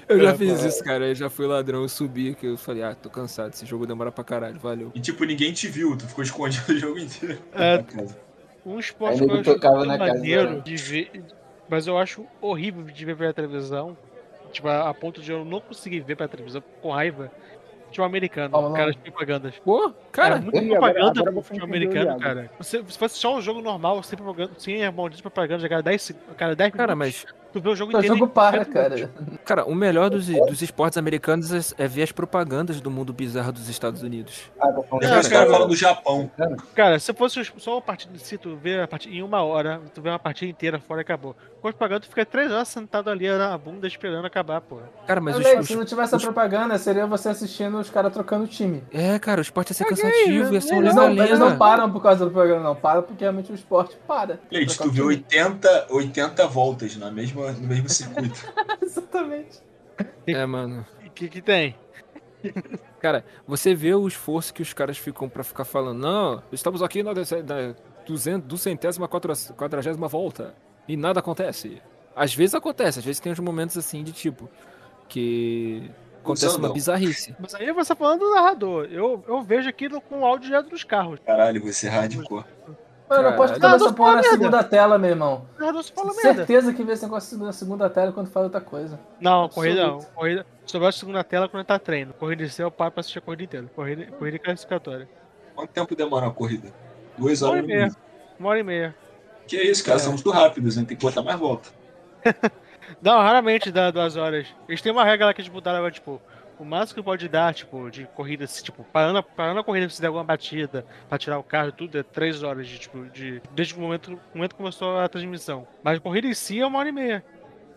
F: Eu já fiz isso, cara. Eu já fui ladrão, eu subi, que eu falei, ah, tô cansado, esse jogo demora pra caralho, valeu.
E: E tipo, ninguém te viu, tu ficou escondido o jogo inteiro.
H: É.
E: Casa.
H: Um
G: Aí
H: esporte
G: nego
H: que eu acho
G: tocava
H: muito
G: na casa dela.
H: maneiro de ver, mas eu acho horrível de ver pela televisão, tipo, a a ponto de eu não conseguir ver pela televisão com raiva, futebol americano,
B: Fala, não.
H: cara de propagandas.
F: Pô,
H: Cara,
F: cara,
H: muito
C: Ih, agora-
H: propaganda
C: agora
H: do
C: você
H: futebol
C: entendeu, Iago.
H: americano, cara. Você, se fosse só um jogo normal, sem propaganda, sem maldito propaganda, a cada 10, seg- a cada 10
F: cara,
H: minutos,
F: mas.
H: tu vê o jogo
B: Então,
H: inteiro.
B: jogo
H: em
B: para,
H: 10
B: cara.
H: minutos.
F: Cara, o melhor dos, dos esportes americanos é, é ver as propagandas do mundo bizarro dos Estados Unidos.
G: Ah, tá
E: Depois
G: falando de
E: os caras falam
G: futebol.
E: do Japão.
H: Cara, se fosse só uma partida em si, tu vê a partida em uma hora, tu vê uma partida inteira fora e acabou. Com propaganda, tu fica 3 horas sentado ali na bunda esperando acabar, porra.
F: Cara, mas os,
B: Olha aí,
F: os-
B: se não tivesse a propaganda, seria você assistindo os caras trocando time.
F: É, cara, o esporte ia ser cansativo, ia ser um
B: Eles não, eles não
F: legalina.
B: param por causa do programa, não. Para porque realmente o esporte para.
E: Gente, tu
B: Trocar
E: vê
B: time.
E: 80, 80 voltas na mesma, no mesmo circuito.
B: Exatamente.
F: É, mano.
H: O que que tem?
F: Você vê o esforço que os caras ficam pra ficar falando, não, estamos aqui na, dece- na duzent- duzentésima, quatra- quadragésima volta e nada acontece. Às vezes acontece, às vezes tem uns momentos assim de tipo, que acontece uma
E: Sandão.
F: bizarrice.
H: Mas aí você tá falando do narrador, eu, eu vejo aqui no- com o áudio direto dos carros.
E: Caralho, você é hardcore.
B: Mano, eu aposto que tava
H: Caralho.
B: essa porra na
H: Merda.
B: segunda tela, meu irmão.
H: O narrador só fala merda.
B: Certeza que vê esse negócio na segunda tela quando faz outra coisa.
H: Não, corrida não. Corrida, só vai a segunda tela quando tá treino. Corrida de céu, eu paro pra assistir a corrida inteira. Corrida, corrida classificatória.
E: Quanto tempo demora uma corrida? Duas
H: Uma
E: horas
H: hora
E: no
H: e meia.
E: mínimo.
H: Uma hora e meia.
E: Que é isso, cara, são muito rápidos, né? Tem que botar mais volta.
H: Não, raramente dá duas horas. Eles têm uma regra lá que eles mudaram agora, tipo, o máximo que pode dar, tipo, de corrida, se, tipo, parando, a- parando a corrida se der alguma batida, pra tirar o carro e tudo, é três horas, de, tipo, de, desde o momento, o momento que começou a transmissão. Mas a corrida em si é uma hora e meia.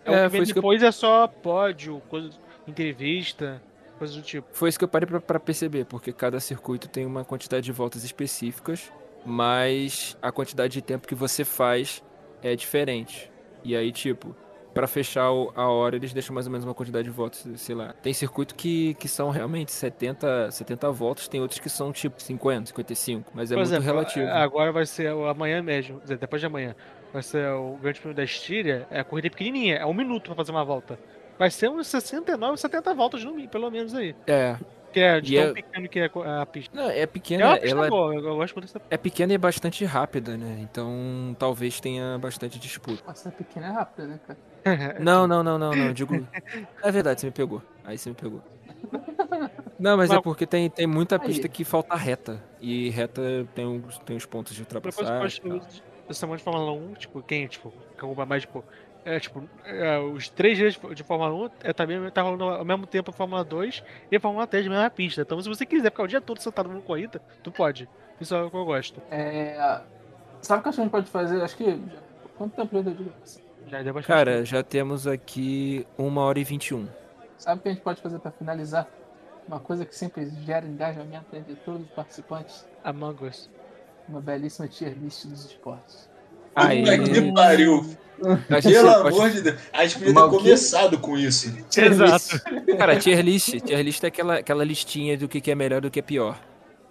H: É,
F: É,
H: o que
F: foi
H: vem
F: isso que eu-
H: depois é só pódio, coisa, entrevista, coisa do tipo.
F: Foi isso que eu parei pra- pra perceber, porque cada circuito tem uma quantidade de voltas específicas, mas a quantidade de tempo que você faz é diferente. E aí, tipo, pra fechar o- a hora, eles deixam mais ou menos uma quantidade de voltas, sei lá. Tem circuito que, que são realmente 70, 70 voltas, tem outros que são tipo 50, 55, mas é
H: Por
F: muito
H: exemplo,
F: relativo.
H: Agora vai ser o amanhã mesmo, quer dizer, depois de amanhã, vai ser o Grande Prêmio da Estíria, é a corrida pequenininha, é um minuto pra fazer uma volta. Vai ser uns 69, 70 voltas no mínimo, pelo menos aí.
F: É.
H: Que é de
F: E
H: tão
F: é-
H: pequeno que é co- a pista.
F: Não, é
H: É,
F: pequena,
H: uma pista
F: ela
H: boa, eu, eu gosto muito dessa
F: é pequena e bastante rápida, né? Então talvez tenha bastante disputa.
B: Mas essa pequena é rápida, né, cara?
H: É
F: Não, não, não, não, não. Digo. É verdade, você me pegou. Aí você me pegou. Não, mas é
H: Mas-
F: porque tem, tem muita
B: Aí.
F: pista que falta reta. E reta tem uns, tem uns pontos de ultrapassagem. e
H: Depois
F: tal.
H: de essa semana de Fórmula 1, tipo, quem, tipo, que acompanha mais, tipo, é, tipo, é, os três dias de Fórmula 1 é, também tá rolando ao mesmo tempo a Fórmula 2 e a Fórmula 3 na mesma pista. Então, se você quiser ficar o dia todo sentado numa corrida, tu pode. Isso é o que eu gosto.
B: É, Sabe o que acho que a gente pode fazer? Acho que. já- Quanto tempo eu digo?
H: Já depois
F: Cara, já temos aqui 1 hora e 21.
B: Sabe o que a gente pode fazer pra finalizar? Uma coisa que sempre gera engajamento entre todos os participantes:
H: Among Us.
B: uma belíssima tier list dos esportes.
F: Aí, né?
E: Moleque, que pariu.
F: acho que
E: Pelo
F: você
E: amor
F: pode-
E: de Deus. A gente podia ter
C: Mal que-
E: começado com isso.
H: Exato.
F: Cara, tier list, tier list é aquela, aquela listinha do que, que é melhor e do que é pior.